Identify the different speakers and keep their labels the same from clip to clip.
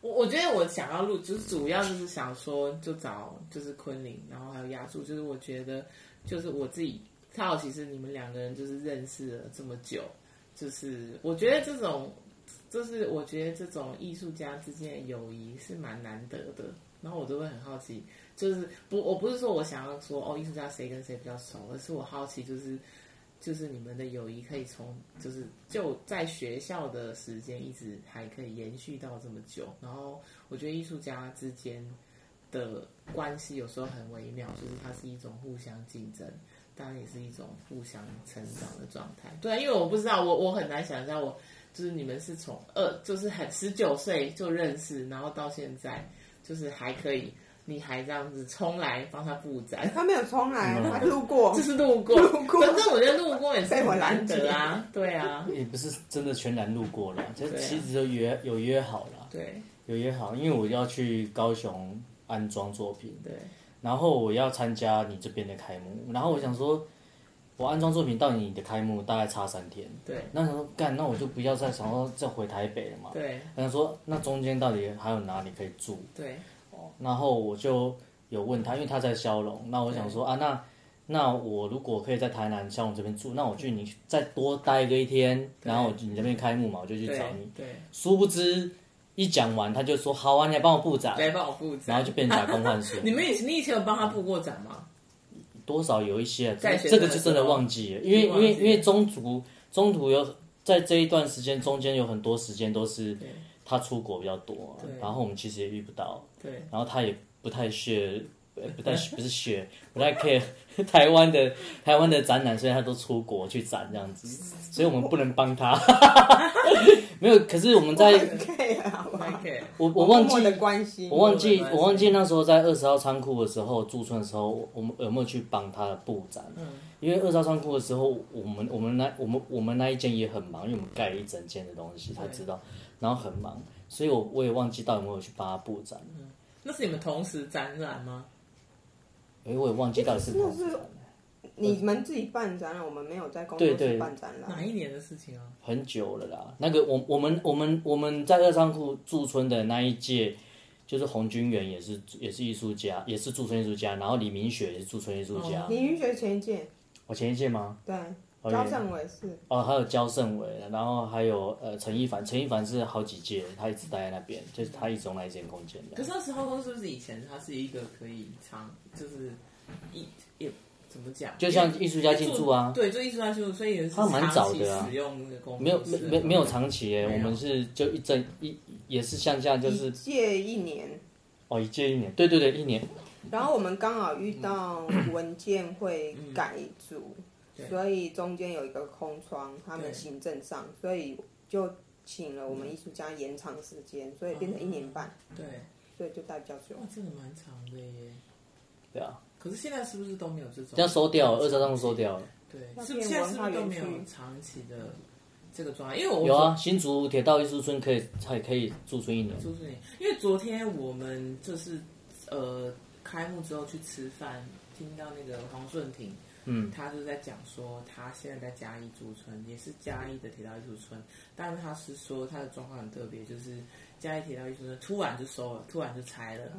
Speaker 1: 我我觉得我想要录，就是主要就是想说，就找就是昆凌，然后还有亚柱，就是我觉得就是我自己好奇是你们两个人就是认识了这么久，就是我觉得这种就是我觉得这种艺术家之间的友谊是蛮难得的，然后我都会很好奇，就是不我不是说我想要说哦艺术家谁跟谁比较熟，而是我好奇就是。就是你们的友谊可以从就是就在学校的时间一直还可以延续到这么久，然后我觉得艺术家之间的关系有时候很微妙，就是它是一种互相竞争，当然也是一种互相成长的状态。对，因为我不知道，我我很难想象我就是你们是从二就是很十九岁就认识，然后到现在就是还可以，你还这样子冲来帮他布展。
Speaker 2: 哎他没有冲来，
Speaker 3: 嗯
Speaker 2: 他路过
Speaker 1: 就。是路过，
Speaker 2: 哦路过
Speaker 1: 反正我觉得路过也是很难得啊，对啊，
Speaker 3: 也不是真的全然路过了，就
Speaker 1: 对啊
Speaker 3: 其实就约有约好了，
Speaker 1: 对
Speaker 3: 有约好，因为我要去高雄安装作品，
Speaker 1: 对，
Speaker 3: 然后我要参加你这边的开幕，然后我想说，我安装作品到你的开幕大概差三天，
Speaker 1: 对
Speaker 3: 那想说干，那我就不要再想说再回台北了嘛，
Speaker 1: 对
Speaker 3: 我想说那中间到底还有哪里可以住？
Speaker 1: 对
Speaker 3: 然后我就有问他，因为他在骁龙，那我想说啊，那那我如果可以在台南骁龙这边住，那我去你再多待个一天，
Speaker 1: 对
Speaker 3: 然后我你这边开幕嘛，我就去找
Speaker 1: 对
Speaker 3: 你。
Speaker 1: 对，
Speaker 3: 殊不知一讲完，他就说好啊，你来帮我布展，
Speaker 1: 来帮我布
Speaker 3: 然
Speaker 1: 展。。
Speaker 3: 后就变打工换宿
Speaker 1: 你们以前你以前有帮他布过展吗？
Speaker 3: 多少有一些，
Speaker 1: 在学
Speaker 3: 这
Speaker 1: 生
Speaker 3: 这个就真
Speaker 1: 的时
Speaker 3: 的
Speaker 1: 候
Speaker 3: 忘记了，因为
Speaker 1: 你
Speaker 3: 因
Speaker 1: 忘记
Speaker 3: 为
Speaker 1: 了
Speaker 3: 因为中途中途有在这一段时间中间有很多时间都是
Speaker 1: 对
Speaker 3: 他出国比较多
Speaker 1: 对，
Speaker 3: 然后我们其实也遇不到，
Speaker 1: 对
Speaker 3: 然后他也不太 share，呃不太不是 share，不太 care 台湾的台湾的展览，所以他都出国去展这样子，所以我们不能帮他， 没有，可是我们在
Speaker 2: OK 啊，好不好
Speaker 1: ，OK，
Speaker 3: 我我忘记
Speaker 2: 默默的关心，
Speaker 3: 我忘记
Speaker 1: 没关系
Speaker 3: 我忘记那时候在二十号仓库的时候驻村的时候，我我们有没有去帮他的布展？
Speaker 2: 嗯
Speaker 3: 因为二十号仓库的时候，我们我们那我们我们那一间也很忙，因为我们盖了一整间的东西，他知道，然后很忙，所以我我也忘记到底有没有去帮他布展，
Speaker 1: 那是你们同时展览吗？
Speaker 3: 因为我也忘记到底是
Speaker 2: 那
Speaker 3: 同时
Speaker 2: 是
Speaker 3: 展
Speaker 2: 你们自己办展览，我们没有在工作室
Speaker 3: 对对
Speaker 2: 办展览
Speaker 1: 哪。一年的事情啊？
Speaker 3: 很久了啦。那个我我们我们我们在二仓库驻村的那一届，就是洪军元也是也是艺术家，也是驻村艺术家，然后李明雪也是驻村艺术家。
Speaker 1: 哦
Speaker 2: 李云学前一届，
Speaker 3: 我前一届吗？
Speaker 2: 对，
Speaker 3: 哦
Speaker 2: 高胜伟是
Speaker 3: 哦，还有焦盛伟，然后还有呃陈一凡，陈一凡是好几届，他一直待在那边，就是他一直用那一间空间
Speaker 1: 可
Speaker 3: 的。
Speaker 1: 是二十号公司是不是以前它是一个可以长，就是一也怎么讲？
Speaker 3: 就像艺术家进驻啊，
Speaker 1: 对，就艺术家进驻，所以也是
Speaker 3: 它蛮早
Speaker 1: 长期
Speaker 3: 的啊
Speaker 1: 使用那个公司
Speaker 3: 没有没没没有长期耶，
Speaker 1: 没有
Speaker 3: 我们是就一阵一也是像这样，就是
Speaker 2: 一届一年，
Speaker 3: 哦一届一年，对对对，一年
Speaker 2: 然后我们刚好遇到文件会改组，
Speaker 3: 嗯
Speaker 2: 所以中间有一个空窗，他
Speaker 1: 对
Speaker 2: 们行政上，所以就请了我们艺术家延长时间，所以变成一年半，
Speaker 3: 哦
Speaker 1: 对，
Speaker 2: 所以就待比较久
Speaker 1: 哇。，哦真的蛮长的耶。
Speaker 3: 对啊，
Speaker 1: 可是现在是不是都没有这种？
Speaker 3: 这样收掉了，二三张收掉了。
Speaker 1: 对，
Speaker 2: 那
Speaker 1: 是不是
Speaker 2: 变
Speaker 1: 现在是不
Speaker 2: 文化
Speaker 1: 是都
Speaker 2: 园
Speaker 1: 没有
Speaker 2: 区
Speaker 1: 长期的这个状态？因为我
Speaker 3: 有啊，新竹铁道艺术村可以还可以驻村一年。
Speaker 1: 朱主任，因为昨天我们就是呃开幕之后去吃饭，听到那个黄顺廷，
Speaker 3: 嗯，
Speaker 1: 他就在讲说他现在在嘉义驻村，也是嘉义的铁道艺术村，但是他是说他的状况很特别，就是嘉义铁道艺术村突然就收了，突然就拆了。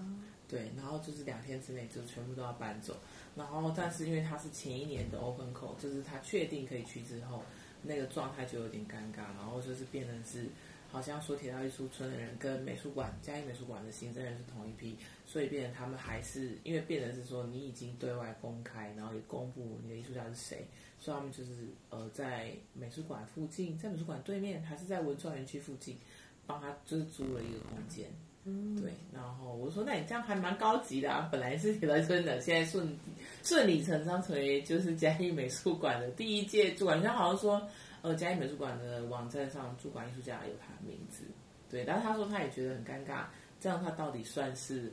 Speaker 1: 对，然后就是两天之内就全部都要搬走，然后但是因为他是前一年的 open call，就是他确定可以去之后，那个状态就有点尴尬，然后就是变成是好像说铁道艺术村的人跟美术馆嘉义美术馆的行政人是同一批，所以变成他们还是因为变成是说你已经对外公开，然后也公布你的艺术家是谁，所以他们就是呃在美术馆附近，在美术馆对面还是在文创园区附近，帮他就是租了一个空间。
Speaker 2: 嗯
Speaker 3: 嗯
Speaker 1: 对，然后我说，那你这样还蛮高级的啊！本来是铁道村的，现在顺顺理成章成为就是嘉义美术馆的第一届主管。他好像说，呃，嘉义美术馆的网站上驻馆艺术家有他的名字，对。但是他说他也觉得很尴尬，这样他到底算是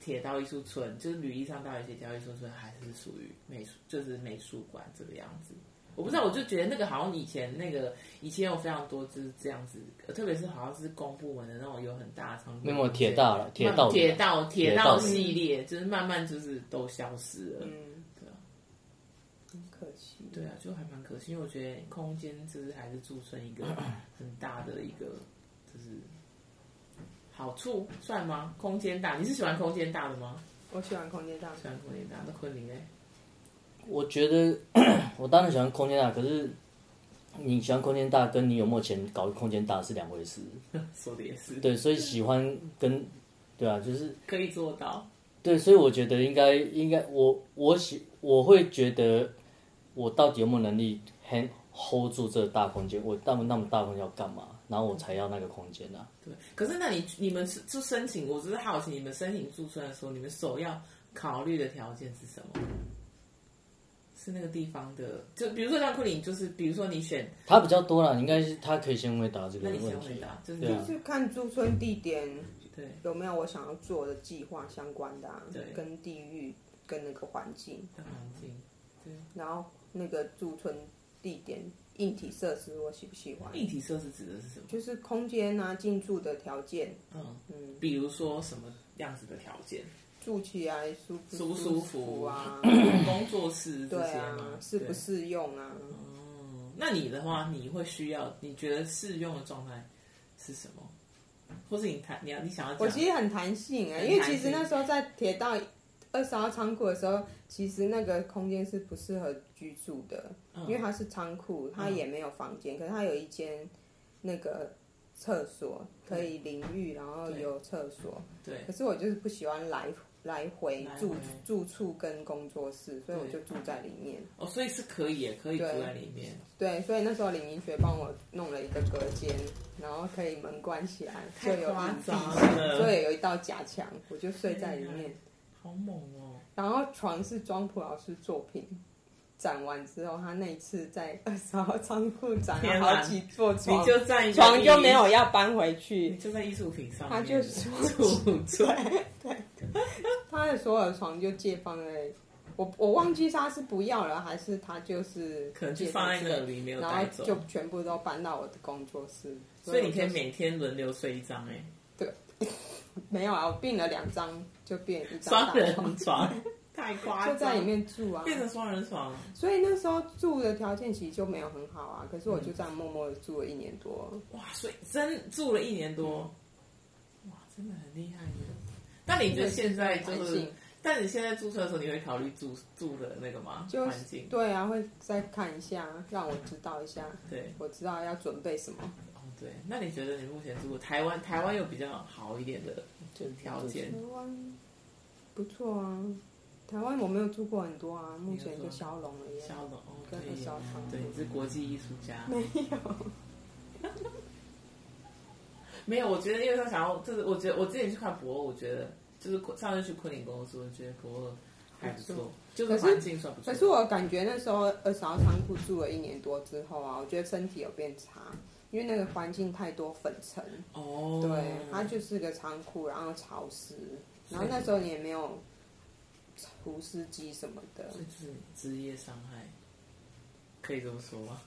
Speaker 1: 铁道艺术村，就是履历上到底写铁道艺术村，还是属于美术，就是美术馆这个样子？我不知道，我就觉得那个好像以前那个以前有非常多就是这样子，呃特别是好像是公部门的那种有很大的仓库，
Speaker 3: 那么铁道了，铁道
Speaker 1: 铁道铁
Speaker 3: 铁
Speaker 1: 道
Speaker 3: 道
Speaker 1: 系列，就是慢慢就是都消失了。
Speaker 2: 嗯，
Speaker 1: 对啊，
Speaker 2: 很可惜。
Speaker 1: 对啊，就还蛮可惜，因为我觉得空 间就是还是驻村一个很大的一个，就是好好处算吗？空间大，你是喜欢空间大的吗？
Speaker 2: 我喜欢空间大，
Speaker 1: 喜欢空间大，那昆凌嘞？
Speaker 3: 我觉得 我当然喜欢空间大，可是你喜欢空间大，跟你有没有钱搞空间大是两回事。
Speaker 1: 说的也是，
Speaker 3: 对，所以喜欢跟对啊，就是
Speaker 1: 可以做到。
Speaker 3: 对，所以我觉得应该应该我我喜我会觉得我到底有没有能力 hand hold 住这个大空间？我那么那么大空间要干嘛？然后我才要那个空间啊。
Speaker 1: 对，可是那你你们是就申请，我只是好奇，你们申请驻村的时候，你们首要考虑的条件是什么？是那个地方的，就比如说像昆凌，就是比如说你选，
Speaker 3: 他比较多啦，你应该是他可以先回答这个
Speaker 1: 那
Speaker 3: 问
Speaker 1: 你
Speaker 3: 题。
Speaker 1: 先回答，就是
Speaker 3: 对啊
Speaker 2: 就是看驻村地点
Speaker 1: 对
Speaker 2: 有没有我想要做的计划相关的、啊
Speaker 1: 对，
Speaker 2: 跟地域跟那个环境，
Speaker 1: 的环境，
Speaker 2: 然后那个驻村地点硬体设施我喜不喜欢，
Speaker 1: 一体设施指的是什么？
Speaker 2: 就是空间啊进驻的条件，
Speaker 1: 嗯
Speaker 2: 嗯，
Speaker 1: 比如说什么样子的条件？
Speaker 2: 住起来舒不
Speaker 1: 舒不舒
Speaker 2: 舒
Speaker 1: 服
Speaker 2: 啊？
Speaker 1: 工作室这
Speaker 2: 对
Speaker 1: 些
Speaker 2: 啊
Speaker 1: 吗？，
Speaker 2: 适不
Speaker 1: 对
Speaker 2: 适用啊？
Speaker 1: 那你的话，你会需要？你觉得适用的状态是什么？或是你谈你要你想要
Speaker 2: 我
Speaker 1: 讲
Speaker 2: 其实很弹性啊、
Speaker 1: 很
Speaker 2: 因为
Speaker 1: 弹
Speaker 2: 其实
Speaker 1: 性
Speaker 2: 那时候在铁道二十号仓库的时候，其实那个空间是不适合居住的，
Speaker 1: 嗯
Speaker 2: 因为它是仓库，它也没有房间，可是它有一间那个厕所可以淋浴，然后
Speaker 1: 对
Speaker 2: 有厕所。
Speaker 1: 对
Speaker 2: 可是我就是不喜欢来来回
Speaker 1: 来回
Speaker 2: 住住处跟工作室，所以我
Speaker 1: 对
Speaker 2: 就住在里面。
Speaker 1: 哦，所以是可以也可以住
Speaker 2: 对
Speaker 1: 在里面，
Speaker 2: 对，所以那时候林明学帮我弄了一个隔间，然后可以门关起来，就
Speaker 1: 太
Speaker 2: 有
Speaker 1: 夸
Speaker 2: 隐蔽
Speaker 1: 张
Speaker 2: 性
Speaker 1: 了
Speaker 2: 所以有一道夹墙，我就睡在里面。
Speaker 1: 好猛哦！
Speaker 2: 然后床是庄普老师作品，展完之后，他那一次在二十号仓库展
Speaker 1: 天
Speaker 2: 了
Speaker 1: 哪
Speaker 2: 好几座
Speaker 1: 你
Speaker 2: 床，
Speaker 1: 就在一个
Speaker 2: 床就
Speaker 1: 艺
Speaker 2: 没有要搬回去
Speaker 1: 你，就在艺术品上面，
Speaker 2: 他就
Speaker 1: 住住
Speaker 2: 他的所有床就借放在，我我忘记是他是不要了，还是他就是
Speaker 1: 可能就
Speaker 2: 借
Speaker 1: 放在
Speaker 2: 这
Speaker 1: 那里没有
Speaker 2: 然
Speaker 1: 带
Speaker 2: 后
Speaker 1: 走，
Speaker 2: 就全部都搬到我的工作室，
Speaker 1: 所以
Speaker 2: 我
Speaker 1: 你可以
Speaker 2: 就
Speaker 1: 每天轮流睡一张哎，
Speaker 2: 没有啊，我并了两张就变一张
Speaker 1: 双
Speaker 2: 大
Speaker 1: 人
Speaker 2: 床，
Speaker 1: 床， 太夸
Speaker 2: 就
Speaker 1: 张，
Speaker 2: 在里面住啊，
Speaker 1: 变成双人床，
Speaker 2: 所以那时候住的条件其实就没有很好啊，可是我就这样默默的住了一年多。
Speaker 1: 哇！所以真住了一年多，
Speaker 2: 嗯
Speaker 1: 哇，真的很厉害耶。那你觉得现在就
Speaker 2: 环
Speaker 1: 是
Speaker 2: 境？
Speaker 1: 但你现在注册的时候，你会考虑住住的那个吗？
Speaker 2: 就
Speaker 1: 环境？
Speaker 2: 对啊，会再看一下，让我知道一下，
Speaker 1: 对，
Speaker 2: 我知道要准备什么。
Speaker 1: 哦对。那你觉得你目前住过台湾，台湾有比较好一点的就是条件
Speaker 2: 台？湾不错啊，台湾我没有住过很多啊，目前就消融了耶。
Speaker 1: 肖龙，哦，
Speaker 2: 跟
Speaker 1: 对
Speaker 2: 肖长
Speaker 1: 对，你是国际艺术家。
Speaker 2: 没有，
Speaker 1: 没有，我觉得因为他想要，就是我觉得我之前去看博尔，我觉得就是上次去昆凌公司，我觉得博尔还不
Speaker 2: 不
Speaker 1: 错
Speaker 2: 错，
Speaker 1: 就是环境算不错。
Speaker 2: 可是我感觉那时候二十号仓库住了一年多之后啊，我觉得身体有变差，因为那个环境太多粉尘。
Speaker 1: 哦，
Speaker 2: 对，它就是个仓库，然后潮湿，然后那时候你也没有除湿机什么的，
Speaker 1: 这就是职业伤害，可以这么说吗？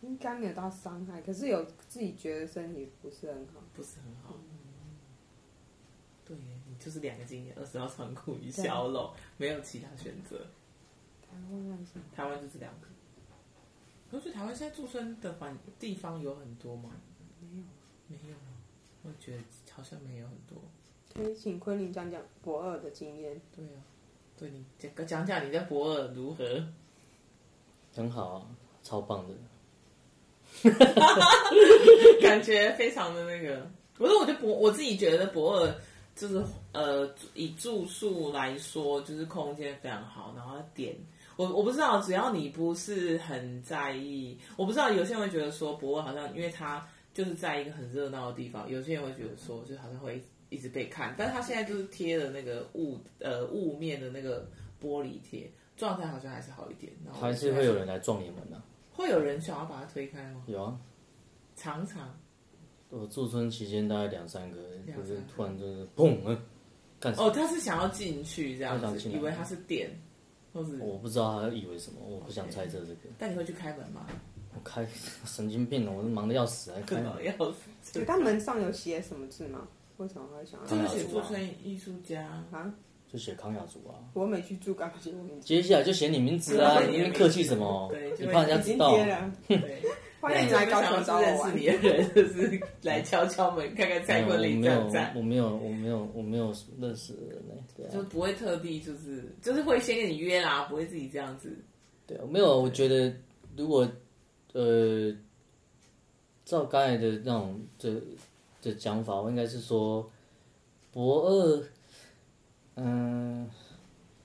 Speaker 2: 应该没有到伤害，可是有自己觉得身体不是很好。
Speaker 1: 不是很好。对耶，你就是两个经验，二十号仓库与小楼，没有其他选择。
Speaker 2: 台湾还是
Speaker 1: 台湾就这两个。可是台湾现在驻村的环地方有很多吗？
Speaker 2: 没有。
Speaker 1: 没有啊，我觉得好像没有很多。
Speaker 2: 可以请昆凌讲讲博二的经验。
Speaker 1: 对啊，对你讲讲讲你在博尔如何？
Speaker 3: 很好啊，超棒的。
Speaker 1: 感觉非常的那个。不是，我就博我自己觉得博尔就是呃，以住宿来说，就是空间非常好，然后点。我我不知道，只要你不是很在意，我不知道有些人会觉得说博尔好像，因为他就是在一个很热闹的地方，有些人会觉得说，就好像会一直被看，但是他现在就是贴了那个雾呃雾面的那个玻璃贴，状态好像还是好一点，然后
Speaker 3: 还是会有人来撞你们的、啊。
Speaker 1: 会有人想要把它推开吗？
Speaker 3: 有啊，
Speaker 1: 常常
Speaker 3: 我驻村期间大概两三个，
Speaker 1: 两
Speaker 3: 就是
Speaker 1: 三个
Speaker 3: 突然就是砰，嗯干什么？
Speaker 1: 哦，他是想要进去这样
Speaker 3: 他想
Speaker 1: 子，
Speaker 3: 进来哦
Speaker 1: 以为他是店，或是
Speaker 3: 嗯我不知道他以为什么，我不想猜测这个。
Speaker 1: 但你会去开门吗？
Speaker 3: 我开神经病哦了，我忙得要死，还开
Speaker 1: 更要死，
Speaker 2: 对，他门上有写什么字吗？为什么会想
Speaker 1: 就
Speaker 3: 当
Speaker 1: 是
Speaker 3: 然
Speaker 1: 写
Speaker 3: 是
Speaker 1: 驻
Speaker 3: 吧
Speaker 1: 村艺术 家，
Speaker 2: 啊？
Speaker 3: 就写康雅竹啊。
Speaker 2: 我没去住，干嘛写我名字？
Speaker 3: 接下来就写你名字啊，
Speaker 1: 对
Speaker 3: 你那边客气什么
Speaker 1: 对？就
Speaker 3: 你怕人
Speaker 1: 要
Speaker 3: 家
Speaker 2: 已
Speaker 3: 知
Speaker 2: 经
Speaker 3: 道？
Speaker 2: 贴了，
Speaker 1: 对，那
Speaker 2: 欢
Speaker 1: 你
Speaker 2: 迎
Speaker 1: 有
Speaker 2: 来
Speaker 1: 没有
Speaker 2: 高
Speaker 1: 想
Speaker 2: 雄
Speaker 1: 要
Speaker 2: 找
Speaker 1: 去认识
Speaker 2: 我啊玩。
Speaker 1: 你的人， 就是来敲敲门，看看蔡
Speaker 3: 我
Speaker 1: 坤
Speaker 3: 没
Speaker 1: 林
Speaker 3: 有
Speaker 1: 站不站，，
Speaker 3: 我没有，我没有，我没有认识的人呢、对
Speaker 1: 啊就
Speaker 3: 啊，
Speaker 1: 不会特地就是就是会先跟你约啦，不会自己这样子。
Speaker 3: 对啊，没有。我觉得如果呃，照刚才的那种这的讲法，我应该是说博二，嗯、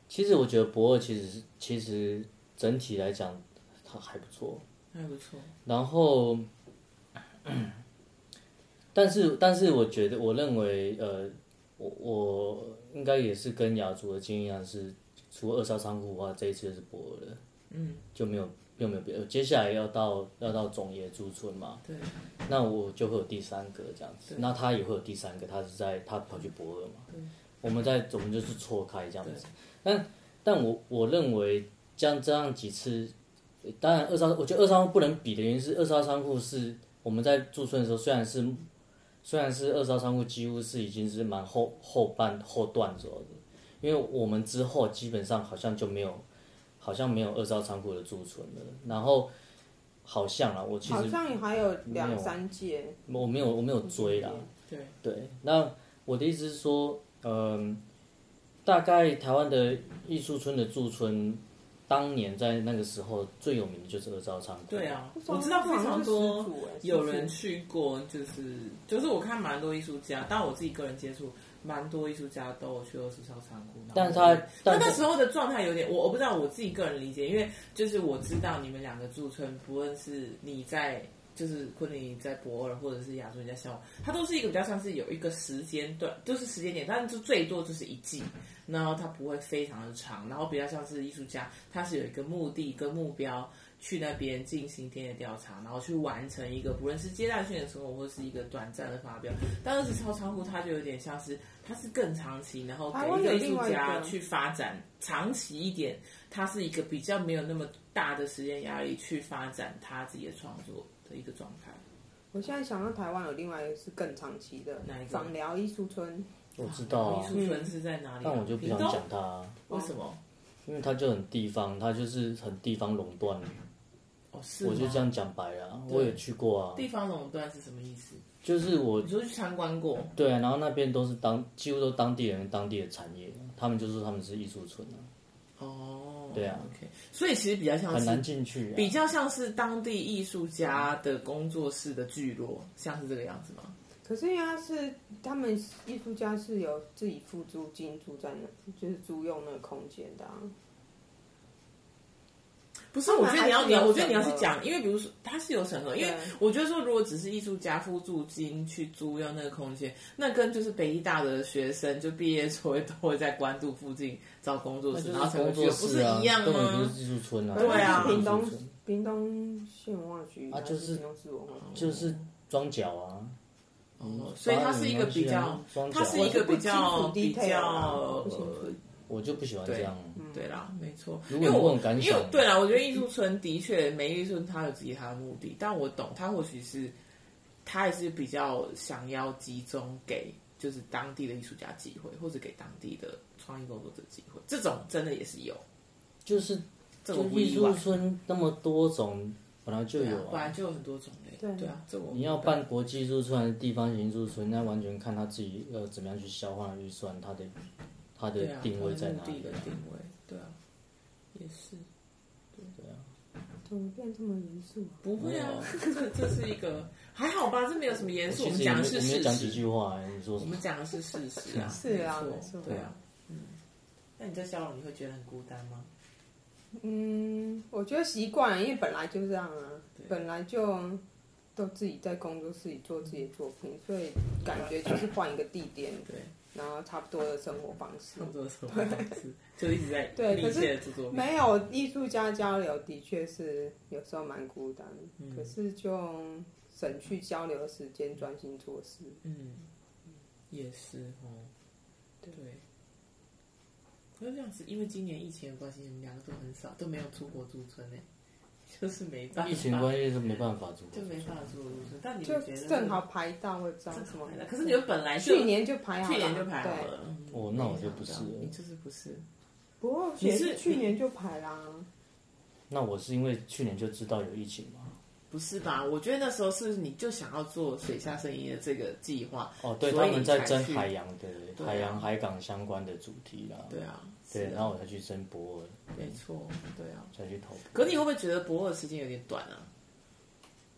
Speaker 3: 其实我觉得博二其实是其实整体来讲，它还不错。
Speaker 1: 还不错，
Speaker 3: 然后，但是但是我觉得，我认为，呃，我我应该也是跟雅竹的经验一样是，除了二杀仓库的话，这一次就是博尔了，嗯，就没有又没有别的，接下来要到要到总野驻村嘛，
Speaker 1: 对，
Speaker 3: 那我就会有第三个这样子，那他也会有第三个，他是在他跑去博尔嘛，我们在我们就是错开这样子，但但我我认为这样这样几次当然，二杀我觉得二杀不能比的原因是二杀仓库是我们在驻村的时候，虽然是虽然是二杀仓库几乎是已经是蛮后后半后段左右的，因为我们之后基本上好像就没有好像没有二杀仓库的驻村了，然后好像啊，我其
Speaker 2: 好
Speaker 3: 实
Speaker 2: 像还有
Speaker 3: 没有
Speaker 2: 两三届，
Speaker 3: 我没有我没有追啦，
Speaker 1: 嗯对，
Speaker 3: 对，那我的意思是说，嗯、大概台湾的艺术村的驻村，当年在那个时候最有名的就是二招仓库。
Speaker 1: 对，啊，我知道非常
Speaker 2: 好像是
Speaker 1: 多
Speaker 2: 十组哎
Speaker 1: 有人去过，就是就是我看蛮多艺术家，但我自己个人接触蛮多艺术家都有去二十号仓库，
Speaker 3: 但是
Speaker 1: 然后
Speaker 3: 他但
Speaker 1: 那那
Speaker 3: 是
Speaker 1: 时候的状态有点，我我不知道我自己个人理解，因为就是我知道你们两个驻村，不论是你在就是昆凌你在博尔，或者是亚洲人在向往，它都是一个比较像是有一个时间段，就是时间点，但是就最多就是一季，然后它不会非常的长，然后比较像是艺术家，他是有一个目的跟目标。去那边进行田野调查，然后去完成一个不论是阶段性的生活，或是一个短暂的发表。但二十超仓库，它就有点像是它是更长期，然后
Speaker 2: 台
Speaker 1: 给
Speaker 2: 湾
Speaker 1: 一个
Speaker 2: 啊有
Speaker 1: 艺
Speaker 2: 另
Speaker 1: 术
Speaker 2: 外一
Speaker 1: 家
Speaker 2: 个
Speaker 1: 去发展长期一点，它是一个比较没有那么大的时间压力去发展他自己的创作的一个状态。
Speaker 2: 我现在想到台湾有另外一个是更长期的
Speaker 1: 哪一个
Speaker 2: 访疗艺术村，
Speaker 3: 我知道
Speaker 1: 艺，
Speaker 3: 啊
Speaker 1: 术村是在哪里啊、
Speaker 3: 但我就不
Speaker 1: 屏
Speaker 3: 想
Speaker 1: 东
Speaker 3: 讲它、啊，
Speaker 1: 为什么。
Speaker 3: 因为它就很地方，它就是很地方垄断。
Speaker 1: 哦，是吗
Speaker 3: 我就这样讲白了啊，我也去过啊，
Speaker 1: 地方垄断是什么意思？
Speaker 3: 就是我
Speaker 1: 你说去参观过，
Speaker 3: 对啊，然后那边都是当几乎都当地人当地的产业，他们就说他们是艺术村啊，
Speaker 1: 哦，
Speaker 3: 对啊
Speaker 1: ，OK，所以其实比较像
Speaker 3: 很难
Speaker 1: 是
Speaker 3: 进去、啊。
Speaker 1: 比较像是当地艺术家的工作室的聚落，像是这个样子吗？
Speaker 2: 可是因为他是他们艺术家是有自己付租金住在那，就是租用那个空间的、啊。
Speaker 1: 不是，
Speaker 2: 当
Speaker 1: 我
Speaker 2: 然
Speaker 1: 觉得你
Speaker 2: 还
Speaker 1: 要
Speaker 2: 是
Speaker 1: 你要，
Speaker 2: 有
Speaker 1: 我觉得你要
Speaker 2: 审
Speaker 1: 去
Speaker 2: 核
Speaker 1: 讲，因为比如说它是有审核，因为
Speaker 2: 对
Speaker 1: 我觉得说如果只是艺术家付租金去租用那个空间，那跟就是北医大的学生就毕业之后都会在关渡附近找工作
Speaker 3: 那
Speaker 1: 室，
Speaker 3: 哦就
Speaker 1: 然后
Speaker 3: 是
Speaker 1: 才会
Speaker 3: 工
Speaker 1: 去
Speaker 3: 作
Speaker 1: 的，不
Speaker 3: 室啊，
Speaker 1: 一样
Speaker 3: 根本不
Speaker 1: 吗？
Speaker 3: 是艺术村啊，
Speaker 1: 对啊
Speaker 3: 就是
Speaker 2: 屏
Speaker 3: 艺术
Speaker 2: 东
Speaker 3: 村
Speaker 2: 屏东县文化局
Speaker 3: 啊
Speaker 2: 还
Speaker 3: 就是
Speaker 2: 是屏东市文化局，
Speaker 3: 就是装脚啊，
Speaker 1: 哦所以它是一个比较，
Speaker 3: 装脚
Speaker 1: 它
Speaker 3: 啊，
Speaker 1: 是一个
Speaker 2: 不
Speaker 1: 比
Speaker 2: 清
Speaker 1: 较
Speaker 2: 楚
Speaker 1: 比
Speaker 2: detail
Speaker 1: 较
Speaker 2: 啊不清
Speaker 1: 呃
Speaker 2: 楚
Speaker 3: 我就不喜欢这样。嗯
Speaker 1: 对啦，没错。
Speaker 3: 如
Speaker 1: 因
Speaker 3: 果
Speaker 1: 为
Speaker 3: 你
Speaker 1: 我
Speaker 3: 问感
Speaker 1: 因为
Speaker 3: 想，
Speaker 1: 对啦，我觉得艺术村的确，每艺术村它有自己它的目的，但我懂，它或许是它还是比较想要集中给就是当地的艺术家机会，或者给当地的创意工作者机会，这种真的也是有，
Speaker 3: 就是
Speaker 1: 这
Speaker 3: 就
Speaker 1: 我不
Speaker 3: 艺
Speaker 1: 意
Speaker 3: 术
Speaker 1: 外。
Speaker 3: 村那么多种，本来就
Speaker 1: 对
Speaker 3: 有
Speaker 1: 啊，本来就有很多种类。
Speaker 2: 对
Speaker 1: 对啊，这我
Speaker 3: 你要办国际艺术村还是地方型艺术村，那完全看他自己呃怎么样去消化预算，他的他的
Speaker 1: 对啊，
Speaker 3: 定位在哪
Speaker 1: 它的目
Speaker 3: 里
Speaker 1: 的。的定位，对啊，也是
Speaker 2: 怎么变这么严肃啊？
Speaker 1: 不会啊
Speaker 3: 没有，
Speaker 1: 这这是一个还好吧，这没有什么严肃，
Speaker 3: 其实也
Speaker 1: 讲
Speaker 3: 没
Speaker 1: 的是
Speaker 3: 我没有
Speaker 1: 事
Speaker 3: 讲
Speaker 1: 实
Speaker 3: 几。句话、哎你说
Speaker 1: 我
Speaker 3: 什么？
Speaker 1: 们讲的 是事实啊，
Speaker 2: 是啊
Speaker 1: 没
Speaker 2: 没
Speaker 1: 错
Speaker 2: 错，
Speaker 1: 对啊，嗯。那你在消融，你会觉得很孤单吗？
Speaker 2: 嗯，我觉得习惯了，因为本来就这样啊
Speaker 1: 对，
Speaker 2: 本来就都自己在工作室里做自己的作品，所以感觉就是换一个地点，
Speaker 1: 对，
Speaker 2: 然后差不多的生活方式
Speaker 1: 差。不多什么方式， 就一直在
Speaker 2: 对
Speaker 1: 密
Speaker 2: 可是
Speaker 1: 切的制作。
Speaker 2: 没有艺术家交流，的确是有时候蛮孤单，
Speaker 1: 嗯
Speaker 2: 可是就省去交流的时间，专心做事。
Speaker 1: 嗯，也是哦，对。可是这样子，因为今年疫情的关系，你们两个都很少，都没有出国驻村呢，欸 就是没办法，
Speaker 3: 疫情关系是没办法做，
Speaker 1: 就没办法出国驻村。但你
Speaker 2: 就
Speaker 1: 们觉得
Speaker 2: 正好排到，我也不知道
Speaker 1: 正
Speaker 2: 什么
Speaker 1: 好。 可是你们本来就
Speaker 2: 去年就排好
Speaker 1: 去
Speaker 2: 了，
Speaker 1: 年就排好
Speaker 2: 对。
Speaker 1: 了。嗯
Speaker 3: 哦那我就不是了
Speaker 1: 你就是不是。
Speaker 2: 不过
Speaker 1: 你
Speaker 2: 也
Speaker 1: 是
Speaker 2: 是去年就排啦，
Speaker 3: 那我是因为去年就知道有疫情嘛，
Speaker 1: 不是吧？我觉得那时候是你就想要做水下生意的这个计划，
Speaker 3: 哦，对，
Speaker 1: 所
Speaker 3: 他
Speaker 1: 以
Speaker 3: 们
Speaker 1: 你
Speaker 3: 在
Speaker 1: 才
Speaker 3: 争
Speaker 1: 去
Speaker 3: 海洋的
Speaker 1: 对啊
Speaker 3: 海洋海港相关的主题啦，
Speaker 1: 对啊，
Speaker 3: 对，
Speaker 1: 是的
Speaker 3: 然后我才去争博尔，
Speaker 1: 没错，对啊。
Speaker 3: 才去投博尔。
Speaker 1: 可你会不会觉得博尔时间有点短啊？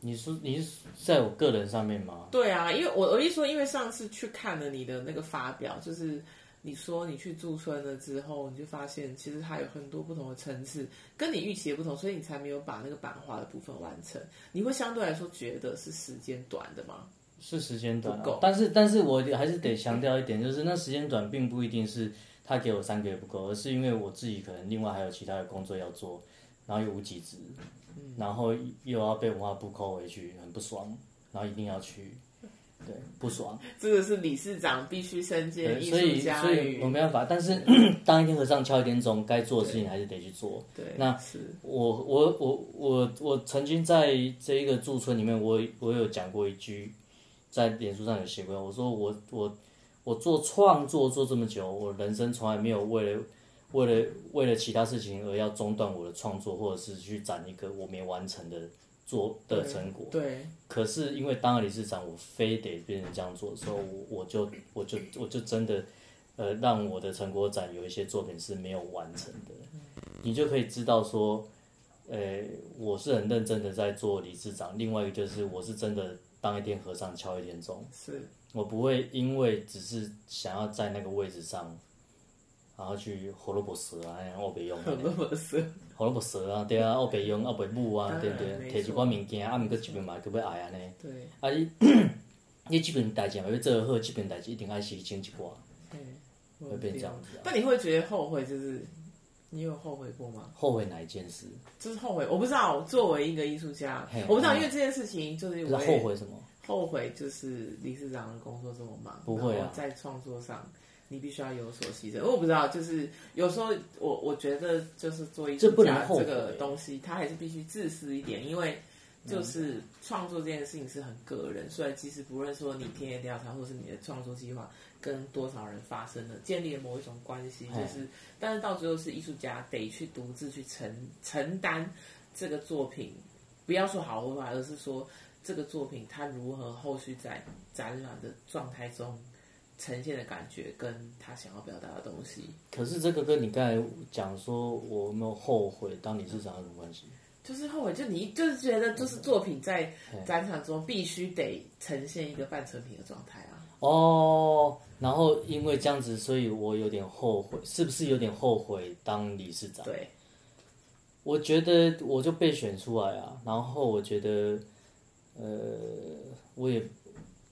Speaker 3: 你说你是在我个人上面吗？
Speaker 1: 对啊，因为我我一说，因为上次去看了你的那个发表，就是你说你去驻村了之后，你就发现其实它有很多不同的层次，跟你预期的不同，所以你才没有把那个版画的部分完成。你会相对来说觉得是时间短的吗？
Speaker 3: 是时间短、
Speaker 1: 不
Speaker 3: 啊
Speaker 1: 够，
Speaker 3: 但是但是我还是得强调一点，就是那时间短并不一定是他给我三个月不够，而是因为我自己可能另外还有其他的工作要做，然后又无几职，
Speaker 1: 嗯
Speaker 3: 然后又要被文化部扣回去，很不爽，然后一定要去，对，不爽。
Speaker 1: 这个是理事长必须身兼
Speaker 3: 对，
Speaker 1: 艺
Speaker 3: 所以
Speaker 1: 术家
Speaker 3: 所以
Speaker 1: 与
Speaker 3: 我没办法，但是 当一天和尚敲一天钟，该做的事情还是得去做。
Speaker 1: 对，
Speaker 3: 那
Speaker 1: 是
Speaker 3: 我我我我我曾经在这一个驻村里面，我我有讲过一句，在脸书上有写过，我说我我我做创作做这么久，我人生从来没有为了为了为了其他事情而要中断我的创作，或者是去攒一个我没完成的做的成果。
Speaker 1: 对，
Speaker 3: 可是因为当了理事长，我非得变成这样做，所以我我就我就我就真的，呃，让我的成果展有一些作品是没有完成的，你就可以知道说，呃，我是很认真的在做理事长。另外一个就是，我是真的当一天和尚敲一天钟，
Speaker 1: 是
Speaker 3: 我不会因为只是想要在那个位置上，然后去胡萝卜蛇啊，然后我别用。
Speaker 1: 很多是
Speaker 3: 胡萝卜蛇啊，对啊，后白用后白母啊，
Speaker 1: 当然
Speaker 3: 对不对？
Speaker 1: 没
Speaker 3: 摕一
Speaker 1: 错
Speaker 3: 寡物件，啊，毋过一边嘛，佫要爱安尼。
Speaker 1: 对
Speaker 3: 啊，你你即边代志嘛要做得好，即边代志一定爱牺牲一寡，
Speaker 1: 对，
Speaker 3: 会变这样子啊。
Speaker 1: 但你会觉得后悔，就是你有后悔过吗？
Speaker 3: 后悔哪一件事？
Speaker 1: 就是后悔，我不知道。作为一个艺术家
Speaker 3: 嘿，
Speaker 1: 我不知道，因为这件事情就是
Speaker 3: 不是
Speaker 1: 我也
Speaker 3: 后悔什么？
Speaker 1: 后悔就是理事长的工作这么忙，
Speaker 3: 不会啊
Speaker 1: 然后在创作上你必须要有所牺牲。因为我不知道，就是有时候我我觉得就是做艺术
Speaker 3: 这不能
Speaker 1: 家
Speaker 3: 后悔
Speaker 1: 这个东西，他还是必须自私一点，因为就是创作这件事情是很个人，所以其实不论说你田野调查或是你的创作计划跟多少人发生了建立了某一种关系，
Speaker 3: 嘿
Speaker 1: 就是但是到最后是艺术家得去独自去承承担这个作品，不要说好或坏，而是说这个作品它如何后续在展览的状态中呈现的感觉，跟他想要表达的东西，
Speaker 3: 可是这个跟你刚才讲说我有没有后悔当理事长有什么关系？
Speaker 1: 就是后悔，就你就是觉得就是作品在展场中必须得呈现一个半成品的状态啊。
Speaker 3: 哦，然后因为这样子，所以我有点后悔，是不是有点后悔当理事长？
Speaker 1: 对，
Speaker 3: 我觉得我就被选出来啊，然后我觉得，呃，我也，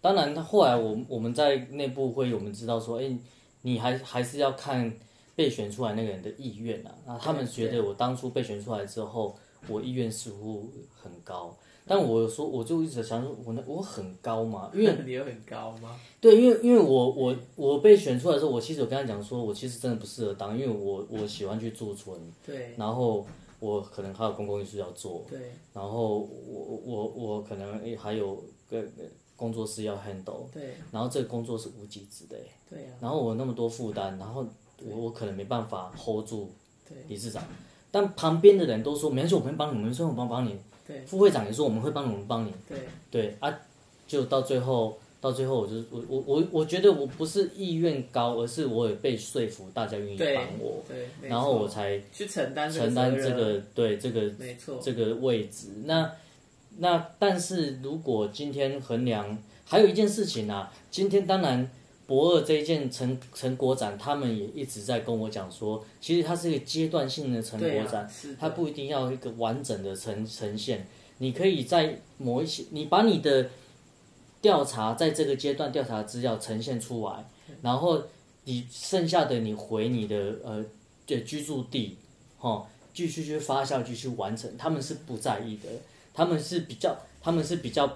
Speaker 3: 当然，后来我我们在内部会，我们知道说，哎，你还还是要看被选出来那个人的意愿啊。那他们觉得我当初被选出来之后，我意愿似乎很高，但我说我就一直想说，我那我很高嘛，因为
Speaker 1: 你有很高吗？
Speaker 3: 对，因为因为我我我被选出来的时候，我其实有跟他讲说，我其实真的不适合当，因为我我喜欢去驻村。
Speaker 1: 对
Speaker 3: 然后我可能还有公共艺术要做，
Speaker 1: 对
Speaker 3: 然后我我我可能诶还有个个工作室要 handle，
Speaker 1: 对
Speaker 3: 然后这个工作是无极值的，欸
Speaker 1: 对啊，
Speaker 3: 然后我那么多负担，然后我我可能没办法 hold 住
Speaker 1: 对
Speaker 3: 理事长，但旁边的人都说没关系，我们会帮你，我们说我们帮帮你，
Speaker 1: 对
Speaker 3: 副会长也说我们会帮你，我们帮你，
Speaker 1: 对
Speaker 3: 对啊，就到最后。到最后，我就是我我我我觉得我不是意愿高，而是我也被说服，大家愿意
Speaker 1: 对
Speaker 3: 帮我，
Speaker 1: 对，没
Speaker 3: 然后
Speaker 1: 错
Speaker 3: 我才
Speaker 1: 去承担
Speaker 3: 承担
Speaker 1: 责
Speaker 3: 这
Speaker 1: 任，啊
Speaker 3: 个对这个
Speaker 1: 没错，
Speaker 3: 这个位置。那那但是如果今天衡量，还有一件事情啊，今天当然博二这一件成成果展，他们也一直在跟我讲说，其实它是一个阶段性的成
Speaker 1: 对
Speaker 3: 果
Speaker 1: 啊
Speaker 3: 展，
Speaker 1: 是的
Speaker 3: 它不一定要一个完整的呈呈现。你可以在某一些，你把你的调查在这个阶段调查资料呈现出来，
Speaker 1: 嗯
Speaker 3: 然后你剩下的你回你的呃对居住地，哦，继续去发酵，继续完成，他们是不在意的，他们是比较，他们是比较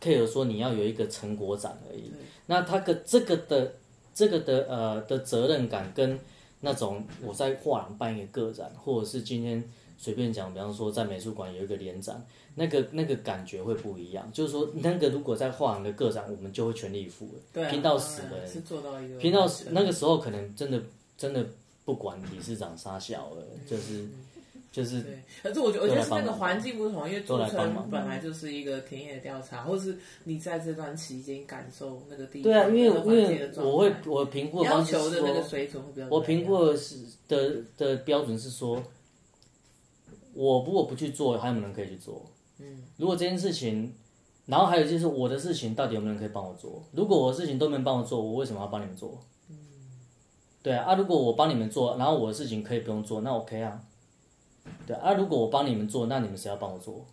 Speaker 3: care 说你要有一个成果展而
Speaker 1: 嗯
Speaker 3: 已。那他的这个的这个的呃的责任感跟那种我在画廊办一个个展，或者是今天随便讲，比方说在美术馆有一个联展，那个那个感觉会不一样。就是说，那个如果在画廊的个展，我们就会全力以赴了，
Speaker 1: 对啊
Speaker 3: 拼到死
Speaker 1: 当
Speaker 3: 的
Speaker 1: 然是做到一个
Speaker 3: 拼到
Speaker 1: 完整
Speaker 3: 那个时候可能真的真的不管理事长啥小了，就是就是
Speaker 1: 对，可是我觉得我觉得是那个
Speaker 3: 都来帮忙
Speaker 1: 环境不同，因为驻
Speaker 3: 都来帮
Speaker 1: 村
Speaker 3: 忙
Speaker 1: 本来就是一个田野调查，或是你在这段期间感受那个地方
Speaker 3: 对啊，因为
Speaker 1: 那个
Speaker 3: 因
Speaker 1: 环境的
Speaker 3: 为
Speaker 1: 状态
Speaker 3: 我会我评估的
Speaker 1: 要
Speaker 3: 方式
Speaker 1: 求
Speaker 3: 是
Speaker 1: 的那个
Speaker 3: 说，
Speaker 1: 水准会比较不一样。啊
Speaker 3: 我评估的是的的标准是说，我如果不去做，还有没有人可以去做？嗯，如果这件事情，然后还有就是我的事情到底有没有人可以帮我做？如果我的事情都没人帮我做，我为什么要帮你们做？嗯，对啊，啊如果我帮你们做，然后我的事情可以不用做，那 OK 啊。对啊，如果我帮你们做，那你们谁要帮我做？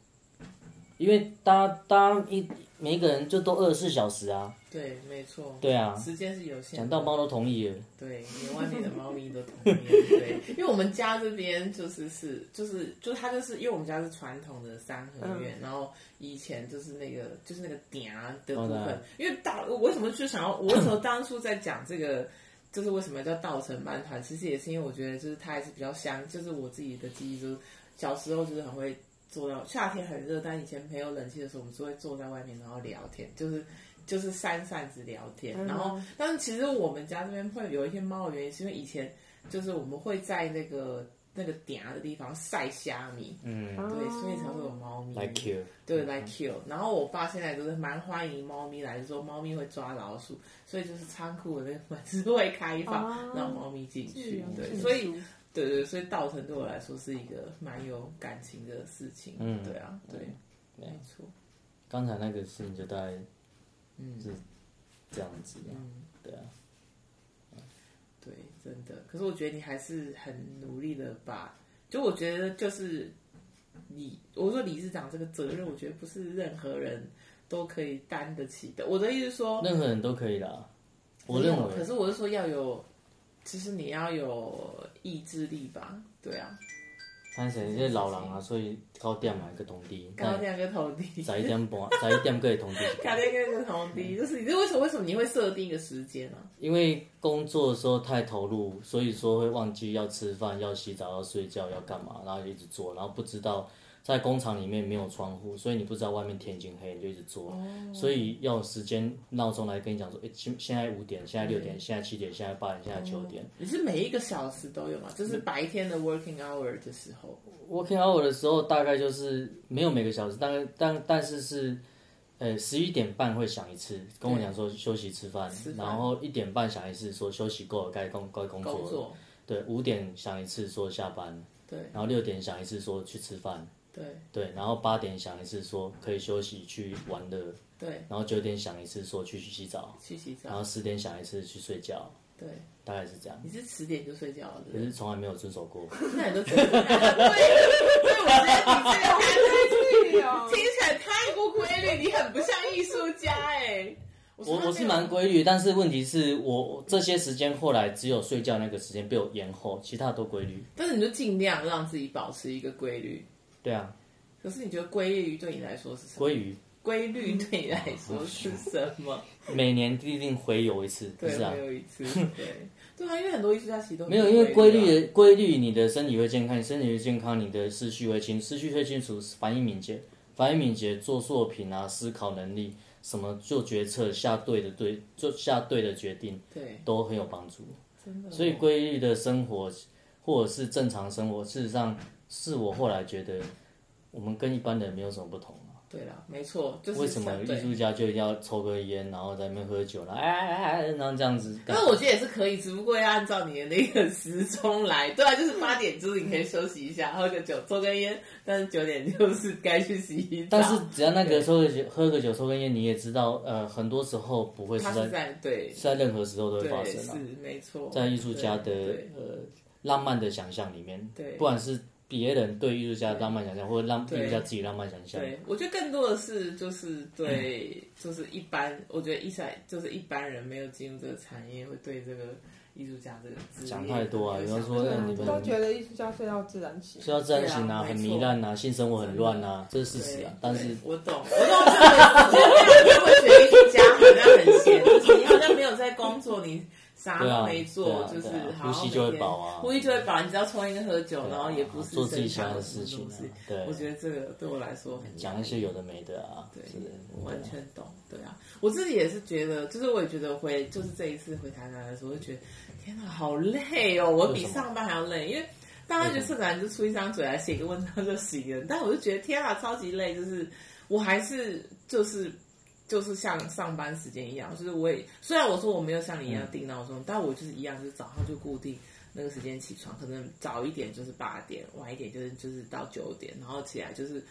Speaker 3: 因为大家大家一每一个人就都二十四小时啊，
Speaker 1: 对，没错，
Speaker 3: 对啊，
Speaker 1: 时间是有限的
Speaker 3: 讲。到猫都同意了。
Speaker 1: 对，连外面的猫咪都同意。对，因为我们家这边就是是就是就是它就是因为我们家是传统的三合院，然后以前就是那个就是那个嗲的部
Speaker 3: 好
Speaker 1: 分
Speaker 3: 的，
Speaker 1: 因为大我为什么就想要我为什么当初在讲这个。就是为什么叫稻城漫团，其实也是因为我觉得，就是它还是比较香，就是我自己的记忆，就是小时候就是很会坐到夏天很热，但以前没有冷气的时候，我们是会坐在外面然后聊天，就是就是扇扇子聊天。然后，但是其实我们家这边会有一些猫的原因，是因为以前就是我们会在那个那个点的地方晒虾米，
Speaker 3: 嗯
Speaker 2: 啊
Speaker 1: 对，所以才会有猫咪。
Speaker 3: ，like 嗯 you，
Speaker 1: 对来 kill。然后我爸现在就是蛮欢迎猫咪来，就说猫咪会抓老鼠，所以就是仓库的那个门是会开放、
Speaker 2: 哦
Speaker 1: 让猫咪进去。对，
Speaker 2: 嗯
Speaker 1: 所以对对，所以稻城对我来说是一个蛮有感情的事情。
Speaker 3: 嗯
Speaker 1: 对啊，对，
Speaker 3: 对
Speaker 1: 没错，
Speaker 3: 刚才那个事情就大概
Speaker 1: 嗯
Speaker 3: 是这样子啊，
Speaker 1: 嗯，
Speaker 3: 对啊，
Speaker 1: 对，真的。可是我觉得你还是很努力的吧？就我觉得就是你，我说理事长这个责任，我觉得不是任何人都可以担得起的。我的意思是说，
Speaker 3: 任何人都可以啦，我
Speaker 1: 没有
Speaker 3: 认
Speaker 1: 可
Speaker 3: 为
Speaker 1: 是我是说要有，就是你要有意志力吧？对啊，
Speaker 3: 看谁这老人啊，所以高点嘛一个同低，
Speaker 1: 刚
Speaker 3: 那
Speaker 1: 刚那个头低，
Speaker 3: 十一点半，十一点可以同低，
Speaker 1: 刚刚那个头
Speaker 3: 嗯
Speaker 1: 低，就是你这为什么为什么你会设定一个时间啊呢、
Speaker 3: 因为工作的时候太投入，所以说会忘记要吃饭、要洗澡、要睡觉、要干嘛，然后就一直做，然后不知道在工厂里面没有窗户，所以你不知道外面天已经黑，你就一直做，所以要有时间闹钟来跟你讲说，诶，现现在五点，现在六点，现在七点，现在八点，现在九点。
Speaker 1: 你是每一个小时都有吗？
Speaker 3: 嗯
Speaker 1: 就是白天的 working hour 的时候，
Speaker 3: working hour 的时候大概就是没有每个小时，大概但但是是，呃，十一点半会响一次，跟我讲说休息吃饭，
Speaker 1: 吃饭
Speaker 3: 然后一点半响一次说休息够了该工该工作了，
Speaker 1: 工作，
Speaker 3: 对，五点响一次说下班，
Speaker 1: 对
Speaker 3: 然后六点响一次说去吃饭，
Speaker 1: 对
Speaker 3: 对，然后八点响一次说可以休息去玩乐，
Speaker 1: 对，
Speaker 3: 然后九点响一次说去洗澡，
Speaker 1: 去洗澡，
Speaker 3: 然后十点响一次去睡觉，
Speaker 1: 对，
Speaker 3: 大概是这样，
Speaker 1: 你是十点就睡觉了，对不
Speaker 3: 可
Speaker 1: 对
Speaker 3: 是从来没有遵守过。
Speaker 1: 那你都真的是对，所以我觉得你这个还是
Speaker 2: 对 哦
Speaker 1: 听起来太不规律，你很不像艺术家哎、我
Speaker 3: 我
Speaker 1: 从来
Speaker 3: 我是
Speaker 1: 没有
Speaker 3: 蛮规律，但是问题是我我这些时间后来只有睡觉那个时间被我延后，其他都规律。
Speaker 1: 但是你就尽量让自己保持一个规律。
Speaker 3: 对啊，
Speaker 1: 可是你觉得规律对你来说是什么？
Speaker 3: 鲑鱼
Speaker 1: 规律对你来说是什么？
Speaker 3: 每年必定回游一次，不
Speaker 1: 对，
Speaker 3: 嗯是啊
Speaker 1: 没？有一 次，对，对啊，因为很啊多艺术家其实都
Speaker 3: 没有，因为规律
Speaker 1: 的，
Speaker 3: 的规律，你的身体会健康，你身体会健康，你的思绪会清，思绪会清楚，反应敏捷，反应敏捷，做作品啊，思考能力，什么做决策，下对的对，做下对的决定
Speaker 1: 对，
Speaker 3: 都很有帮助。
Speaker 1: 真的哦，
Speaker 3: 所以规律的生活，或者是正常生活，事实上是我后来觉得，我们跟一般人没有什么不同啊。
Speaker 1: 对了，没错，就是
Speaker 3: 为什么
Speaker 1: 想
Speaker 3: 艺
Speaker 1: 对？
Speaker 3: 术家就一定要抽根烟，然后在那边喝酒，然后哎哎哎，然后这样子干？
Speaker 1: 但是我觉得也是可以，只不过要按照你的那个时钟来。对啊，就是八点就是你可以休息一下，喝个酒，抽根烟，但是九点就是该去洗澡。
Speaker 3: 但是只要那个抽个酒、喝个酒、抽根烟，你也知道，呃，很多时候不会是
Speaker 1: 他
Speaker 3: 在
Speaker 1: 是在对
Speaker 3: 是在任何时候都会发
Speaker 1: 对
Speaker 3: 生
Speaker 1: 是
Speaker 3: 啊。
Speaker 1: 没错，
Speaker 3: 在艺术家的
Speaker 1: 对对
Speaker 3: 呃浪漫的想象里面，
Speaker 1: 对
Speaker 3: 不管是别人对艺术家的浪漫想象，或者让艺
Speaker 1: 对
Speaker 3: 术家自己浪漫想象，
Speaker 1: 对，我觉得更多的是就是对，就是一般，我觉得一赛就是一般人没有进入这个产业，会对这个艺术家这个职业
Speaker 3: 讲太多啊
Speaker 1: 有
Speaker 3: 有人
Speaker 1: 想
Speaker 3: 说那
Speaker 1: 法
Speaker 3: 你们
Speaker 2: 都觉得艺术家睡到自然醒。
Speaker 3: 睡到自然醒
Speaker 1: 对
Speaker 3: 啊，
Speaker 1: 啊
Speaker 3: 很
Speaker 1: 没
Speaker 3: 糜
Speaker 1: 错嗯
Speaker 3: 烂啊，性生活很乱啊，这是
Speaker 1: 对
Speaker 3: 事实啊。但是
Speaker 1: 对我懂，我懂这个，我觉得艺术家好像很闲，就是你好像没有在工作，你啥
Speaker 3: 对啊
Speaker 1: 都没做，
Speaker 3: 对啊
Speaker 1: 就是
Speaker 3: 对啊
Speaker 1: 好像
Speaker 3: 呼吸就会
Speaker 1: 每天
Speaker 3: 饱啊
Speaker 1: 呼吸就会饱，你只要抽烟跟喝酒，
Speaker 3: 对啊
Speaker 1: 然后也不是
Speaker 3: 做自己
Speaker 1: 正常
Speaker 3: 想要的
Speaker 1: 的
Speaker 3: 事情啊
Speaker 1: 东西
Speaker 3: 对
Speaker 1: 我觉得这个对我来说很
Speaker 3: 讲一些有的没的啊，
Speaker 1: 对
Speaker 3: 是的，
Speaker 1: 我完全懂。对啊，我自己也是觉得，就是我也觉得回，就是这一次回台南的时候，我就觉得天哪，好累哦！我
Speaker 3: 为
Speaker 1: 比
Speaker 3: 什么
Speaker 1: 上班还要累，因为。大家觉得策展人就出一张嘴来写一个文章就行了，但我就觉得天啊，超级累，就是我还是就是就是像上班时间一样，就是我也虽然我说我没有像你一样定闹钟，但我就是一样，就是早上就固定那个时间起床，可能早一点就是八点，晚一点就是就是到九点，然后起来就是。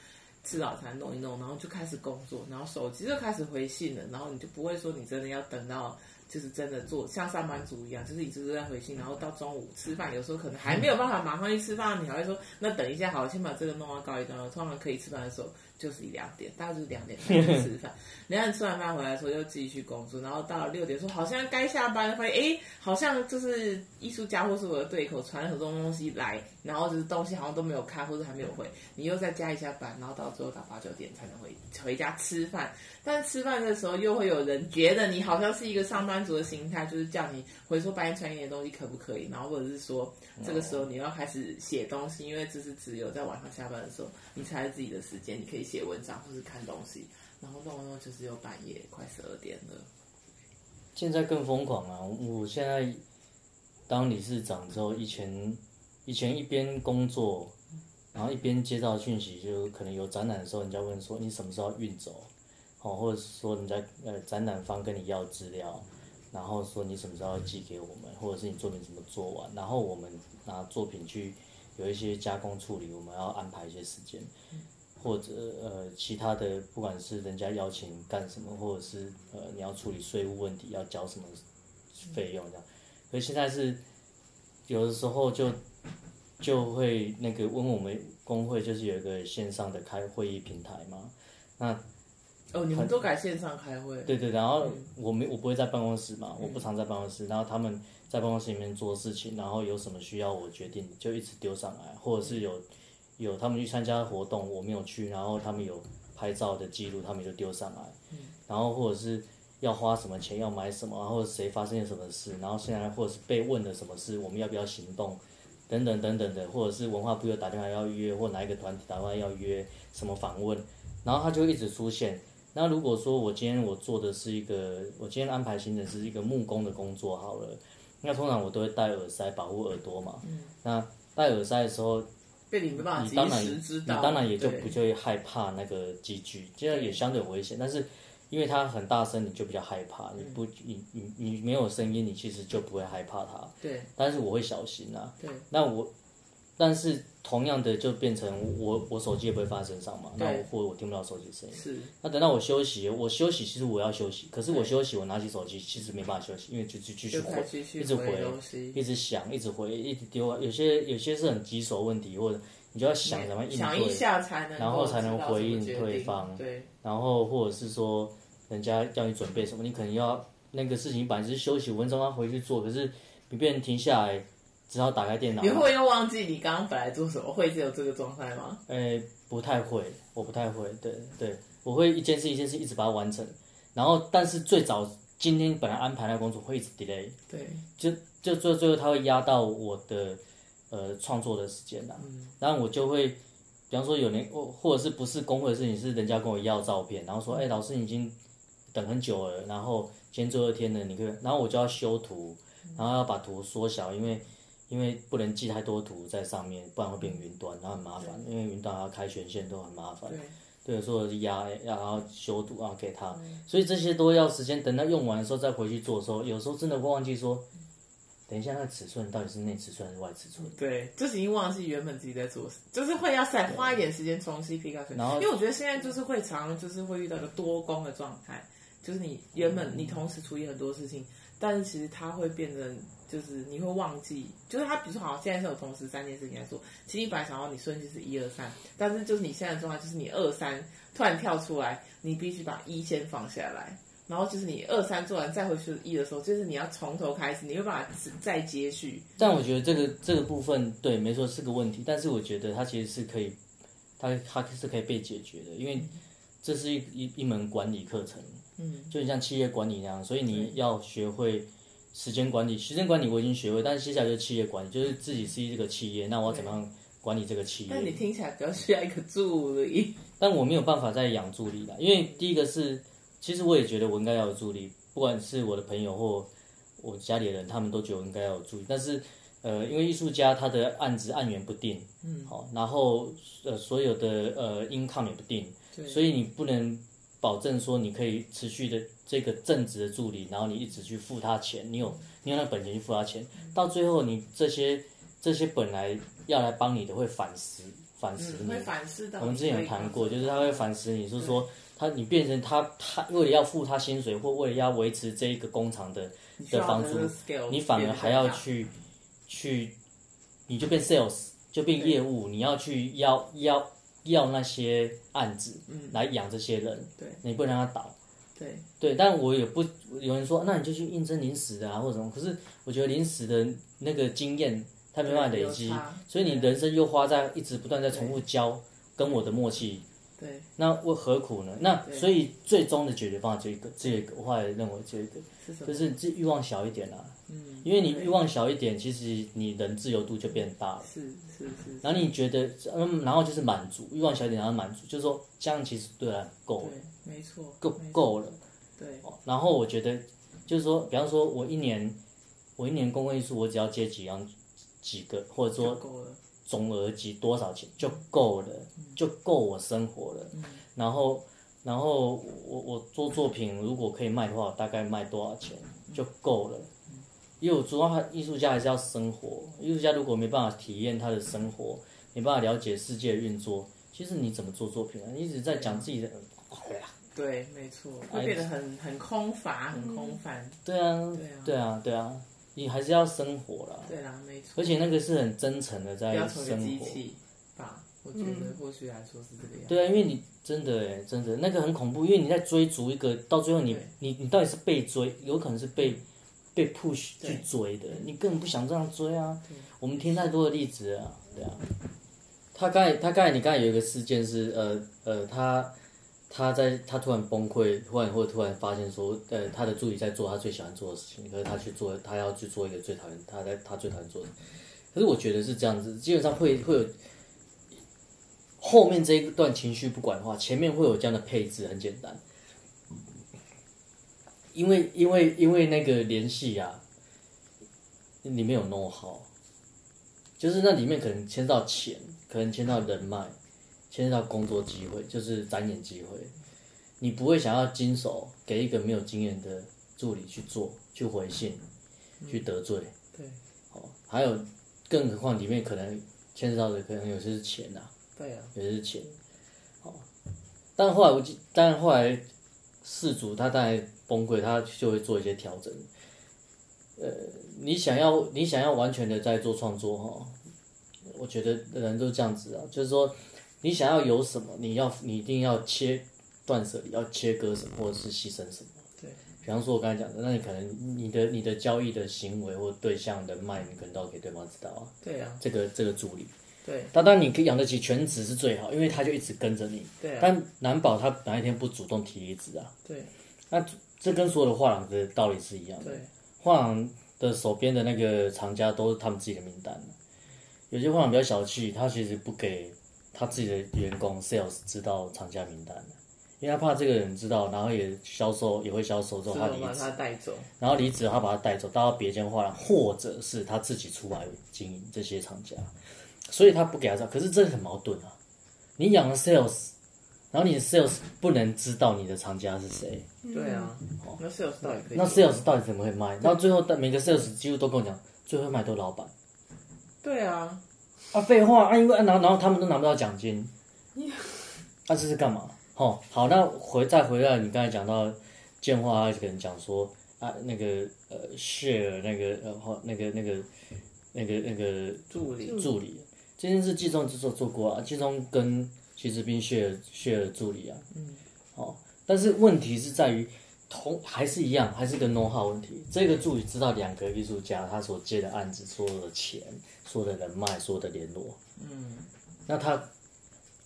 Speaker 1: 吃早餐弄一弄，然后就开始工作，然后手机就开始回信了，然后你就不会说你真的要等到就是真的做像上班族一样，就是你就是在回信，然后到中午吃饭，有时候可能还没有办法马上去吃饭，你还会说那等一下好，先把这个弄到告一段落。通常可以吃饭的时候就是一两点，大概就是两点才去吃饭。然后你吃完饭回来的时候又继续工作，然后到了六点说好像该下班了，发现哎好像就是艺术家或是我的对口传很多东西来，然后就是东西好像都没有看或者还没有回，你又再加一下班，然后到最后到八九点才能回回家吃饭。但吃饭的时候又会有人觉得你好像是一个上班族的心态，就是叫你回说白天传一点东西可不可以，然后或者是说这个时候你要开始写东西，因为这是只有在晚上下班的时候，你才是自己的时间，你可以写文章或是看东西。然后弄一弄就是又半夜快十二点了，
Speaker 3: 现在更疯狂啊！我现在当理事长之后，以前以前一边工作，然后一边接到讯息，就可能有展览的时候，人家问说你什么时候要运走，哦，或者是说人家呃展览方跟你要资料，然后说你什么时候要寄给我们，或者是你作品怎么做完，然后我们拿作品去有一些加工处理，我们要安排一些时间。或者呃其他的，不管是人家邀请干什么，或者是呃你要处理税务问题，要交什么费用这样。可是现在是有的时候就就会那个问我们工会，就是有一个线上的开会议平台嘛。
Speaker 1: 哦，你们都改线上开会，
Speaker 3: 对对，然后我没我不会在办公室嘛，我不常在办公室，然后他们在办公室里面做事情，然后有什么需要我决定就一直丢上来，或者是有有他们去参加活动我没有去，然后他们有拍照的记录，他们就丢上来，然后或者是要花什么钱要买什么，然后谁发生了什么事，然后现在或者是被问了什么事，我们要不要行动？等等等等的，或者是文化部有打电话要约，或哪一个团体打电话要约什么访问，然后他就一直出现。那如果说我今天我做的是一个，我今天安排行程是一个木工的工作好了，那通常我都会戴耳塞保护耳朵嘛。
Speaker 1: 嗯
Speaker 3: 那戴耳塞的时候，
Speaker 1: 被你没办
Speaker 3: 你当
Speaker 1: 法
Speaker 3: 然
Speaker 1: 及时知
Speaker 3: 你
Speaker 1: 道，
Speaker 3: 当然也就
Speaker 1: 对
Speaker 3: 不就会害怕那个机具，这样也相对危险。但是因为它很大声，你就比较害怕。你
Speaker 1: 嗯
Speaker 3: 不你你你没有声音，你其实就不会害怕它。
Speaker 1: 对
Speaker 3: 但是我会小心啊。
Speaker 1: 对
Speaker 3: 那我，但是同样的就变成我我手机也不会放在身上嘛，那我
Speaker 1: 对
Speaker 3: 或者我听不到手机的声音。
Speaker 1: 是，
Speaker 3: 那等到我休息，我休息其实我要休息，可是我休息我拿起手机其实没办法休息，因为就就继续
Speaker 1: 就
Speaker 3: 回
Speaker 1: 才，继续
Speaker 3: 一直
Speaker 1: 回东西，
Speaker 3: 一直想，一直回，一直丢啊。有些有些是很棘手的问题，或者你就要想怎么应
Speaker 1: 想一
Speaker 3: 对，
Speaker 1: 下才能够
Speaker 3: 然后才能
Speaker 1: 知道怎么
Speaker 3: 回应
Speaker 1: 决
Speaker 3: 对
Speaker 1: 定
Speaker 3: 方
Speaker 1: 对
Speaker 3: 然后或者是说人家要你准备什么，你可能要那个事情本来只是休息五分钟，他回去做，可是你被人停下来，只好打开电脑
Speaker 1: 你。会不会又忘记你刚刚本来做什么？会只有这个状态吗？
Speaker 3: 呃，不太会，我不太会，对对，我会一件事一件事一直把它完成，然后但是最早今天本来安排那个工作会一直 delay，
Speaker 1: 对，
Speaker 3: 就就最最后它会压到我的呃创作的时间啦、然后我就会，比方说有人或或者是不是工会的事情，是人家跟我要照片，然后说，哎、老师你已经等很久了，然后今天最后一天了，你可以，然后我就要修图，然后要把图缩小，因为。因为不能记太多图在上面，不然会变云端，然后很麻烦。因为云端还要开权限，都很麻烦。对，所以我就压压，然后修图啊给他，所以这些都要时间，等到用完的时候再回去做的时候，有时候真的会忘记说，等一下那个尺寸到底是内尺寸还是外尺寸。
Speaker 1: 对，就是已经忘记原本自己在做，就是会要再花一点时间重新 pick up。
Speaker 3: 然后
Speaker 1: 因为我觉得现在就是会常就是会遇到一个多工的状态，就是你原本你同时处理很多事情，但是其实它会变成就是你会忘记，就是它比如说好，现在是有同时三件事情在做，其实你本来想要你顺序是一二三，但是就是你现在的状态就是你二三突然跳出来，你必须把一先放下来。然后就是你二三做完再回去一的时候，就是你要从头开始，你会把它再接续。
Speaker 3: 但我觉得这个这个部分对，没错是个问题，但是我觉得它其实是可以，它它是可以被解决的，因为这是一一一门管理课程，嗯，就很像企业管理那样，所以你要学会时间管理。时间管理我已经学会，但是接下来就是企业管理，就是自己是一个企业，那我要怎么样管理这个企业？
Speaker 1: 但你听起来比较需要一个助理。
Speaker 3: 但我没有办法再养助理了，因为第一个是，其实我也觉得我应该要有助理，不管是我的朋友或我家里人，他们都觉得我应该要有助理。但是呃，因为艺术家他的案子案源不定，嗯，好，然后呃所有的呃 income 也不定，所以你不能保证说你可以持续的这个正职的助理，然后你一直去付他钱，你有你有那本钱去付他钱，到最后你这些这些本来要来帮你的会反思反思
Speaker 1: 嗯，
Speaker 3: 你
Speaker 1: 会，反思到
Speaker 3: 我们之前有谈过，就是
Speaker 1: 他
Speaker 3: 他会反思你，是说他你变成他他为了要付他薪水或为了要维持这一个工厂的的房租，你反而还要去去，你就变 sales，就变业务，你要去要要要那些案子，来养这些人，
Speaker 1: 嗯对，
Speaker 3: 你不能让他倒，
Speaker 1: 对
Speaker 3: 对，但我也不有人说，那你就去应征临时的啊，或者什么，可是我觉得临时的那个经验，他没办法累
Speaker 1: 对
Speaker 3: 积
Speaker 1: 有差，
Speaker 3: 所以你人生又花在一直不断在重复教跟我的默契，
Speaker 1: 对，
Speaker 3: 那我何苦呢？那所以最终的解决方法就一个，这一个我后来认为就一个。
Speaker 1: 是什么？
Speaker 3: 就是你自己欲望小一点啦、嗯，因为你欲望小一点，其实你人自由度就变大了。
Speaker 1: 是是是，
Speaker 3: 然后你觉得，嗯，然后就是满足，欲望小一点，然后满足，就是说这样其实对啊够了，
Speaker 1: 对，没错，
Speaker 3: 够
Speaker 1: 没
Speaker 3: 够了。
Speaker 1: 对，
Speaker 3: 哦然后我觉得，就是说，比方说，我一年，我一年公共艺术，我只要接几样几个，或者说
Speaker 1: 就够了，
Speaker 3: 总额及多少钱就够了，就够我生活了。然后，然后我我做作品，如果可以卖的话，大概卖多少钱就够了。因为我主要还艺术家还是要生活，艺术家如果没办法体验他的生活，没办法了解世界的运作，其实你怎么做作品啊？你一直在讲自己的，哎呀
Speaker 1: 对，没错，
Speaker 3: 哎
Speaker 1: 会变得很很空乏，很空泛。
Speaker 3: 对啊，对啊，对啊，你还是要生活啦。
Speaker 1: 对啦，没错，
Speaker 3: 而且那个是很真诚的
Speaker 1: 不
Speaker 3: 在
Speaker 1: 要成为
Speaker 3: 生
Speaker 1: 机
Speaker 3: 活，
Speaker 1: 器吧。我觉得或许来说是这个样子。
Speaker 3: 对啊，因为你真的哎，真的那个很恐怖，因为你在追逐一个，到最后你
Speaker 1: 对
Speaker 3: 你你到底是被追，有可能是被被 push 去追的，你根本不想这样追啊。我们听太多的例子了啊，对啊。他刚才他刚才你刚才有一个事件是呃呃他。他在他突然崩溃，突然或突然发现说，呃，他的助理在做他最喜欢做的事情，可是他去做，他要去做一个最讨厌，他在他最讨厌做的事。可是我觉得是这样子，基本上会会有后面这一段情绪不管的话，前面会有这样的配置，很简单。因为因为因为那个联系啊，里面有 know how，就是那里面可能牵涉到钱，可能牵涉到人脉，牵涉到工作机会，就是展演机会。你不会想要经手给一个没有经验的助理去做，去回信，去得罪。
Speaker 1: 对，
Speaker 3: 哦，还有，更何况里面可能牵涉到的可能有些是钱啊，
Speaker 1: 对啊，
Speaker 3: 也是钱。哦，但后来我记，但后来事主他当然崩溃，他就会做一些调整。呃，你想要你想要完全的在做创作哈、哦，我觉得人都这样子啊，就是说你想要有什么，你要你一定要切断舍离，要切割什么，或者是牺牲什么。
Speaker 1: 对，
Speaker 3: 比方说我刚才讲的，那你可能你的你的交易的行为或对象人脉，你可能都要给对方知道啊。
Speaker 1: 对啊，
Speaker 3: 这个这个助理。
Speaker 1: 对
Speaker 3: 当然你可以养得起全职是最好，因为他就一直跟着你。
Speaker 1: 对啊，
Speaker 3: 但难保他哪一天不主动提离职啊。
Speaker 1: 对
Speaker 3: 这跟所有的画廊的道理是一样的。
Speaker 1: 对
Speaker 3: 画廊的手边的那个藏家都是他们自己的名单。有些画廊比较小气，他其实不给他自己的员工 sales 知道藏家名单的，因为他怕这个人知道，然后也销售也会销售之
Speaker 1: 所以
Speaker 3: 后他
Speaker 1: 我
Speaker 3: 离
Speaker 1: 把
Speaker 3: 职，
Speaker 1: 他带走。
Speaker 3: 然后离职他把他带走到别间画廊，或者是他自己出来经营这些厂家，所以他不给他知道。可是这很矛盾啊！你养了 sales，然后你的 sales 不能知道你的厂家是谁，
Speaker 1: 对啊，那 sales 到底可以？
Speaker 3: 哦那 sales 到底怎么会卖？然后最后每个 sales 几乎都跟我讲，最会卖都老板
Speaker 1: 对啊，
Speaker 3: 啊，废话啊，因为啊然后然后他们都拿不到奖 金，啊，这是干嘛？哦，好，那回再回到你刚才讲到建华，他可能讲说啊，那个呃 share 那个呃或那个那个那个那个
Speaker 1: 助理
Speaker 3: 助理，这件事季中就做做过啊，季中跟徐志斌 share share 助理啊，嗯，哦，但是问题是在于同还是一样，还是个 know how 问题。这个助理知道两个艺术家他所接的案子，所有的钱，所有的人脉，所有的联络，嗯，那他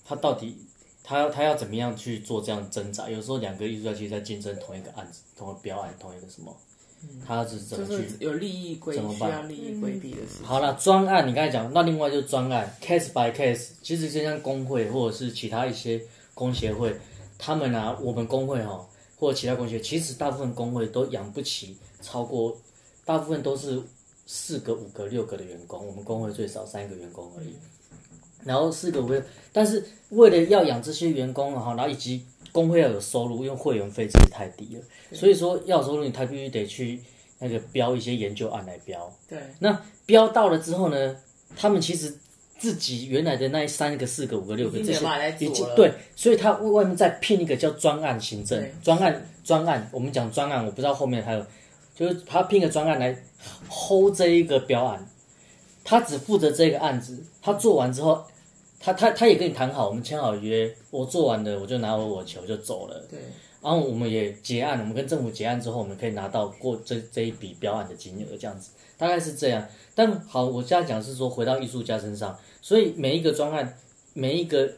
Speaker 3: 他到底他他要怎么样去做这样挣扎？有时候两个艺术家其实在竞争同一个案子、同一个标案、同一个什么，他是怎
Speaker 1: 就
Speaker 3: 么去
Speaker 1: 是有利益规
Speaker 3: 怎么
Speaker 1: 需
Speaker 3: 办
Speaker 1: 要利益规避的事。
Speaker 3: 好了，专案你刚才讲，那另外就是专案 case by case，其实就像工会或者是其他一些工协会，他们啊，我们工会哈，或者其他工协，其实大部分工会都养不起超过，大部分都是四个、五个、六个的员工，我们工会最少三个员工而已。然后四个五个，但是为了要养这些员工，然后然后以及工会要有收入，因为会员费其实太低了，所以说要有收入，你他必须得去那个标一些研究案来标。
Speaker 1: 对，啊
Speaker 3: 那标到了之后呢，他们其实自己原来的那三个、四个、五个、六个
Speaker 1: 已
Speaker 3: 这
Speaker 1: 经没
Speaker 3: 些
Speaker 1: 办法再做
Speaker 3: 已经
Speaker 1: 了
Speaker 3: 对，所以他外面再聘一个叫专案行政
Speaker 1: 对，
Speaker 3: 专案专案，我们讲专案，我不知道后面还有，就是他聘个专案来 hold 这一个标案，他只负责这个案子，他做完之后，他他他也跟你谈好，我们签好约，我做完了我就拿回我球就走了。
Speaker 1: 对，
Speaker 3: 然后我们也结案，我们跟政府结案之后，我们可以拿到过这这一笔标案的金额，这样子大概是这样。但好，我现在讲是说回到艺术家身上，所以每一个专案，每一个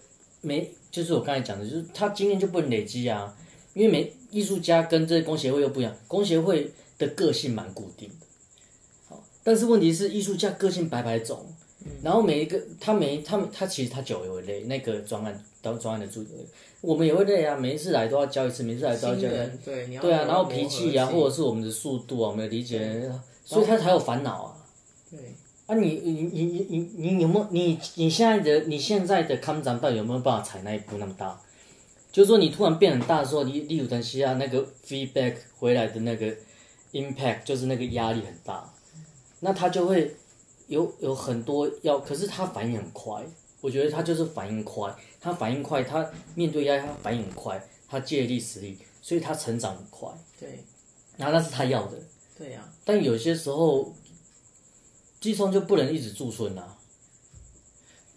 Speaker 3: 每就是我刚才讲的，就是他经验就不能累积啊，因为每艺术家跟这工协会又不一样，工协会的个性蛮固定的，好，但是问题是艺术家个性百百种。
Speaker 1: 嗯
Speaker 3: 然后每一个他每他们他其实他久也会累，那个专案当专案的助理，我们也会累啊，每一次来都要教一次，每一次来都要
Speaker 1: 新
Speaker 3: 教一次。
Speaker 1: 人对，你要
Speaker 3: 对啊，
Speaker 1: 有
Speaker 3: 然后
Speaker 1: 磨
Speaker 3: 脾
Speaker 1: 合
Speaker 3: 气啊，
Speaker 1: 期
Speaker 3: 或者是我们的速度啊，我们的理解，所以他才有烦恼啊。
Speaker 1: 对
Speaker 3: 啊你，你你你你你你有没有你你现在的你现在的康长到底有没有办法踩那一步那么大？就是说你突然变很大的时候，你例如藤西亚那个 feedback 回来的那个 impact 就是那个压力很大，那他就会有有很多要，可是他反应很快，我觉得他就是反应快，他反应快，他面对压力他反应很快，他借力使力，所以他成长很快，
Speaker 1: 对
Speaker 3: 然后那是他要的。
Speaker 1: 对啊呀、
Speaker 3: 但有些时候，寄送就不能一直驻村啊。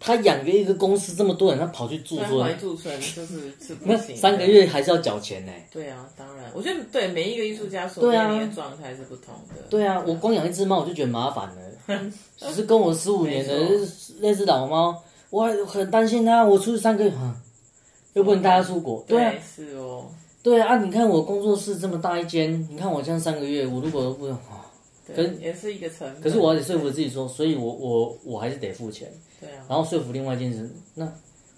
Speaker 3: 他养个一个公司这么多人，他啊跑去啊驻
Speaker 1: 虽然怀
Speaker 3: 村，
Speaker 1: 驻村就是 是不
Speaker 3: 那
Speaker 1: 行的，
Speaker 3: 三个月还是要缴钱呢、
Speaker 1: 对啊，当然，我觉得对每一个艺术家所
Speaker 3: 对啊
Speaker 1: 面临的状态是不同的。
Speaker 3: 对啊，我光养一只猫我就觉得麻烦 了，只是跟我十五年的
Speaker 1: 没
Speaker 3: 那只老猫，我很担心它。我出去三个月，啊又不能带它出国。对啊，
Speaker 1: 是哦，
Speaker 3: 对啊，你看我工作室这么大一间，你看我这样三个月，我如果都不用，啊
Speaker 1: 对，也是一个成本。
Speaker 3: 可是我还得说服自己说，所以我我我还是得付钱。
Speaker 1: 对啊，
Speaker 3: 然后说服另外一件事，那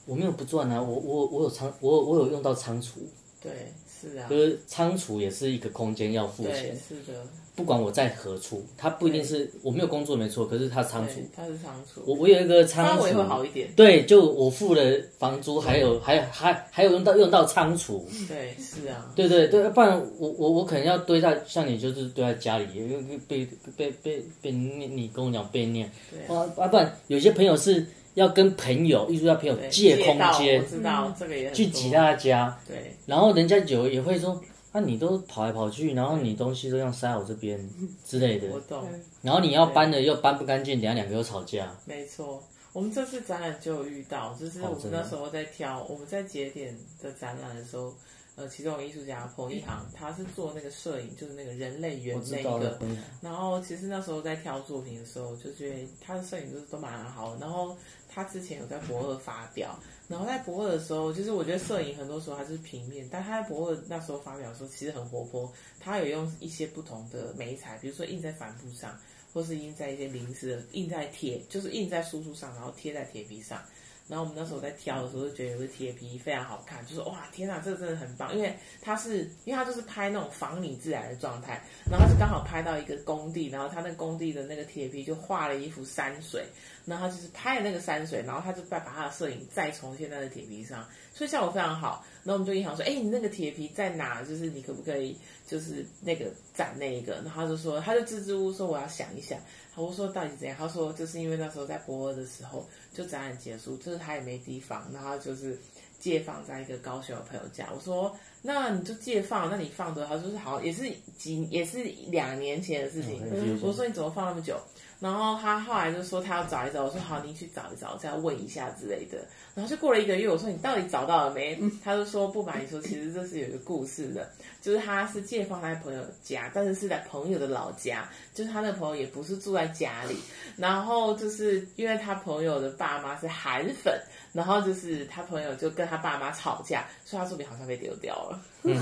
Speaker 3: 我没有不赚啊，我我我有仓，我我有用到仓储，
Speaker 1: 对，是啊
Speaker 3: 可，是仓储也是一个空间要付
Speaker 1: 对，
Speaker 3: 钱，
Speaker 1: 是的，
Speaker 3: 不管我在何处，它不一定是我没有工作没错，可是它仓储
Speaker 1: 对，，它是仓储，
Speaker 3: 我我有一个仓
Speaker 1: 稍
Speaker 3: 储
Speaker 1: 微，会好一点。
Speaker 3: 对，就我付了房租，还有还还还有用到用到仓储，
Speaker 1: 对，是啊，
Speaker 3: 对对对，不然我我我可能要堆在像你就是堆在家里，因为被被被被你你跟我讲被念，啊啊不然有些朋友是要跟朋友艺术家朋友
Speaker 1: 对
Speaker 3: 借空
Speaker 1: 道
Speaker 3: 间
Speaker 1: 我。知道这个也很
Speaker 3: 去
Speaker 1: 多
Speaker 3: 挤他的家，
Speaker 1: 对
Speaker 3: 然后人家久了也会说，啊，你都跑来跑去，然后你东西都这样塞我这边之类的，
Speaker 1: 我懂，
Speaker 3: 然后你要搬的又搬不干净，等下两个又吵架。
Speaker 1: 没错。我们这次展览就有遇到，就是
Speaker 3: 哦
Speaker 1: 我们
Speaker 3: 真的
Speaker 1: 那时候在挑，我们在节点的展览的时候，呃，其中有艺术家彭一航，他是做那个摄影，就是那个人类园
Speaker 3: 我
Speaker 1: 那
Speaker 3: 知
Speaker 1: 一
Speaker 3: 道
Speaker 1: 个
Speaker 3: 了，，朋友
Speaker 1: 然后其实那时候在挑作品的时候，就觉得他的摄影就是都蛮好的。然后他之前有在博二发表，然后在博二的时候，就是我觉得摄影很多时候还是平面，但他在博二那时候发表的时候其实很活泼，他有用一些不同的媒材，比如说印在帆布上，或是印在一些临时的，印在铁，就是印在输出上，然后贴在铁皮上。然后我们那时候在挑的时候，就觉得有个铁皮非常好看，就是哇，天哪，这个真的很棒，因为它是，因为它就是拍那种仿拟自然的状态，然后他就刚好拍到一个工地，然后他那工地的那个铁皮就画了一幅山水，然后他就是拍了那个山水，然后他就把把他的摄影再重现在那个铁皮上，所以效果非常好。然后我们就一想说，哎，你那个铁皮在哪？就是你可不可以就是那个展那一个？然后他就说，他就支支吾吾说我要想一想。我说到底怎样？他说就是因为那时候在博尔的时候，就展览结束，就是他也没地方，然后就是借放在一个高雄的朋友家。我说那你就借放，那你放多少？他就是好，也是几，也是两年前的事情。
Speaker 3: 嗯
Speaker 1: 我说你怎么放那么久？然后他后来就说他要找一找，我说好，你去找一找，再问一下之类的。然后就过了一个月，我说你到底找到了没？他就说不瞒你说，其实这是有一个故事的，就是他是借放在朋友家，但是是在朋友的老家，就是他那朋友也不是住在家里。然后就是因为他朋友的爸妈是韩粉，然后就是他朋友就跟他爸妈吵架，所以他作品好像被丢掉了。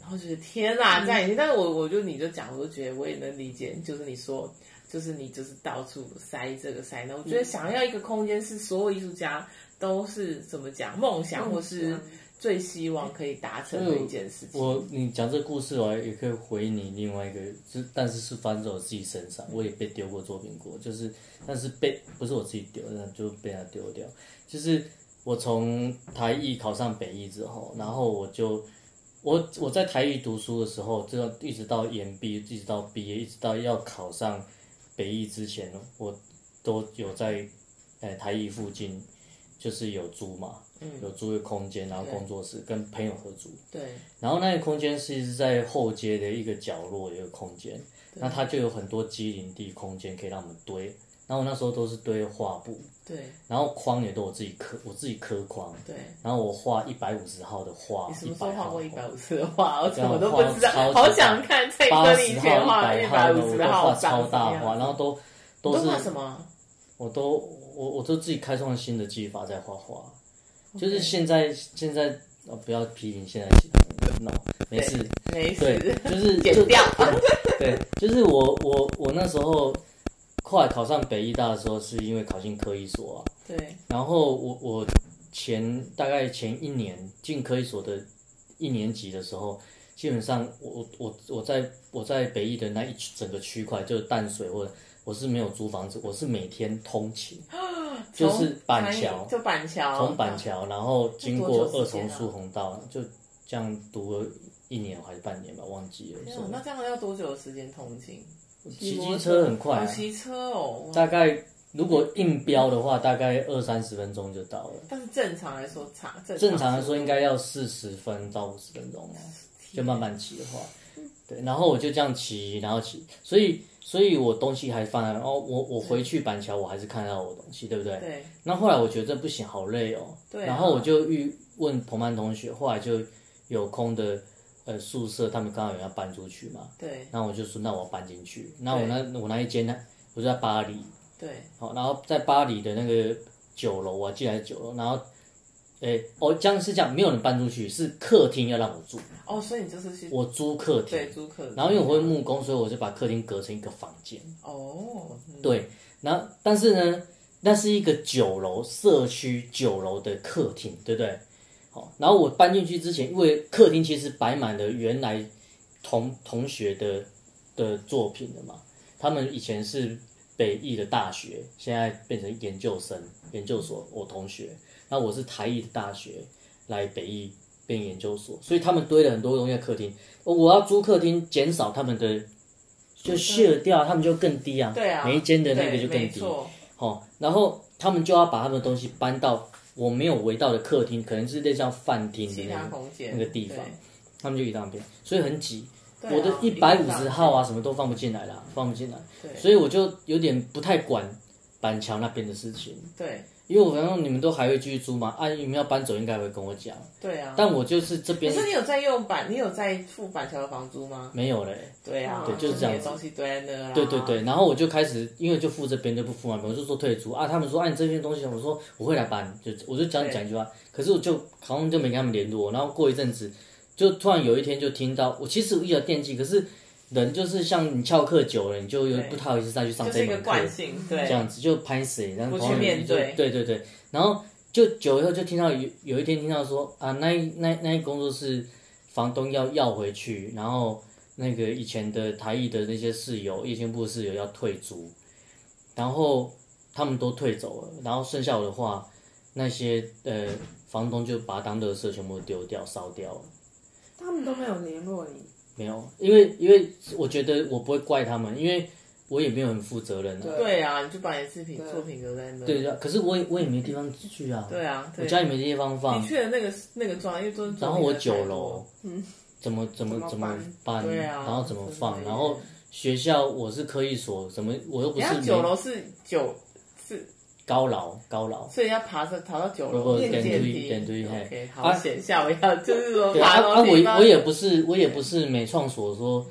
Speaker 1: 然后就是天哪，这样已经，但是我我就你就讲，我就觉得我也能理解，就是你说，就是你就是到处塞这个塞那，我觉得想要一个空间是所有艺术家都是怎么讲梦想或是最希望可以达成的一件事情。
Speaker 3: 我你讲这个故事，我也可以回你另外一个，是但是是发生在我自己身上，我也被丢过作品过，就是但是被不是我自己丢，但就被他丢掉。就是我从台艺考上北艺之后，然后我就我我在台艺读书的时候，这一直到研毕，一直到毕业，一直到要考上北艺之前，我都有在呃台艺附近，就是有租嘛。有租一个空间，然后工作室跟朋友合租。
Speaker 1: 对，
Speaker 3: 然后那个空间是在后街的一个角落有一个空间，那它就有很多机灵地空间可以让我们堆。然后我那时候都是堆画布，
Speaker 1: 对，
Speaker 3: 然后框也都我自己刻，我自己刻框。
Speaker 1: 对，
Speaker 3: 然后我画一百五十号的画，
Speaker 1: 你什么时
Speaker 3: 100
Speaker 1: 候
Speaker 3: 号
Speaker 1: 画过一百五十的画？我怎么都
Speaker 3: 然后
Speaker 1: 不
Speaker 3: 画
Speaker 1: 知道，
Speaker 3: 超级
Speaker 1: 好想看蔡
Speaker 3: 八
Speaker 1: 哥你
Speaker 3: 十
Speaker 1: 以
Speaker 3: 号、
Speaker 1: 前画
Speaker 3: 一
Speaker 1: 一
Speaker 3: 百
Speaker 1: 百
Speaker 3: 的，我
Speaker 1: 五十
Speaker 3: 都画
Speaker 1: 号
Speaker 3: 超大画，
Speaker 1: 画，
Speaker 3: 然后都
Speaker 1: 你
Speaker 3: 都是
Speaker 1: 画什么？
Speaker 3: 我都我我都自己开创了新的技法在画画，就是现在现在哦不要批评现在其他人，no 没事，
Speaker 1: 没
Speaker 3: 对
Speaker 1: 事，，
Speaker 3: 就是就
Speaker 1: 剪掉。
Speaker 3: 对，就是我我我那时候后来考上北医大的时候，是因为考进科医所啊。
Speaker 1: 对，
Speaker 3: 然后我我前大概前一年进科医所的一年级的时候，基本上我我我我在我在北医的那一区整个区块，就是淡水或者我是没有租房子，我是每天通勤，就是板桥
Speaker 1: 从，就板桥，
Speaker 3: 从板桥，然后经过
Speaker 1: 哦那多久
Speaker 3: 二
Speaker 1: 时间
Speaker 3: 重
Speaker 1: 啊
Speaker 3: 疏洪道，就这样读了一年还是半年吧，忘记了。
Speaker 1: 天啊。那这样要多久的时间通勤？
Speaker 3: 骑机车很快、
Speaker 1: 哦
Speaker 3: 啊，
Speaker 1: 骑车哦。哇
Speaker 3: 大概如果硬标的话，大概二三十分钟就到了。
Speaker 1: 但是正常来说，长正
Speaker 3: 正常来说应该要四十分到五十分钟哦，就慢慢骑的话，对。然后我就这样骑，然后骑，所以所以我东西还放在，然后我我回去板桥我还是看得到我东西，对不对？
Speaker 1: 对
Speaker 3: 那后来我觉得这不行，好累哦。
Speaker 1: 对啊
Speaker 3: 然后我就遇问同班同学，后来就有空的呃宿舍，他们刚好有人要搬出去嘛，
Speaker 1: 对
Speaker 3: 然后我就说那我要搬进去，那我那我那一间呢，我就在巴黎。
Speaker 1: 对
Speaker 3: 好，然后在巴黎的那个酒楼啊，进来酒楼，然后，诶，哦，这样是这样，没有人搬出去，是客厅要让我住，
Speaker 1: 哦，所以你就是去
Speaker 3: 我租客厅，
Speaker 1: 对租客，
Speaker 3: 然后因为我会木工，所以我就把客厅隔成一个房间。
Speaker 1: 哦，嗯
Speaker 3: 对，然后但是呢，那是一个酒楼社区酒楼的客厅，对不对？好，然后我搬进去之前，因为客厅其实摆满了原来同同学的的作品的嘛，他们以前是北艺的大学，现在变成研究生、研究所，我同学，那我是台艺的大学来北艺。变研究所，所以他们堆了很多东西在客厅。我要租客厅，减少他们的就卸掉，他们就更低啊。
Speaker 1: 对啊，
Speaker 3: 每一间的那个
Speaker 1: 对
Speaker 3: 就更
Speaker 1: 没
Speaker 3: 低。
Speaker 1: 错，
Speaker 3: 好、然后他们就要把他们的东西搬到我没有围到的客厅，可能是类似像饭厅的
Speaker 1: 其
Speaker 3: 那
Speaker 1: 他
Speaker 3: 个
Speaker 1: 空间
Speaker 3: 那个地方
Speaker 1: 对，
Speaker 3: 他们就移到那边，所以很挤。
Speaker 1: 对啊
Speaker 3: 我的一百五十号啊，什么都放不进来啦，放不进来，
Speaker 1: 对
Speaker 3: 所以我就有点不太管板桥那边的事情，
Speaker 1: 对
Speaker 3: 因为我反正你们都还会继续租嘛，啊，你们要搬走应该会跟我讲，
Speaker 1: 对啊。
Speaker 3: 但我就是这
Speaker 1: 可
Speaker 3: 边
Speaker 1: 是你有在用板，你有在付板桥的房租吗？
Speaker 3: 没有嘞、
Speaker 1: 对啊，
Speaker 2: 对
Speaker 3: 就是这样
Speaker 1: 你
Speaker 3: 子
Speaker 1: 的东西堆在那啦。啊
Speaker 3: 对对对，然后我就开始，因为就付这边就不付嘛，我就说退租啊。他们说，啊，你这边东西，我说我会来搬，就我就讲
Speaker 1: 对
Speaker 3: 讲一句话。可是我就好像就没跟他们联络，然后过一阵子，就突然有一天就听到，我其实有点惦记，可是人就是像你翘课久了，你就又
Speaker 1: 对
Speaker 3: 不太好意思再去上
Speaker 1: 就
Speaker 3: 这
Speaker 1: 是一个
Speaker 3: 门课，
Speaker 1: 惯性，
Speaker 3: 这
Speaker 1: 对
Speaker 3: 样子就拍死你，然
Speaker 1: 不
Speaker 3: 后
Speaker 1: 去
Speaker 3: 朋友
Speaker 1: 面
Speaker 3: 就
Speaker 1: 对
Speaker 3: 对对对，然后就久了以后就听到有有一天听到说啊，那一那那一工作室房东要要回去，然后那个以前的台艺的那些室友、夜间部的室友要退租，然后他们都退走了，然后剩下我的话，那些呃房东就把它当垃圾全部丢掉烧掉了。
Speaker 2: 他们都没有联络你，
Speaker 3: 没有，因为因为我觉得我不会怪他们，因为我也没有很负责任啊。
Speaker 1: 对啊，你就把你的视频
Speaker 2: 对
Speaker 1: 作品留在那。
Speaker 3: 对对啊，可是我也我也没地方去啊。
Speaker 1: 对啊，
Speaker 3: 我
Speaker 1: 对。
Speaker 3: 家里没地方放
Speaker 1: 你，去的那个那个庄，因为都是
Speaker 3: 然后我九楼，嗯怎么怎么怎
Speaker 2: 怎
Speaker 3: 么
Speaker 2: 么
Speaker 3: 搬，
Speaker 1: 对啊
Speaker 3: 然后怎么放，
Speaker 1: 真的
Speaker 3: 然后学校我是科艺所，怎么我又不
Speaker 1: 人
Speaker 3: 是
Speaker 1: 家
Speaker 3: 没
Speaker 1: 九楼是九是，
Speaker 3: 高楼高楼，
Speaker 1: 所以要爬上爬到九
Speaker 3: 不不
Speaker 1: 楼，
Speaker 3: 点
Speaker 1: 练阶
Speaker 3: 对
Speaker 1: 梯。
Speaker 3: 点对嘿
Speaker 1: OK，
Speaker 3: 啊
Speaker 1: 好险，吓我一跳，就是说
Speaker 3: 对
Speaker 1: 爬
Speaker 3: 啊啊
Speaker 1: 楼梯
Speaker 3: 我我也不是我也不是美创所说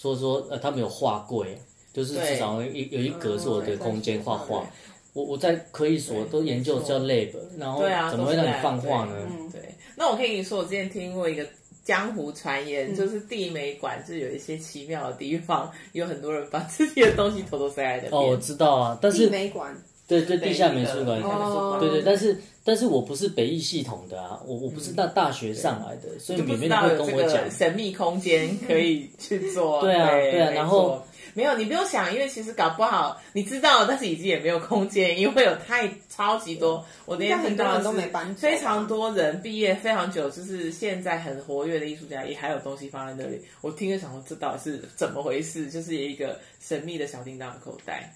Speaker 3: 说说呃他们有画柜，就是
Speaker 1: 对嗯
Speaker 3: 至少有一有一格是我的空间画画
Speaker 2: 嗯对，
Speaker 3: 我我在科艺所都研究叫 lab，然后
Speaker 1: 对啊
Speaker 3: 怎么会让你
Speaker 1: 都是 lab，
Speaker 3: 放画呢？
Speaker 1: 对嗯对，那我可以跟你说，我之前听过一个江湖传言，
Speaker 2: 嗯
Speaker 1: 就是地美馆就有一些奇 妙的地方，有很多人把自己的东西偷偷塞在那边。
Speaker 3: 哦，我知道啊，但
Speaker 2: 地
Speaker 3: 是
Speaker 2: 美馆
Speaker 3: 对对，哦地下美术馆
Speaker 1: 地下美术
Speaker 2: 哦
Speaker 1: 馆
Speaker 3: 对对，但是但是我不是北艺系统的啊，我我不是到大学上来的，所以
Speaker 1: 嗯就不
Speaker 3: 美
Speaker 1: 知
Speaker 3: 妹
Speaker 1: 道
Speaker 3: 会
Speaker 1: 有
Speaker 3: 跟
Speaker 1: 这
Speaker 3: 我讲
Speaker 1: 个，神秘空间可以去做。
Speaker 3: 对啊
Speaker 1: 对
Speaker 3: 对啊
Speaker 1: 没
Speaker 3: 然后
Speaker 1: 错没有，你不用想，因为其实搞不好你知道，但是已经也没有空间，因为有太超级多。我那
Speaker 2: 应
Speaker 1: 天听
Speaker 2: 该很多
Speaker 1: 到的
Speaker 2: 人都
Speaker 1: 是
Speaker 2: 没搬走吧
Speaker 1: 非常多人毕业非常久，就是现在很活跃的艺术家也还有东西放在那里。我听着想说，这到底是怎么回事？就是一个神秘的小叮当的口袋。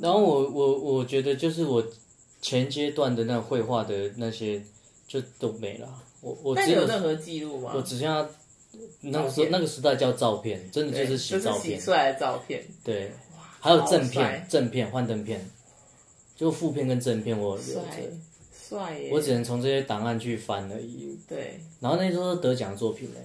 Speaker 3: 然后我我我觉得就是我前阶段的那种绘画的那些就都没了，我我
Speaker 1: 那
Speaker 3: 只
Speaker 1: 你有任何记录吗？
Speaker 3: 我只剩下那个
Speaker 1: 照
Speaker 3: 时候
Speaker 1: 片
Speaker 3: 那个时代叫照片，真的
Speaker 1: 对
Speaker 3: 就
Speaker 1: 就
Speaker 3: 是洗
Speaker 1: 是
Speaker 3: 照
Speaker 1: 洗
Speaker 3: 片，
Speaker 1: 出来的照片。
Speaker 3: 对，还有正
Speaker 1: 好帅
Speaker 3: 片正片幻灯片，就负片跟正片我有留
Speaker 1: 帅
Speaker 3: 着，
Speaker 1: 帅耶！
Speaker 3: 我只能从这些档案去翻而已。
Speaker 1: 对，
Speaker 3: 然后那些都是得奖作品嘞、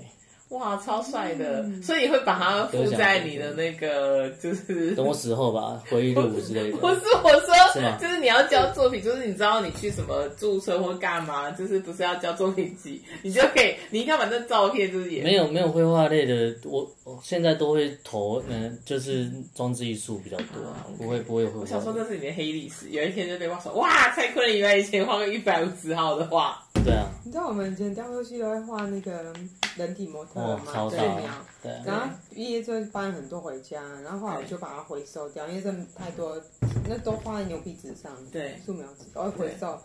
Speaker 1: 哇，超帅的！所以你会把它附在你的那个，就是
Speaker 3: 等我死后吧，回忆录之类的。
Speaker 1: 不是我说，
Speaker 3: 是吗
Speaker 1: 就是你要交作品，就是你知道你去什么注册或干嘛，就是不是要交作品集，你就可以，你应该把那照片就是也
Speaker 3: 没有没有绘画类的，我我现在都会投，嗯、就是装置艺术比较多，
Speaker 1: 啊，OK
Speaker 3: 不会不会有绘
Speaker 1: 我想说
Speaker 3: 画
Speaker 1: 这是你的黑历史，有一天就被挖出来，哇，蔡坤林原来以前画过一百五十号的画，
Speaker 3: 对啊，
Speaker 2: 你知道我们以前雕塑系都会画那个人体模特
Speaker 3: 哦
Speaker 2: 嘛，，
Speaker 3: 超
Speaker 2: 对
Speaker 3: 大
Speaker 2: 啊，
Speaker 3: 对啊，
Speaker 2: 然后毕业之后就搬很多回家，然后后来我就把它回收掉，因为这太多，那都画在牛皮纸上，
Speaker 1: 对
Speaker 2: 素描纸都会回收。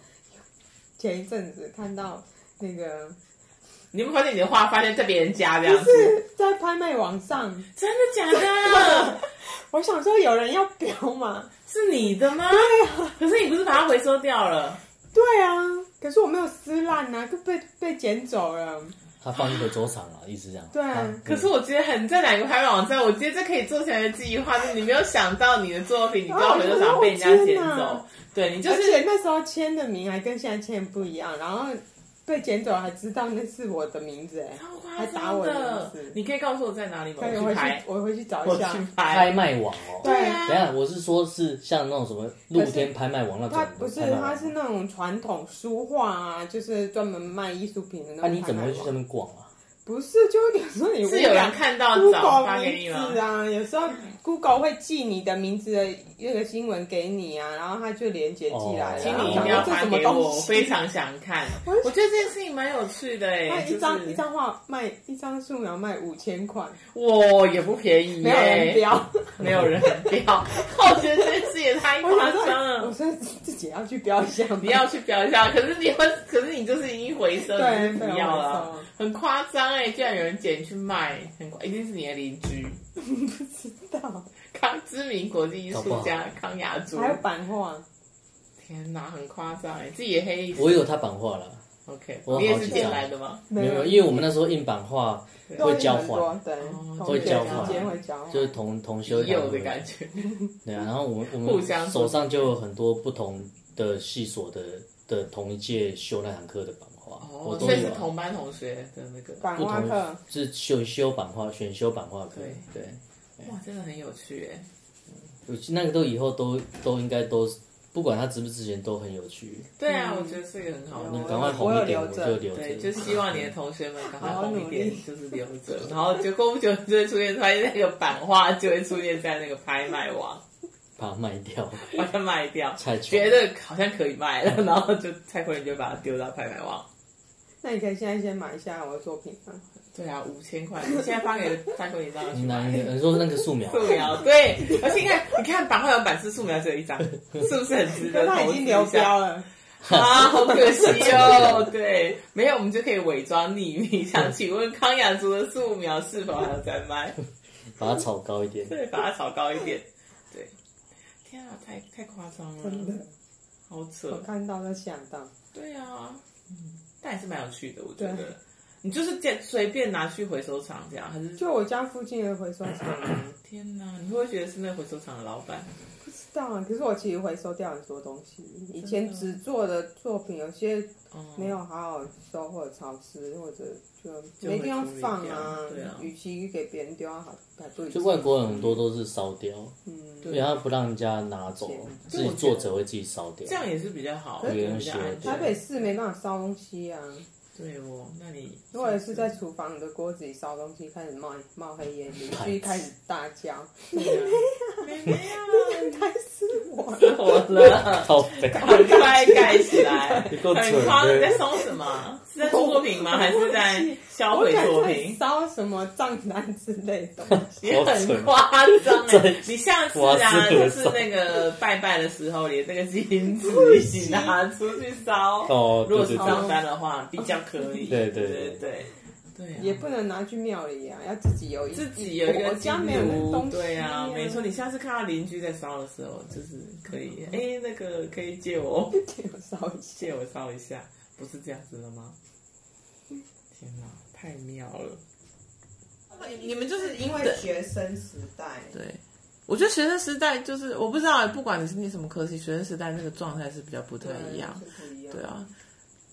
Speaker 2: 前一阵子看到那个
Speaker 1: 你有没有发现你的画发现在别人家这样子？
Speaker 2: 是在拍卖网上，
Speaker 1: 真的假 的？
Speaker 2: 我想说有人要标嘛，
Speaker 1: 是你的吗？可是你不是把它回收掉了？
Speaker 2: 啊对啊，可是我没有撕烂啊，就被被捡走了。
Speaker 3: 他放一个周场啊，一直这样。
Speaker 2: 对啊
Speaker 3: 嗯
Speaker 1: 可是我觉得很在哪个拍卖网站，我觉得这可以做成一个计划，就是你没有想到你的作品，你不要回收场被人家捡
Speaker 2: 哦天
Speaker 1: 走
Speaker 2: 哪。
Speaker 1: 对你就
Speaker 2: 而
Speaker 1: 是
Speaker 2: 且那时候签的名还跟现在签的不一样，然后被捡走还知道那是我的名字哎、
Speaker 1: 超夸
Speaker 2: 还打
Speaker 1: 张
Speaker 2: 我
Speaker 1: 的
Speaker 2: 的名字，
Speaker 1: 你可以告诉我在哪里吗？
Speaker 2: 所以
Speaker 1: 我
Speaker 2: 我
Speaker 1: 去
Speaker 2: 回
Speaker 1: 拍
Speaker 2: 去，我回去找
Speaker 1: 我
Speaker 2: 一
Speaker 1: 去
Speaker 2: 下。
Speaker 3: 拍
Speaker 1: 拍。
Speaker 3: 卖网哦。
Speaker 2: 对
Speaker 3: 等
Speaker 2: 啊
Speaker 3: 一下，我是说是像那种什么露天拍卖网那种
Speaker 2: 他
Speaker 3: 的。
Speaker 2: 不是
Speaker 3: 拍卖，网
Speaker 2: 他是那种传统书画啊，就是专门卖艺术品的
Speaker 1: 啊
Speaker 2: 那
Speaker 3: 那
Speaker 2: 种。
Speaker 3: 啊你怎么会去那？边逛啊？
Speaker 2: 不是，就有时候你
Speaker 1: 是有人看到找
Speaker 2: Google
Speaker 1: 发给你
Speaker 2: 名
Speaker 1: 吗
Speaker 2: 字？啊，有时候 Google 会寄你的名字的那个新闻给你啊，然后他就连接寄来了。
Speaker 3: 哦
Speaker 1: 请
Speaker 2: 然
Speaker 1: 你
Speaker 2: 后
Speaker 1: 一定
Speaker 2: 想
Speaker 1: 要
Speaker 2: 说这
Speaker 1: 发
Speaker 2: 什么
Speaker 1: 给
Speaker 2: 东
Speaker 1: 我，我
Speaker 2: 西？
Speaker 1: 非常想看。我觉得这件事情蛮有趣的
Speaker 2: 那
Speaker 1: 哎，
Speaker 2: 一张、
Speaker 1: 就是
Speaker 2: 一张画卖一张素描卖五千块，
Speaker 1: 我也不便宜
Speaker 2: 没有人
Speaker 1: 耶，
Speaker 2: 标。
Speaker 1: 没有人标。我觉得这件事也太
Speaker 2: 我
Speaker 1: 夸
Speaker 2: 想
Speaker 1: 张了
Speaker 2: 说，。我说自己要去标一下吗，
Speaker 1: 你要去标一下，可是你会，可是你就是已经回收，你
Speaker 2: 对
Speaker 1: 就是
Speaker 2: 对，
Speaker 1: 不要了，
Speaker 2: 了，
Speaker 1: 很夸张哎！居然有人捡去卖，很夸，一定是你的邻居
Speaker 2: 知道。
Speaker 1: 康知名国际艺术家康雅珠
Speaker 2: 还。有版画，
Speaker 1: 天哪，很夸张哎，自己也黑历史。
Speaker 3: 我有他版画了，
Speaker 1: OK，
Speaker 3: 我
Speaker 1: 你也
Speaker 3: 好
Speaker 1: 是
Speaker 3: 几
Speaker 1: 捡
Speaker 3: 张
Speaker 1: 来的吗？
Speaker 3: 没有，因为我们那时候印版画
Speaker 2: 都
Speaker 3: 会交
Speaker 2: 很多
Speaker 3: 换，
Speaker 2: 对
Speaker 1: 哦，
Speaker 2: 同
Speaker 1: 会
Speaker 2: 学
Speaker 1: 交
Speaker 2: 之间
Speaker 1: 换
Speaker 2: 会交换，
Speaker 3: 就是同同修
Speaker 1: 有的
Speaker 3: 觉。
Speaker 1: 感觉，
Speaker 3: 对啊，然后我们我
Speaker 1: 互
Speaker 3: 们
Speaker 1: 相
Speaker 3: 手上就有很多不同的系所的的同一届修那堂课的版画，我
Speaker 1: 哦，
Speaker 3: 都
Speaker 1: 所以是
Speaker 3: 有啊。
Speaker 1: 同班同学的那个，
Speaker 2: 版
Speaker 3: 不
Speaker 2: 画
Speaker 3: 同
Speaker 2: 课，
Speaker 3: 是选修版画，选修版画课，对，
Speaker 1: 哇，真的很有趣哎。
Speaker 3: 我那个都以后都都应该都是，不管他值不值钱都很有趣。
Speaker 1: 对啊，我觉得这个很好
Speaker 2: 有
Speaker 1: 玩。
Speaker 3: 你
Speaker 2: 我
Speaker 3: 赶快
Speaker 2: 我
Speaker 3: 红
Speaker 2: 有
Speaker 3: 一点，我
Speaker 2: 留着
Speaker 3: 就留着
Speaker 1: 对，。就希望你的同学们赶快
Speaker 2: 好好
Speaker 1: 红一
Speaker 2: 努
Speaker 1: 点
Speaker 2: 力，
Speaker 1: 就是留着，然后就过不久就会出现在那个版画，就会出现在那个拍卖网，
Speaker 3: 把它卖掉，
Speaker 1: 把它卖掉，
Speaker 3: 太穷
Speaker 1: 觉得好像可以卖了，然后就蔡坤就把它丢到拍卖网。
Speaker 2: 那你可以现在先买一下我的作品啊。
Speaker 1: 对啊，五千块，你现在发给蔡坤你让他去
Speaker 3: 你 拿
Speaker 1: 买
Speaker 3: 一个，你说那个素描，
Speaker 1: 素描，对，而且你看，你看版画有版式素描只有一张，是不是很值
Speaker 2: 可
Speaker 1: 得
Speaker 2: 是他
Speaker 1: 投
Speaker 2: 已
Speaker 1: 资
Speaker 2: 经
Speaker 1: 一
Speaker 2: 流
Speaker 1: 下？
Speaker 2: 标了，
Speaker 1: 啊，好可惜 哦。对，没有，我们就可以伪装 匿名。想请问康雅竹的素描是否还有在卖？
Speaker 3: 把它炒高一点。
Speaker 1: 对，把它炒高一点。对，天啊，太太夸张了，
Speaker 2: 真的，
Speaker 1: 好
Speaker 2: 我
Speaker 1: 扯。
Speaker 2: 看到都吓到。
Speaker 1: 对啊，但也是蛮有趣的，我觉
Speaker 2: 对
Speaker 1: 得。你就是见随便拿去回收厂这样，还是
Speaker 2: 就我家附近的回收厂啊，
Speaker 1: 天哪？你会不会觉得是那个回收厂的老板？
Speaker 2: 不知道啊。可是我其实回收掉很多东西，以前纸做的作品有些
Speaker 1: 哦、
Speaker 2: 没有好好收获潮湿，或者就
Speaker 1: 就
Speaker 2: 没地方
Speaker 1: 会处理
Speaker 2: 放
Speaker 1: 掉
Speaker 2: 啊
Speaker 1: 对啊。
Speaker 2: 与其给别人丢，还还不如
Speaker 3: 就外国人很多都是烧掉，
Speaker 2: 嗯，
Speaker 1: 对
Speaker 3: 因为他不让人家拿走，自己作者会自己烧掉
Speaker 1: 这。样也是比较好，
Speaker 3: 对
Speaker 1: 我觉得比较
Speaker 3: 用鞋
Speaker 1: 安全
Speaker 2: 台北市没办法烧东西啊。
Speaker 1: 对哦，那你
Speaker 2: 如果是在厨房的锅子里烧东西，开始冒冒黑 烟，邻居开始大叫，
Speaker 1: 对啊妹妹啊，
Speaker 2: 但是我
Speaker 1: 死火了，
Speaker 3: 靠北，
Speaker 1: 赶快盖起来！
Speaker 3: 你够蠢
Speaker 1: 很夸张，你在
Speaker 3: 的。
Speaker 1: 送什 么？是在做作品吗？还是在销毁作品？
Speaker 2: 烧什么藏南之类的东 西。
Speaker 1: 也很夸张哎！
Speaker 2: 欸
Speaker 1: 你下次
Speaker 3: 哇
Speaker 1: 啊，
Speaker 3: 是
Speaker 1: 就是那个拜拜的时候，连那个金子一起拿出去烧。
Speaker 3: 哦，
Speaker 1: 如
Speaker 3: 对
Speaker 1: 果是
Speaker 3: 对
Speaker 1: 上
Speaker 3: 对，
Speaker 1: 班的话，比较可以。
Speaker 3: 对
Speaker 1: 对
Speaker 3: 对
Speaker 1: 对
Speaker 3: 对
Speaker 1: 对对啊，
Speaker 2: 也不能拿去庙里啊，要自己有一
Speaker 1: 自己有一
Speaker 2: 我
Speaker 1: 个
Speaker 2: 我
Speaker 1: 记
Speaker 2: 家没有
Speaker 1: 录
Speaker 2: 东西、
Speaker 1: 对啊，没错。，你下次看到邻居在烧的时候，就是可以，哎、那个可以借我
Speaker 2: 给我烧一下。
Speaker 1: 借我烧一下，不是这样子的吗？天哪，太妙了！
Speaker 2: 你们就是因为学生时代，
Speaker 1: 对，我觉得学生时代就是我不知道，不管你是念什么科系，学生时代那个状态是比较不太一样。
Speaker 2: 嗯是不一样
Speaker 1: 对，啊，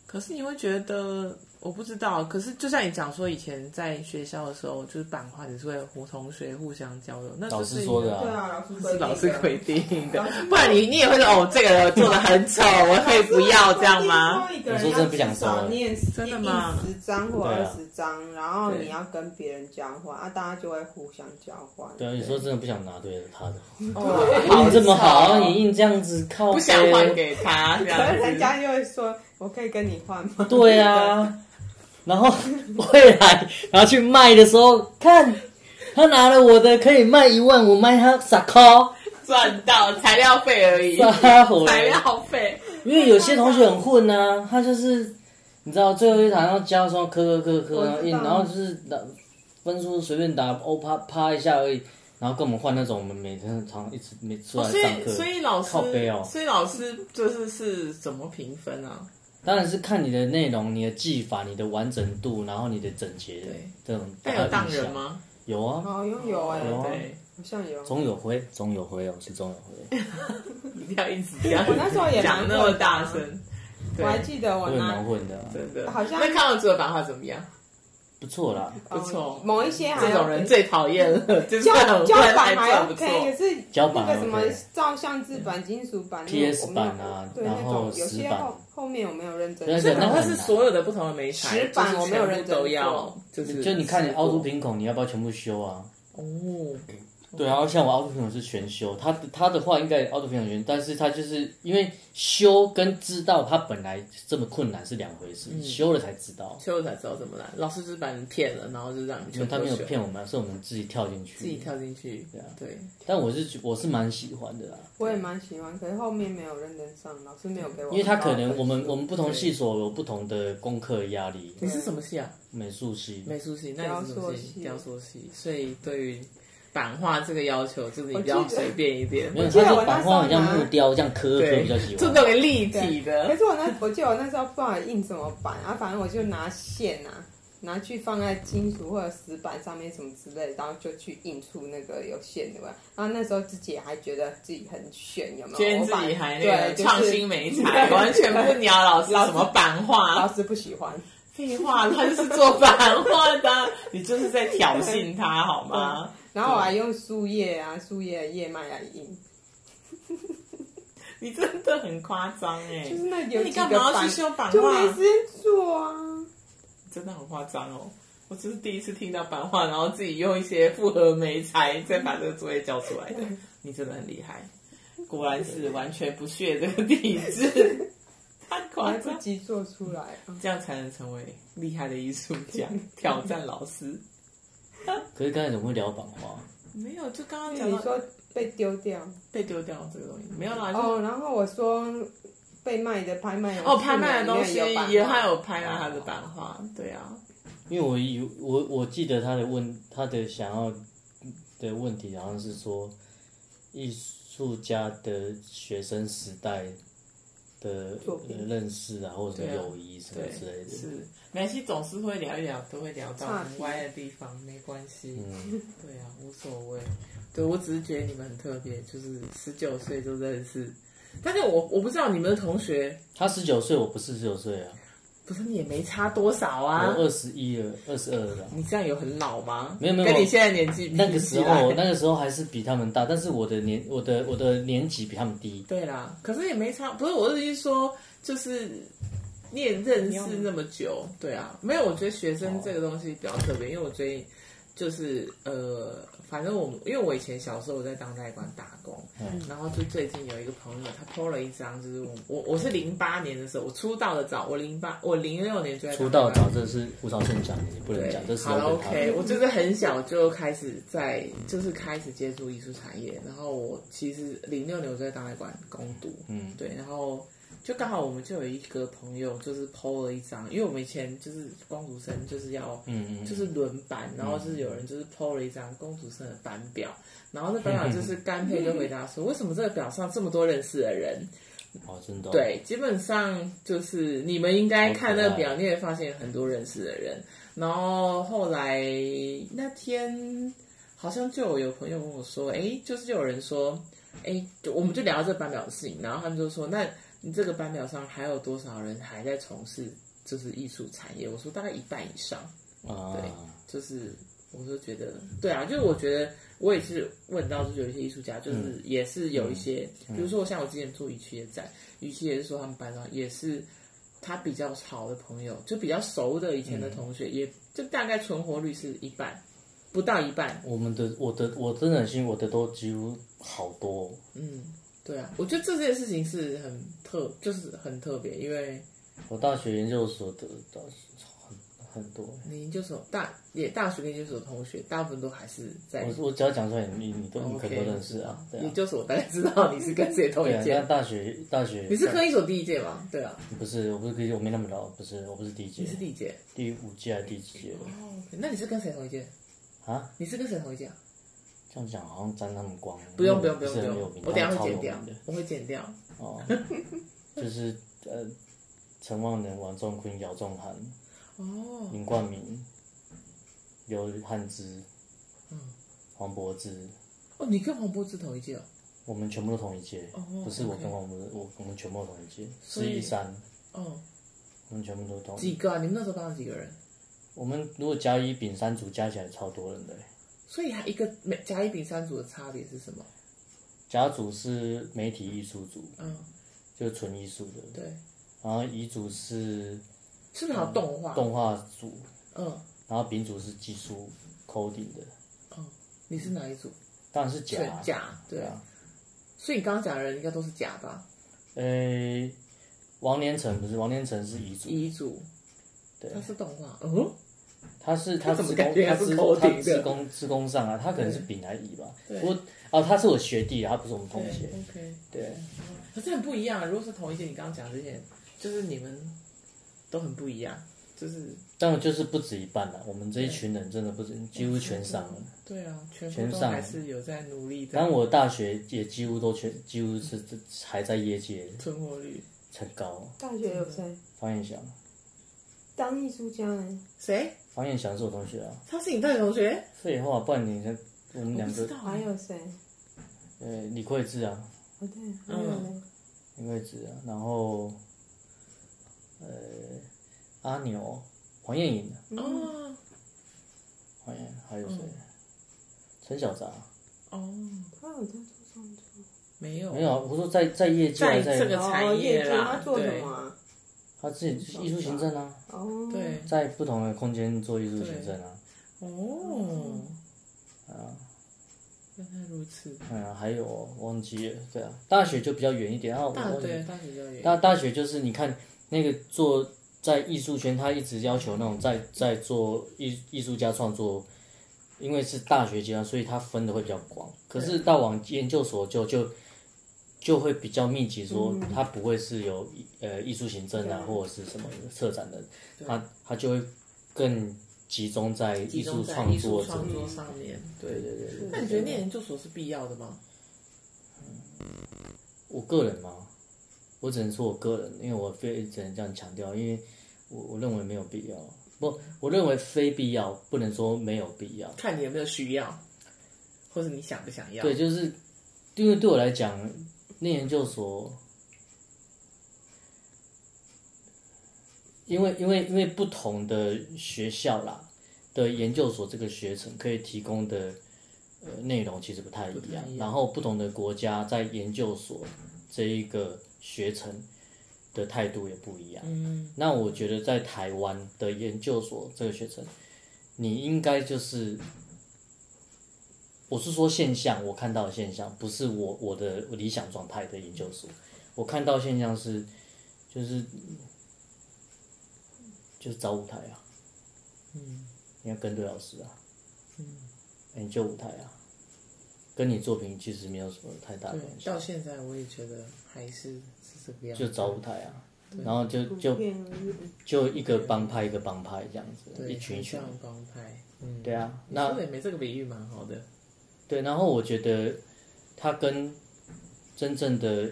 Speaker 1: 可是你会觉得我不知道，可是就像你讲说，以前在学校的时候，就是版画只是会和同学互相交流，那就
Speaker 3: 老
Speaker 1: 是
Speaker 3: 师
Speaker 1: 一
Speaker 3: 说
Speaker 1: 个
Speaker 3: 的
Speaker 2: 对
Speaker 3: 啊，
Speaker 2: 啊，老师
Speaker 1: 是老师
Speaker 2: 规定的
Speaker 1: 规定的
Speaker 2: 老师，
Speaker 1: 不然你你也会说哦，这个做的很丑，我可以不要这样吗？？
Speaker 2: 有
Speaker 3: 有时候真的不想收了
Speaker 2: 念
Speaker 1: 真的吗
Speaker 2: 十张或
Speaker 3: 对
Speaker 2: 二
Speaker 3: 啊
Speaker 2: 十张，然后
Speaker 1: 对
Speaker 2: 你要跟别人交换啊，大家就会互相交换。
Speaker 3: 对啊，有时候真的不想拿对他的，
Speaker 1: 哦
Speaker 3: 你这么好，你硬这样子靠，
Speaker 1: 不想换。给他，这 样
Speaker 2: 可是人
Speaker 1: 子。
Speaker 2: 家就会说：“我可以跟你换吗
Speaker 3: 对啊，然后未来然后去卖的时候，看他拿了我的可以卖一万，我卖他傻靠，
Speaker 1: 赚到材料费而已，
Speaker 3: 傻火。
Speaker 1: 材料费。
Speaker 3: 因为有些同学很混呐、他就是你知道最后一堂要交的时候磕磕磕磕，然后一
Speaker 2: 我知道
Speaker 3: 然后就是打分数随便打，哦啪啪一下而已，然后跟我们换那种我们每天常一直每次来
Speaker 1: 哦所
Speaker 3: 上
Speaker 1: 以
Speaker 3: 课，
Speaker 1: 所以老师
Speaker 3: 靠背哦，
Speaker 1: 所以老师就是是怎么评分啊？
Speaker 3: 当然是看你的内容、你的技法、你的完整度，然后你的整洁
Speaker 1: 对
Speaker 3: 这种。
Speaker 1: 那有当人？吗？
Speaker 3: 有？”啊，
Speaker 2: 好像有哎，
Speaker 3: 有啊
Speaker 1: 对，
Speaker 2: 好像有。
Speaker 3: 总有灰，总有灰哦，是总有灰。
Speaker 1: 一定要一直这样。
Speaker 2: 我那时候也蛮啊
Speaker 1: 讲那么大声，
Speaker 2: 我还
Speaker 1: 对，
Speaker 2: 记得我
Speaker 3: 我也
Speaker 2: 拿嗯
Speaker 3: 蛮混的啊、
Speaker 1: 真的。
Speaker 2: 好像
Speaker 1: 那看我主的版画怎么样？
Speaker 3: 不错啦。
Speaker 1: 不错
Speaker 2: 嗯某一些还
Speaker 1: 这
Speaker 2: 有
Speaker 1: 种人最讨厌了，就是
Speaker 2: 胶
Speaker 1: 很
Speaker 2: 胶
Speaker 1: 混
Speaker 2: 嗯板还
Speaker 1: 还做不
Speaker 2: OK，
Speaker 1: 错。
Speaker 2: 可是
Speaker 3: 胶
Speaker 2: 那
Speaker 3: 板
Speaker 2: 个什么
Speaker 3: OK
Speaker 2: 照相制版、金属版、那种
Speaker 3: PS
Speaker 2: 我没有
Speaker 3: 版啊
Speaker 2: 对
Speaker 3: 然
Speaker 2: 那
Speaker 3: 后
Speaker 2: 种有
Speaker 3: 石
Speaker 2: 些
Speaker 3: 板
Speaker 2: 后后面我没有认真
Speaker 3: 对
Speaker 2: 看，
Speaker 3: 对
Speaker 1: 然
Speaker 3: 那
Speaker 1: 后
Speaker 3: 个
Speaker 1: 是所有的不同的媒材，
Speaker 2: 石板
Speaker 1: 就是
Speaker 2: 我没有认
Speaker 1: 全部
Speaker 2: 真
Speaker 1: 都要就
Speaker 2: 做，
Speaker 1: 是
Speaker 3: 就你看你
Speaker 1: 试过
Speaker 3: 凹凸平孔，你要不要全部修啊？
Speaker 1: 哦，
Speaker 3: 对，然后像我凹凸平孔是全修，他他的话应该凹凸平孔全，但是他就是因为修跟知道他本来这么困难是两回事，修了才知道。
Speaker 1: 所以我才知道怎么来。老师就是把你骗了，然后就让你
Speaker 3: 因
Speaker 1: 全
Speaker 3: 为
Speaker 1: 部
Speaker 3: 他没有
Speaker 1: 选
Speaker 3: 骗我们，是我们自己跳进
Speaker 1: 自己
Speaker 3: 去。
Speaker 1: 跳进去
Speaker 3: 对啊，
Speaker 1: 对，
Speaker 3: 但我是觉我是蛮喜欢的啦，
Speaker 2: 我也蛮喜欢，可是后面没有认真上，老师没有给我很高的分数。
Speaker 3: 因为他可能我们我们不同系所有不同的功课压力。
Speaker 1: 你是什么系啊？
Speaker 3: 美术系，
Speaker 1: 美术系，那你是什么系？雕
Speaker 2: 雕
Speaker 1: 塑系。所以对于版画这个要求，就是你
Speaker 2: 我
Speaker 1: 比较
Speaker 2: 记得
Speaker 1: 随便一点，
Speaker 3: 没有，
Speaker 2: 记
Speaker 3: 它
Speaker 2: 得
Speaker 3: 是
Speaker 2: 我那
Speaker 3: 版
Speaker 2: 时候
Speaker 3: 画很像
Speaker 2: 拿
Speaker 3: 木雕这样刻刻比较喜
Speaker 1: 对，就
Speaker 3: 欢。
Speaker 1: 那个立体
Speaker 2: 对
Speaker 1: 的
Speaker 2: 可。是我那，我记得我那时候不知道印什么板啊，反正我就拿线啊，拿去放在金属或者石板上面什么之类的，然后就去印出那个有线的吧。然后那时候自己也还觉得自己很炫，有没有？
Speaker 1: 觉得
Speaker 2: 我
Speaker 1: 自
Speaker 2: 把
Speaker 1: 己还那
Speaker 2: 对
Speaker 1: 个
Speaker 2: 就是
Speaker 1: 创新啊美才，完全不鸟老师什么版
Speaker 2: 老
Speaker 1: 画。
Speaker 2: 师不喜欢，
Speaker 1: 废话，他就是做版画的，你就是在挑衅他好吗？
Speaker 2: 然后我还用树叶啊、树叶的叶脉来印，
Speaker 1: 你真的很夸张哎
Speaker 2: 就！是那
Speaker 1: 那
Speaker 2: 有
Speaker 1: 你
Speaker 2: 几
Speaker 1: 干
Speaker 2: 个
Speaker 1: 嘛要
Speaker 2: 板
Speaker 1: 去啊修版
Speaker 2: 就没
Speaker 1: 画
Speaker 2: 时？间做啊。
Speaker 1: 真的很夸张哦！我这是第一次听到版画，然后自己用一些复合媒材再把这个作业交出 来的，你真的很厉害，果然是完全不屑这个体 质，太
Speaker 2: 来
Speaker 1: 夸
Speaker 2: 不
Speaker 1: 张，
Speaker 2: 及做出来啊！
Speaker 1: 这样才能成为厉害的艺术家，挑战老师。
Speaker 3: 可是刚才怎么会聊版画？
Speaker 1: 没有，就刚刚
Speaker 2: 因
Speaker 1: 讲
Speaker 2: 为你
Speaker 1: 到
Speaker 2: 说被丢掉
Speaker 1: 被丢掉这个东西，没有啦，就是
Speaker 2: 哦，然后我说被卖的拍卖
Speaker 1: 哦，拍卖的东西
Speaker 2: 里面版
Speaker 1: 也
Speaker 2: 画
Speaker 1: 还有拍到他的版画，对啊，
Speaker 3: 因为我有我我记得他的问他的想要的问题好像是说，艺术家的学生时代的
Speaker 2: 作品
Speaker 3: 呃认识啊，或者
Speaker 1: 对啊
Speaker 3: 是友谊什么
Speaker 1: 对
Speaker 3: 之类，的。
Speaker 1: 是，没关系，总是会聊一聊，都会聊到
Speaker 2: 岔
Speaker 1: 很
Speaker 2: 题
Speaker 1: 歪的地方，没关系，
Speaker 3: 嗯，
Speaker 1: 对啊，无所谓。对，我只是觉得你们很特别，就是十九岁就认识。但是我我不知道你们的同学，
Speaker 3: 他十九岁，我不是十九岁啊，
Speaker 1: 不是你也没差多少啊
Speaker 3: 我？二十一了，二十二了啊。
Speaker 1: 你这样有很老吗？
Speaker 3: 没有没有
Speaker 1: 跟你现在年纪比起来
Speaker 3: 那个时候，那个时候还是比他们大，但是我的年我的我的年级比他们低。
Speaker 1: 对啦，可是也没差。不是我的意思说，就是你也认识那么久，对啊，没有。我觉得学生这个东西比较特别，因为我最近就是呃反正我们因为我以前小时候我在当代馆打工，
Speaker 3: 嗯
Speaker 1: 然后就最近有一个朋友他 PO 了一张，就是我我我是零八年的时候，我出道的早，我零八我零六年就在
Speaker 3: 出
Speaker 1: 当
Speaker 3: 道
Speaker 1: 代馆
Speaker 3: 早，这是吴朝胜讲的，你不能
Speaker 1: 对
Speaker 3: 讲，这是
Speaker 1: 好了 OK，
Speaker 3: 他
Speaker 1: 我就是很小就开始在，就是开始接触艺术产业。然后我其实零六年我就在档案馆攻读，
Speaker 3: 嗯，
Speaker 1: 对，然后就刚好我们就有一个朋友就是 PO 了一张，因为我们以前就是光读生就是要
Speaker 3: 嗯嗯
Speaker 1: 就是轮班，然后就是有人就是 PO 了一张公主生的班表，然后那班表就是干配就回答说，为什么这个表上这么多认识的人？
Speaker 3: 嗯，哦，真的哦，
Speaker 1: 对，基本上就是你们应该看那个
Speaker 3: 好
Speaker 1: 表，
Speaker 3: 可
Speaker 1: 你也发现很多认识的人。然后后来那天好像就有朋友跟我说，哎，就是有人说，哎，就我们就聊到这班表的事情，然后他们就说，那你这个班表上还有多少人还在从事就是艺术产业？我说大概一半以上。
Speaker 3: 啊，
Speaker 1: 就是我就觉得，对啊，就是我觉得我也是问到，就是有一些艺术家，
Speaker 3: 嗯
Speaker 1: 就是也是有一些，比如说像我之前做雨琦的展，雨琦也是说他们班上也是他比较好的朋友，就比较熟的以前
Speaker 3: 嗯
Speaker 1: 的同学，也就大概存活率是一半，不到一半，
Speaker 3: 我们的我的我真的很幸运，我的都几乎好多，
Speaker 1: 嗯。对啊，我觉得这件事情是很特，就是很特别，因为
Speaker 3: 我大学研究所的都很很多。
Speaker 1: 你研究所大也大学跟研究所同学，大部分都还是在
Speaker 3: 我我只要讲出来，你你都你可
Speaker 1: OK
Speaker 3: 能都认识啊，对啊
Speaker 1: 研，究所，大概知道你是跟谁同
Speaker 3: 对
Speaker 1: 一
Speaker 3: 啊。
Speaker 1: 届
Speaker 3: 那。大学大学
Speaker 1: 你是科一所第一届吗？对啊，
Speaker 3: 不是我不是可以，我没那么老，不是我不是第一届
Speaker 1: 你，是第一届。
Speaker 3: 第五届还是第几届了？
Speaker 1: 那你是跟谁同一届？
Speaker 3: 啊？
Speaker 1: 你是跟谁同一届啊？
Speaker 3: 这样讲好像沾他们光。
Speaker 1: 不用不用不用
Speaker 3: 是
Speaker 1: 不
Speaker 3: 很有
Speaker 1: 用
Speaker 3: 名，
Speaker 1: 我等一下
Speaker 3: 他们超
Speaker 1: 会
Speaker 3: 有
Speaker 1: 剪掉
Speaker 3: 名的，
Speaker 1: 我会剪掉。
Speaker 3: 哦， 就是呃，陈望能、王仲坤、姚仲涵、
Speaker 1: 哦，
Speaker 3: 林冠明、刘汉之、
Speaker 1: 嗯
Speaker 3: 黄柏芝，
Speaker 1: 哦，你跟黄柏芝同一届哦。
Speaker 3: 我们全部都同一届，
Speaker 1: 哦
Speaker 3: 不是我
Speaker 1: OK
Speaker 3: 跟黄柏芝，我我们全部都同一届，
Speaker 1: 所
Speaker 3: 四
Speaker 1: 以
Speaker 3: 一三，
Speaker 1: 哦，
Speaker 3: 我们全部都同。
Speaker 1: 几个啊？你们那时候班上几个人？
Speaker 3: 我们如果甲乙丙三组加起来超多人的欸，
Speaker 1: 所以还一个每甲乙丙三组的差别是什么？
Speaker 3: 甲组是媒体艺术组，
Speaker 1: 嗯，
Speaker 3: 就是纯艺术的，
Speaker 1: 对，
Speaker 3: 然后乙组是
Speaker 1: 是不是还有动画？
Speaker 3: 动画组，
Speaker 1: 嗯，
Speaker 3: 然后丙组是技术 coding 的，
Speaker 1: 嗯你是哪一组？
Speaker 3: 当然是甲
Speaker 1: 全
Speaker 3: 啊，
Speaker 1: 甲，对
Speaker 3: 对啊。
Speaker 1: 所以你刚刚讲的人应该都是甲吧？
Speaker 3: 呃，王连成不是王连成是遗嘱，
Speaker 1: 乙组，
Speaker 3: 对
Speaker 1: 他是动画。哦，
Speaker 3: 他是他
Speaker 1: 怎么
Speaker 3: 自
Speaker 1: 感
Speaker 3: 工
Speaker 1: 觉
Speaker 3: 他
Speaker 1: 他是
Speaker 3: 自
Speaker 1: 头
Speaker 3: 他
Speaker 1: 顶的
Speaker 3: 自工自工上啊，他可能是丙还是乙吧。
Speaker 1: 对
Speaker 3: 我啊，他是我学弟啊，他不是我们同
Speaker 1: 对
Speaker 3: 学。
Speaker 1: ，OK。
Speaker 3: 对，
Speaker 1: 可是很不一样啊。如果是同一届，你刚刚讲这些，就是你们都很不一样，就是
Speaker 3: 但就是不止一半啊了，我们这一群人真的不止，几乎全上了。
Speaker 1: 对啊，全
Speaker 3: 全
Speaker 1: 部都
Speaker 3: 上
Speaker 1: 还是有在努力
Speaker 3: 但
Speaker 1: 的，
Speaker 3: 我大学也几乎都全，几乎是还在业界
Speaker 1: 存活率。
Speaker 3: 很高。
Speaker 2: 大学有谁
Speaker 3: 方彦祥，
Speaker 2: 嗯当艺术家、欸？
Speaker 1: 谁？
Speaker 3: 方彦祥是我同学啊。
Speaker 1: 他是你大学同学？
Speaker 3: 废话，不然你看我们
Speaker 1: 我
Speaker 3: 两
Speaker 1: 不知
Speaker 3: 个，
Speaker 1: 道啊
Speaker 2: 还。有谁？
Speaker 3: 呃，李慧智啊，
Speaker 2: 哦对，还有嘞，
Speaker 3: 李慧智啊，然后，呃，阿牛，黄燕颖啊。
Speaker 2: 嗯，
Speaker 1: 哦
Speaker 3: 还还有谁？
Speaker 1: 嗯
Speaker 3: 陈小杂
Speaker 1: 哦，
Speaker 2: 他有在做创作。
Speaker 1: 没有
Speaker 3: 没，有啊，我说在在业界啊
Speaker 1: 在
Speaker 3: 在
Speaker 1: 这个
Speaker 2: 哦，
Speaker 1: 产业
Speaker 2: 业主
Speaker 1: 啦
Speaker 2: 他做什么啊？
Speaker 3: 他自己艺术行政啊，
Speaker 2: 哦，
Speaker 1: 对，
Speaker 3: 在不同的空间做艺术行政啊，
Speaker 1: 哦，
Speaker 3: 啊，
Speaker 1: 原来如此。
Speaker 3: 嗯，还有忘记了，对啊，大学就比较远一点，然啊后我
Speaker 1: 大
Speaker 3: 忘记
Speaker 1: 对哦大学教育，
Speaker 3: 大大学就是你看那个做在艺术圈，他一直要求那种在在做艺艺术家创作，因为是大学阶段，所以他分的会比较广。可是到往研究所就就就会比较密集说，
Speaker 1: 嗯
Speaker 3: 他不会是有呃艺术行政啊或者是什么策展的，他他就会更集中在艺
Speaker 1: 集中
Speaker 3: 术
Speaker 1: 在
Speaker 3: 创
Speaker 1: 艺术
Speaker 3: 作者。
Speaker 1: 创作上面。
Speaker 3: 对对对对，
Speaker 1: 那你觉得念研究所是必要的吗？
Speaker 3: 我个人吗？我只能说我个人，因为我非只能这样强调，因为我我认为没有必要。不，我认为非必要，不能说没有必要。
Speaker 1: 看你有没有需要，或者你想不想要？
Speaker 3: 对，就是因为对我来讲，念研究所，因为因为因为不同的学校啦的研究所这个学程可以提供的呃内容其实不太
Speaker 1: 不
Speaker 3: 一
Speaker 1: 太
Speaker 3: 样
Speaker 1: 一，样
Speaker 3: 然后不同的国家在研究所这一个学程的态度也不一样。
Speaker 1: 嗯，
Speaker 3: 那我觉得在台湾的研究所这个学程，你应该就是我是说现象，我看到的现象，不是我我的理想状态的研究所。我看到现象是，就是就是找舞台啊，嗯，你要跟对老师啊，嗯，你就舞台啊，跟你作品其实没有什么太大关
Speaker 1: 对，
Speaker 3: 系，
Speaker 1: 到现在我也觉得还是是这个样子，
Speaker 3: 就找舞台啊，然后就就
Speaker 2: 普遍而已
Speaker 3: 就一个帮派一个帮派这样子，
Speaker 1: 对，
Speaker 3: 一群一群
Speaker 1: 像，帮派，嗯，
Speaker 3: 对啊，
Speaker 1: 你
Speaker 3: 那
Speaker 1: 说的也没这个比喻蛮好的，
Speaker 3: 对，然后我觉得它跟真正的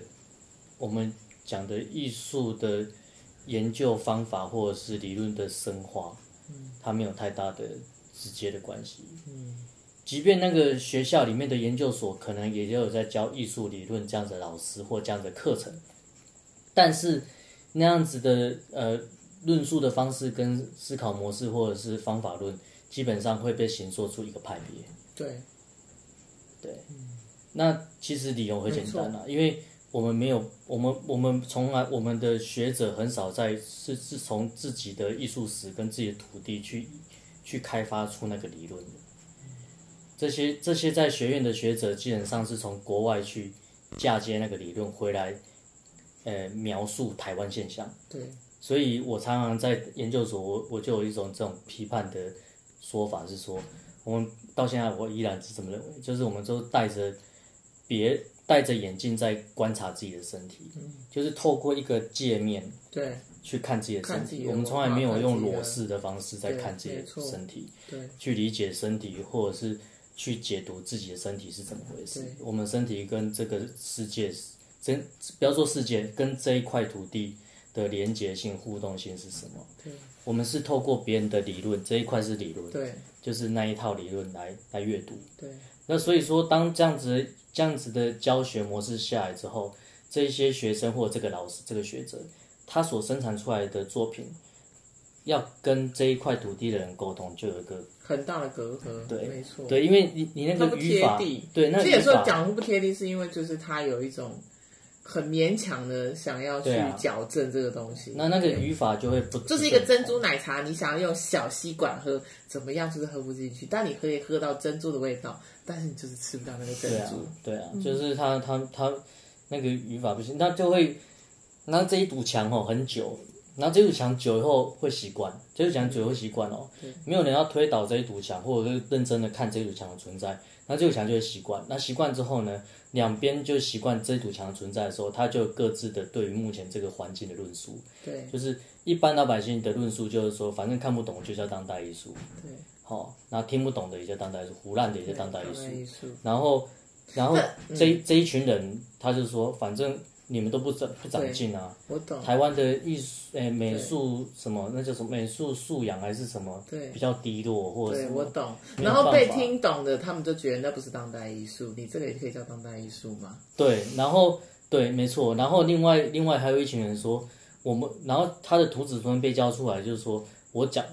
Speaker 3: 我们讲的艺术的研究方法或者是理论的深化，它没有太大的直接的关系。即便那个学校里面的研究所可能也有在教艺术理论这样子的老师或这样子的课程，但是那样子的呃论述的方式跟思考模式或者是方法论，基本上会被形塑出一个派别。
Speaker 1: 对，
Speaker 3: 那其实理由很简单啦、啊因为我们没有，我们我们从来我们的学者很少在是是从自己的艺术史跟自己的土地去去开发出那个理论的。这些这些在学院的学者基本上是从国外去嫁接那个理论回来，呃，描述台湾现象。
Speaker 1: 对，
Speaker 3: 所以我常常在研究所，我我就有一种这种批判的说法是说，我们到现在我依然是这么认为，就是我们都带着别戴着眼镜在观察自己的身体，
Speaker 1: 嗯
Speaker 3: 就是透过一个界面
Speaker 1: 对，
Speaker 3: 去看自己的身
Speaker 1: 看自己
Speaker 3: 体，
Speaker 1: 的
Speaker 3: 我们从来没有
Speaker 1: 文化
Speaker 3: 用
Speaker 1: 看自己的
Speaker 3: 裸视的方式在
Speaker 1: 对
Speaker 3: 看自己
Speaker 1: 没
Speaker 3: 的
Speaker 1: 错
Speaker 3: 身体，
Speaker 1: 对，
Speaker 3: 去理解身体，或者是去解读自己的身体是怎么回事
Speaker 1: 对。
Speaker 3: 我们身体跟这个世界是，真不要说世界，跟这一块土地的连结性、互动性是什么？
Speaker 1: 对，
Speaker 3: 我们是透过别人的理论，这一块是理论，
Speaker 1: 对，
Speaker 3: 就是那一套理论来来阅读。
Speaker 1: 对，
Speaker 3: 那所以说，当这样子这样子的教学模式下来之后，这些学生或这个老师、这个学者，他所生产出来的作品，要跟这一块土地的人沟通，就有一个
Speaker 1: 很大的隔阂，
Speaker 3: 对
Speaker 1: 没错，
Speaker 3: 对，因为你你那
Speaker 1: 它
Speaker 3: 个
Speaker 1: 哦不
Speaker 3: 语
Speaker 1: 贴
Speaker 3: 法
Speaker 1: 地，，
Speaker 3: 对，那
Speaker 1: 其
Speaker 3: 个
Speaker 1: 实
Speaker 3: 语
Speaker 1: 有时候
Speaker 3: 法，
Speaker 1: 讲不贴地，是因为就是他有一种很勉强的想要去
Speaker 3: 对啊
Speaker 1: 矫正这个东西。
Speaker 3: 那那个语法就会不，
Speaker 1: 就是一个珍珠奶茶，你想要用小吸管喝，怎么样就是喝不进去，但你可以喝到珍珠的味道，但是你就是吃不到那个珍
Speaker 3: 对啊
Speaker 1: 珠。，
Speaker 3: 对
Speaker 1: 嗯
Speaker 3: 啊，就是他他他那个语法不行，他就会，那这一堵墙哦很久，然后这堵墙久以后会习惯，这堵墙久以后会习惯哦，没有人要推倒这一堵墙，或者是认真的看这一堵墙的存在，那这堵墙就会习惯，那习惯之后呢，两边就习惯这堵墙的存在的时候，他就有各自的对于目前这个环境的论述。
Speaker 1: 对
Speaker 3: 就是一般老百姓的论述就是说，反正看不懂就叫当代艺术，
Speaker 1: 对，
Speaker 3: 好、那听不懂的也叫当代艺术，胡乱的也叫当代艺术。
Speaker 1: 艺术，
Speaker 3: 然后，然后
Speaker 1: 嗯
Speaker 3: 这一这一群人，他就说，反正你们都不长不长进啊，
Speaker 1: 我懂。
Speaker 3: 台湾的艺术，诶，美术什么，那叫什么美术素养还是什么，
Speaker 1: 对
Speaker 3: 比较低落或者
Speaker 1: 对，
Speaker 3: 什
Speaker 1: 我
Speaker 3: 么，
Speaker 1: 懂。
Speaker 3: 没有
Speaker 1: 然后被
Speaker 3: 办法
Speaker 1: 听懂的，他们就觉得那不是当代艺术，你这个也可以叫当代艺术吗？
Speaker 3: 对，然后对，没错，然后另外另外还有一群人说，我们，然后他的徒子孙被教出来，就是说我讲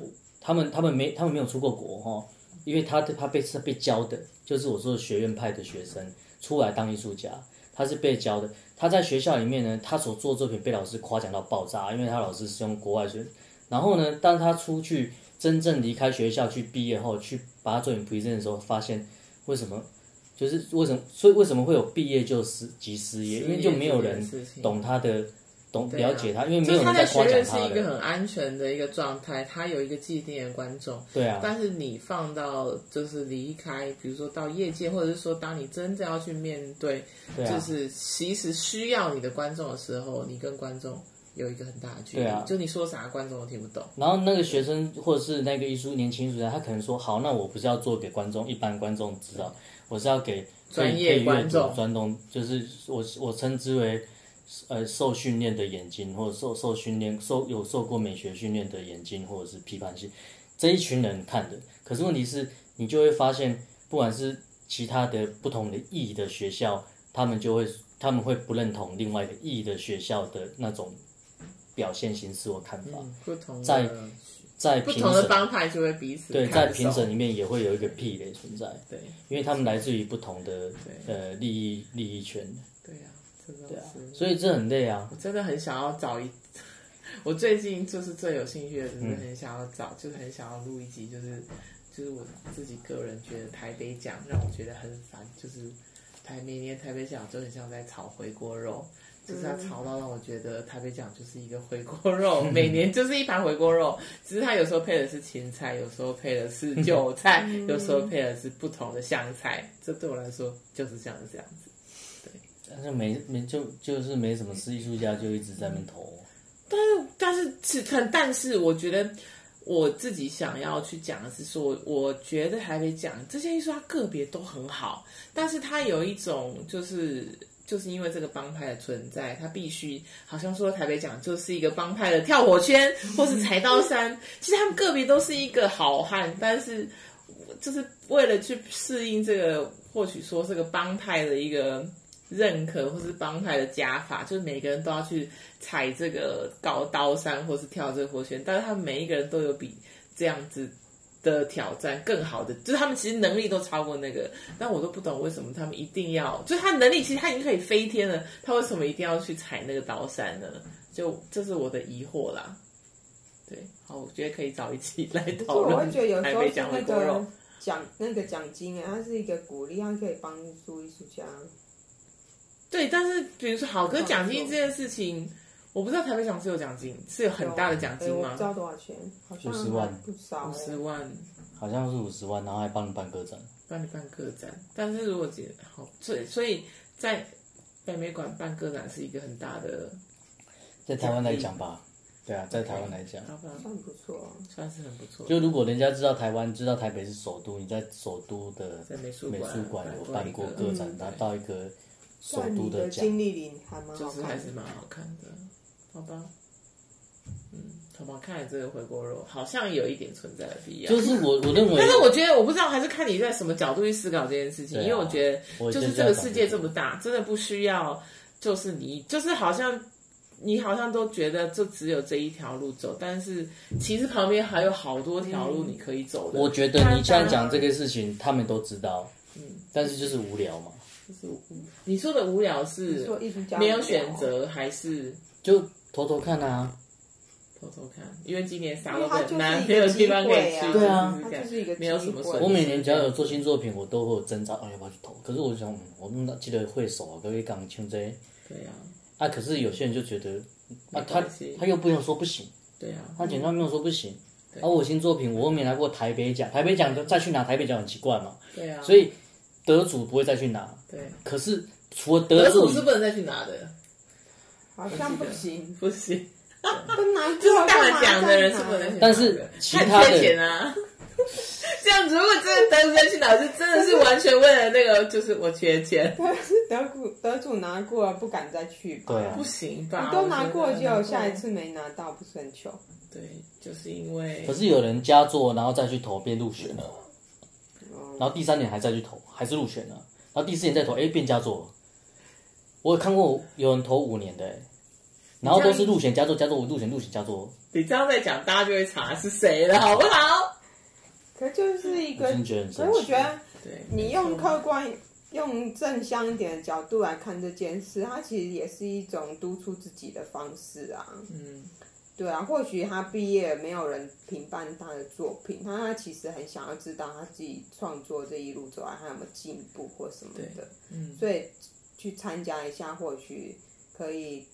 Speaker 3: 他们他们没他们没有出过国哈、哦，因为他他被是被教的，就是我说的学院派的学生出来当艺术家，他是被教的。他在学校里面呢，他所做作品被老师夸奖到爆炸，因为他老师是用国外学。然后呢，当他出去真正离开学校去毕业后，去把他作品 present 的时候，发现为什么？就是为什么？所以为什么会有毕业就失即失业？因为就没有人
Speaker 1: 失业这件事情
Speaker 3: 懂他的，懂
Speaker 1: 对啊
Speaker 3: 了解他，因为没
Speaker 1: 就
Speaker 3: 有
Speaker 1: 是他
Speaker 3: 人
Speaker 1: 在
Speaker 3: 在
Speaker 1: 学
Speaker 3: 夸奖
Speaker 1: 院是
Speaker 3: 他
Speaker 1: 一个
Speaker 3: 的。
Speaker 1: 很安全的一个状态，他有一个既定的观众，
Speaker 3: 对啊，
Speaker 1: 但是你放到就是离开，比如说到业界，或者是说当你真正要去面对，
Speaker 3: 对啊
Speaker 1: 就是其实需要你的观众的时候，你跟观众有一个很大的距离，
Speaker 3: 对啊
Speaker 1: 就你说啥观众都听不懂，
Speaker 3: 然后那个学生或者是那个艺术年轻艺术家，他可能说：“好，那我不是要做给观众一般观众知道，我是要给可以
Speaker 1: 专业
Speaker 3: 可以阅读
Speaker 1: 观众
Speaker 3: 专众，就是我我称之为呃受训练的眼睛，或者受受训练受有受过美学训练的眼睛，或者是批判性这一群人看的。可是问题是，你就会发现，不管是其他的不同的意的学校，他们就会他们会不认同另外一个意的学校的那种表现形式或看法。
Speaker 1: 嗯，不同的
Speaker 3: 在在
Speaker 1: 不
Speaker 3: 评
Speaker 1: 同的
Speaker 3: 审
Speaker 1: 帮派就会彼此
Speaker 3: 对，
Speaker 1: 看
Speaker 3: 在
Speaker 1: 不
Speaker 3: 评
Speaker 1: 爽
Speaker 3: 审里面也会有一个壁垒存在，
Speaker 1: 对
Speaker 3: 因为他们来自于不同的呃利益利益圈，
Speaker 1: 对啊，这种
Speaker 3: 对啊
Speaker 1: 是。，
Speaker 3: 所以这很累啊。
Speaker 1: 我真的很想要找一， 我最近就是最有兴趣的，就是很想要找，就是很想要录一集，就是就是我自己个人觉得台北奖让我觉得很烦，就是台每年台北奖就很像在炒回锅肉，就是它炒到让我觉得台北奖就是一个回锅肉，每年就是一盘回锅肉，只是它有时候配的是芹菜，有时候配的是韭菜，有时候配的是不同的香菜，这对我来说就是像这样子。
Speaker 3: 但是没没就就是没什么是艺术家就一直在那边投，
Speaker 1: 但是是但但是我觉得我自己想要去讲的是说，我觉得台北讲这些艺术家啊个别都很好，但是它有一种就是。就是因为这个帮派的存在，它必须好像说台北讲就是一个帮派的跳火圈，或是柴刀山。其实他们个别都是一个好汉，但是就是为了去适应这个，或许说这个帮派的一个认可，或是帮派的加法，就是每个人都要去踩这个高刀山，或是跳这个火圈，但是他们每一个人都有比这样子的挑战更好的，就是他们其实能力都超过那个，但我都不懂为什么他们一定要，就是他能力其实他已经可以飞天了，他为什么一定要去踩那个刀山呢？就这是我的疑惑啦。对，好，我觉得可以找一期来讨
Speaker 2: 我
Speaker 1: 论。
Speaker 2: 会觉得有时
Speaker 1: 台
Speaker 2: 候
Speaker 1: 北
Speaker 2: 是
Speaker 1: 讲
Speaker 2: 那
Speaker 1: 回锅肉
Speaker 2: 个奖那个奖金啊，它是一个鼓励，它可以帮助艺术家。
Speaker 1: 对，但是比如说好哥奖金这件事情，我不知道台北奖是有奖金，是有很大的奖金
Speaker 2: 哎我不
Speaker 1: 吗
Speaker 2: 知？道多少钱，好像
Speaker 3: 50万
Speaker 2: 还不少、
Speaker 1: 五十
Speaker 2: 欸。
Speaker 1: 万
Speaker 3: 好像是五十万，然后还帮你办个展。
Speaker 1: 帮你办个展，但是如果姐好，所以所以在北美馆办个展是一个很大的，
Speaker 3: 在台湾来讲吧，对啊，在台湾来讲，
Speaker 1: 好吧，
Speaker 2: 算不错，
Speaker 1: 算是很不错。
Speaker 3: 就如果人家知道台湾，知道台北是首都，你在首都的
Speaker 1: 在美术
Speaker 3: 美
Speaker 1: 馆
Speaker 3: 术馆有办过
Speaker 1: 办过一个
Speaker 3: 个嗯展，拿到一个首
Speaker 2: 但
Speaker 3: 都
Speaker 2: 你的
Speaker 3: 奖，
Speaker 2: 经历里还蛮
Speaker 1: 嗯就
Speaker 2: 好
Speaker 1: 是
Speaker 2: 看
Speaker 1: 还
Speaker 2: 的
Speaker 1: 是。蛮好看的，好吧。嗯，好吧，看来这个回锅肉好像有一点存在的必要。
Speaker 3: 就是我我认为，
Speaker 1: 但是我觉得我不知道，还是看你在什么角度去思考这件事情，
Speaker 3: 对
Speaker 1: 因
Speaker 3: 啊
Speaker 1: 为我觉得
Speaker 3: 我
Speaker 1: 就是
Speaker 3: 现
Speaker 1: 这
Speaker 3: 在
Speaker 1: 个
Speaker 3: 反
Speaker 1: 世
Speaker 3: 正
Speaker 1: 界这么大，真的不需要，就是你就是好像你好像都觉得就只有这一条路走，但是其实旁边还有好多条路你可以走的。
Speaker 3: 嗯我觉得你这样讲这个事情，他们都知道，
Speaker 1: 嗯
Speaker 3: 但是就是无聊嘛，
Speaker 1: 就是你说的无聊
Speaker 2: 你
Speaker 1: 是
Speaker 2: 说艺术家
Speaker 1: 没有
Speaker 2: 很好
Speaker 1: 选，择，还是
Speaker 3: 就偷偷看啊，
Speaker 1: 偷偷看？因为今年啥
Speaker 2: 因
Speaker 1: 都
Speaker 2: 为它就是
Speaker 1: 很难，
Speaker 2: 一
Speaker 1: 没有
Speaker 2: 个
Speaker 1: 地
Speaker 2: 机
Speaker 1: 方可以
Speaker 2: 会
Speaker 1: 去
Speaker 2: 啊，
Speaker 1: 就是
Speaker 3: 对啊
Speaker 1: 这
Speaker 2: 它
Speaker 1: 样
Speaker 2: 就是一个
Speaker 1: 没有什
Speaker 2: 机
Speaker 1: 么
Speaker 2: 会
Speaker 1: 损
Speaker 3: 我每年只要有做新作品，我都会有挣扎，哎，要不要去投？可是我想，嗯我那记得会手啊，可以讲清这
Speaker 1: 对啊，
Speaker 3: 啊。可是有些人就觉得，
Speaker 1: 没
Speaker 3: 啊，他
Speaker 1: 关系
Speaker 3: 他又不用说不行，
Speaker 1: 对啊，
Speaker 3: 他简单没有说不行。而、我新作品，我又没拿过台北奖，台北奖就再去拿台北奖很奇怪嘛，
Speaker 1: 对啊，
Speaker 3: 所以得主不会再去拿。
Speaker 1: 对，
Speaker 3: 可是除了
Speaker 1: 得
Speaker 3: 得
Speaker 1: 主
Speaker 3: 主以
Speaker 1: 是不能再去拿的，啊
Speaker 2: 好像不行，
Speaker 1: 不行。
Speaker 2: 都拿
Speaker 1: 就
Speaker 2: 就是
Speaker 1: 大奖的人是不能去拿的，
Speaker 3: 但是其他的
Speaker 1: 很缺钱啊。 这样子，如果真的得罪去哪，是真的是完全为了那个，就是我缺 钱，
Speaker 2: 但是得主得主拿过了，不敢再去吧。
Speaker 3: 对啊
Speaker 1: 不，行吧？
Speaker 2: 你都拿过
Speaker 1: 我
Speaker 2: 了，
Speaker 1: 觉
Speaker 2: 就
Speaker 1: 得
Speaker 2: 有下一。次没拿到，不是很糗。
Speaker 1: 对，就是因为
Speaker 3: 可是有人佳作，然后再去投，变入选了，然后第三年还再去投，还是入选了，然后第四年再投，哎，变佳作了。我有看过有人投五年的、哎然后都是入选佳作，佳作入选入选佳作，
Speaker 1: 你这样在讲，大家就会查是谁了，好不好？
Speaker 2: 可就是一
Speaker 3: 我
Speaker 2: 个，
Speaker 3: 真的觉得很
Speaker 2: 所以
Speaker 3: 神
Speaker 2: 我
Speaker 3: 奇
Speaker 2: 觉。得
Speaker 1: 对，
Speaker 2: 你
Speaker 1: 没
Speaker 2: 用
Speaker 1: 错
Speaker 2: 客观、用正向一点的角度来看这件事，它其实也是一种督促自己的方式啊。
Speaker 1: 嗯，
Speaker 2: 对啊，或许他毕业没有人评判他的作品，但他其实很想要知道他自己创作这一路走来他有没有进步或什么
Speaker 1: 对
Speaker 2: 的，
Speaker 1: 嗯
Speaker 2: 所以去参加一下，或许可以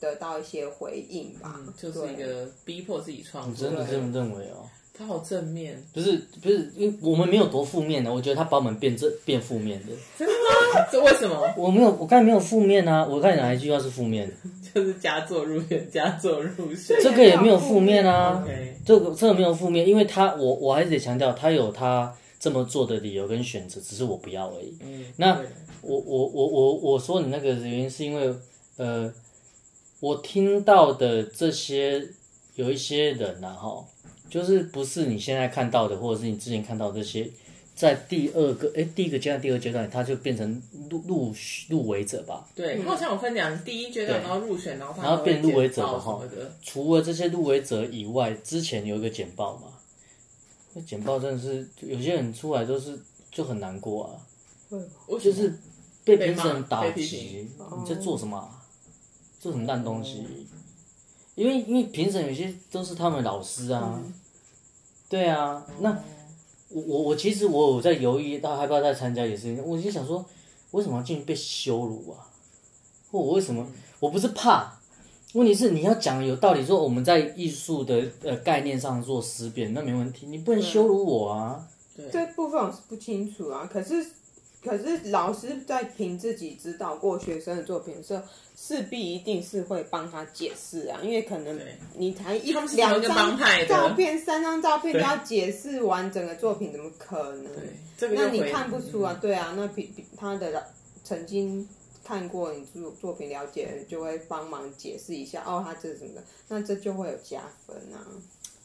Speaker 2: 得到一些回应吧。
Speaker 1: 嗯就是一
Speaker 2: 对
Speaker 1: 个逼迫自己创
Speaker 3: 你
Speaker 1: 作
Speaker 3: 真。的这么认为哦、
Speaker 1: 他好正面，
Speaker 3: 不是不是，因为我们没有多负面的、我觉得他把我们变正变负面的。
Speaker 1: 真的吗？这为什么？
Speaker 3: 我没有，我刚才没有负面啊，我刚才哪一句话是负面 的？
Speaker 1: 就是佳作入选，佳作入选。
Speaker 3: 这个也没有负面啊，
Speaker 1: OK，
Speaker 3: 这个这个没有负面，因为他我我还是得强调，他有他这么做的理由跟选择，只是我不要而已。
Speaker 1: 嗯，
Speaker 3: 那
Speaker 1: 对
Speaker 3: 我我我我我说你那个原因是因为呃，我听到的这些有一些人然、啊、后就是不是你现在看到的，或者是你之前看到的这些，在第二个哎第一个阶段、第二个阶段，他就变成入入入围者吧。
Speaker 1: 对，他好像有分两第一阶段，
Speaker 3: 对
Speaker 1: 然后入选，然后他
Speaker 3: 然后变入围
Speaker 1: 还
Speaker 3: 者
Speaker 1: 会简
Speaker 3: 了
Speaker 1: 报
Speaker 3: 哈
Speaker 1: 什么的，
Speaker 3: 除了这些入围者以外，之前有一个简报嘛，那简报真的是有些人出来都是就很难过啊，
Speaker 1: 我
Speaker 3: 就
Speaker 1: 就是
Speaker 3: 被
Speaker 1: 被
Speaker 3: 评
Speaker 1: 骂
Speaker 3: 审打
Speaker 1: 被批
Speaker 3: 击
Speaker 1: 评，哦
Speaker 3: 你在做什么、啊？这很烂东西。因为因为评审有些都是他们老师啊，对啊，那我我我其实我有在犹豫，到害怕再参加也是，我就想说，为什么要进去被羞辱啊？或我为什么我不是怕？问题是你要讲有道理，说我们在艺术的呃概念上做思辨，那没问题，你不能羞辱我啊。
Speaker 2: 这部分我是不清楚啊，可是可是老师在凭自己指导过学生的作品的时候，势必一定是会帮他解释啊，因为可能
Speaker 1: 对
Speaker 2: 你才一
Speaker 1: 他们是同
Speaker 2: 两
Speaker 1: 一个帮
Speaker 2: 张
Speaker 1: 派的
Speaker 2: 照片、三张照片，你
Speaker 1: 对
Speaker 2: 要解释完整个作品，怎么可能？
Speaker 1: 对，这个嗯
Speaker 2: 那
Speaker 1: 又
Speaker 2: 你
Speaker 1: 回
Speaker 2: 看不出啊，对啊，那比比他的老曾经看过你作作品了解的人，就会帮忙解释一下哦，他这是什么的，那这就会有加分啊。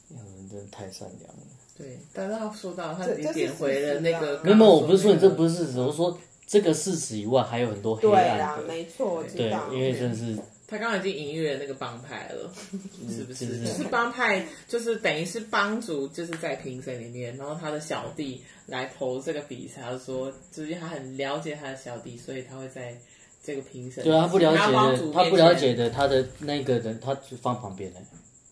Speaker 3: 有人哎真的太善良了。
Speaker 1: 对，但是他说到他
Speaker 2: 这
Speaker 1: 也
Speaker 2: 这是
Speaker 1: 点回了那个
Speaker 2: 事实啊，
Speaker 3: 没有，没有我不是说你这不
Speaker 1: 是
Speaker 3: 是事实，我说这个事实以外还有很多黑
Speaker 2: 对
Speaker 3: 暗
Speaker 2: 啦，
Speaker 3: 的。
Speaker 2: 没错，我知
Speaker 3: 啊对
Speaker 2: 道，。
Speaker 3: 因为真的是
Speaker 1: 他刚刚已经隐喻了那个帮派了，是嗯不是？
Speaker 3: 就是
Speaker 1: 就是帮派，就是等于是帮主，就是在评审里面，然后他的小弟来投这个比赛，他说，就是因为他很了解他的小弟，所以他会在这个评审，
Speaker 3: 对啊，他不了解
Speaker 1: 他帮
Speaker 3: 的，
Speaker 1: 主
Speaker 3: 他不
Speaker 1: 面前
Speaker 3: 了解的，他的那个人，他就放旁边的，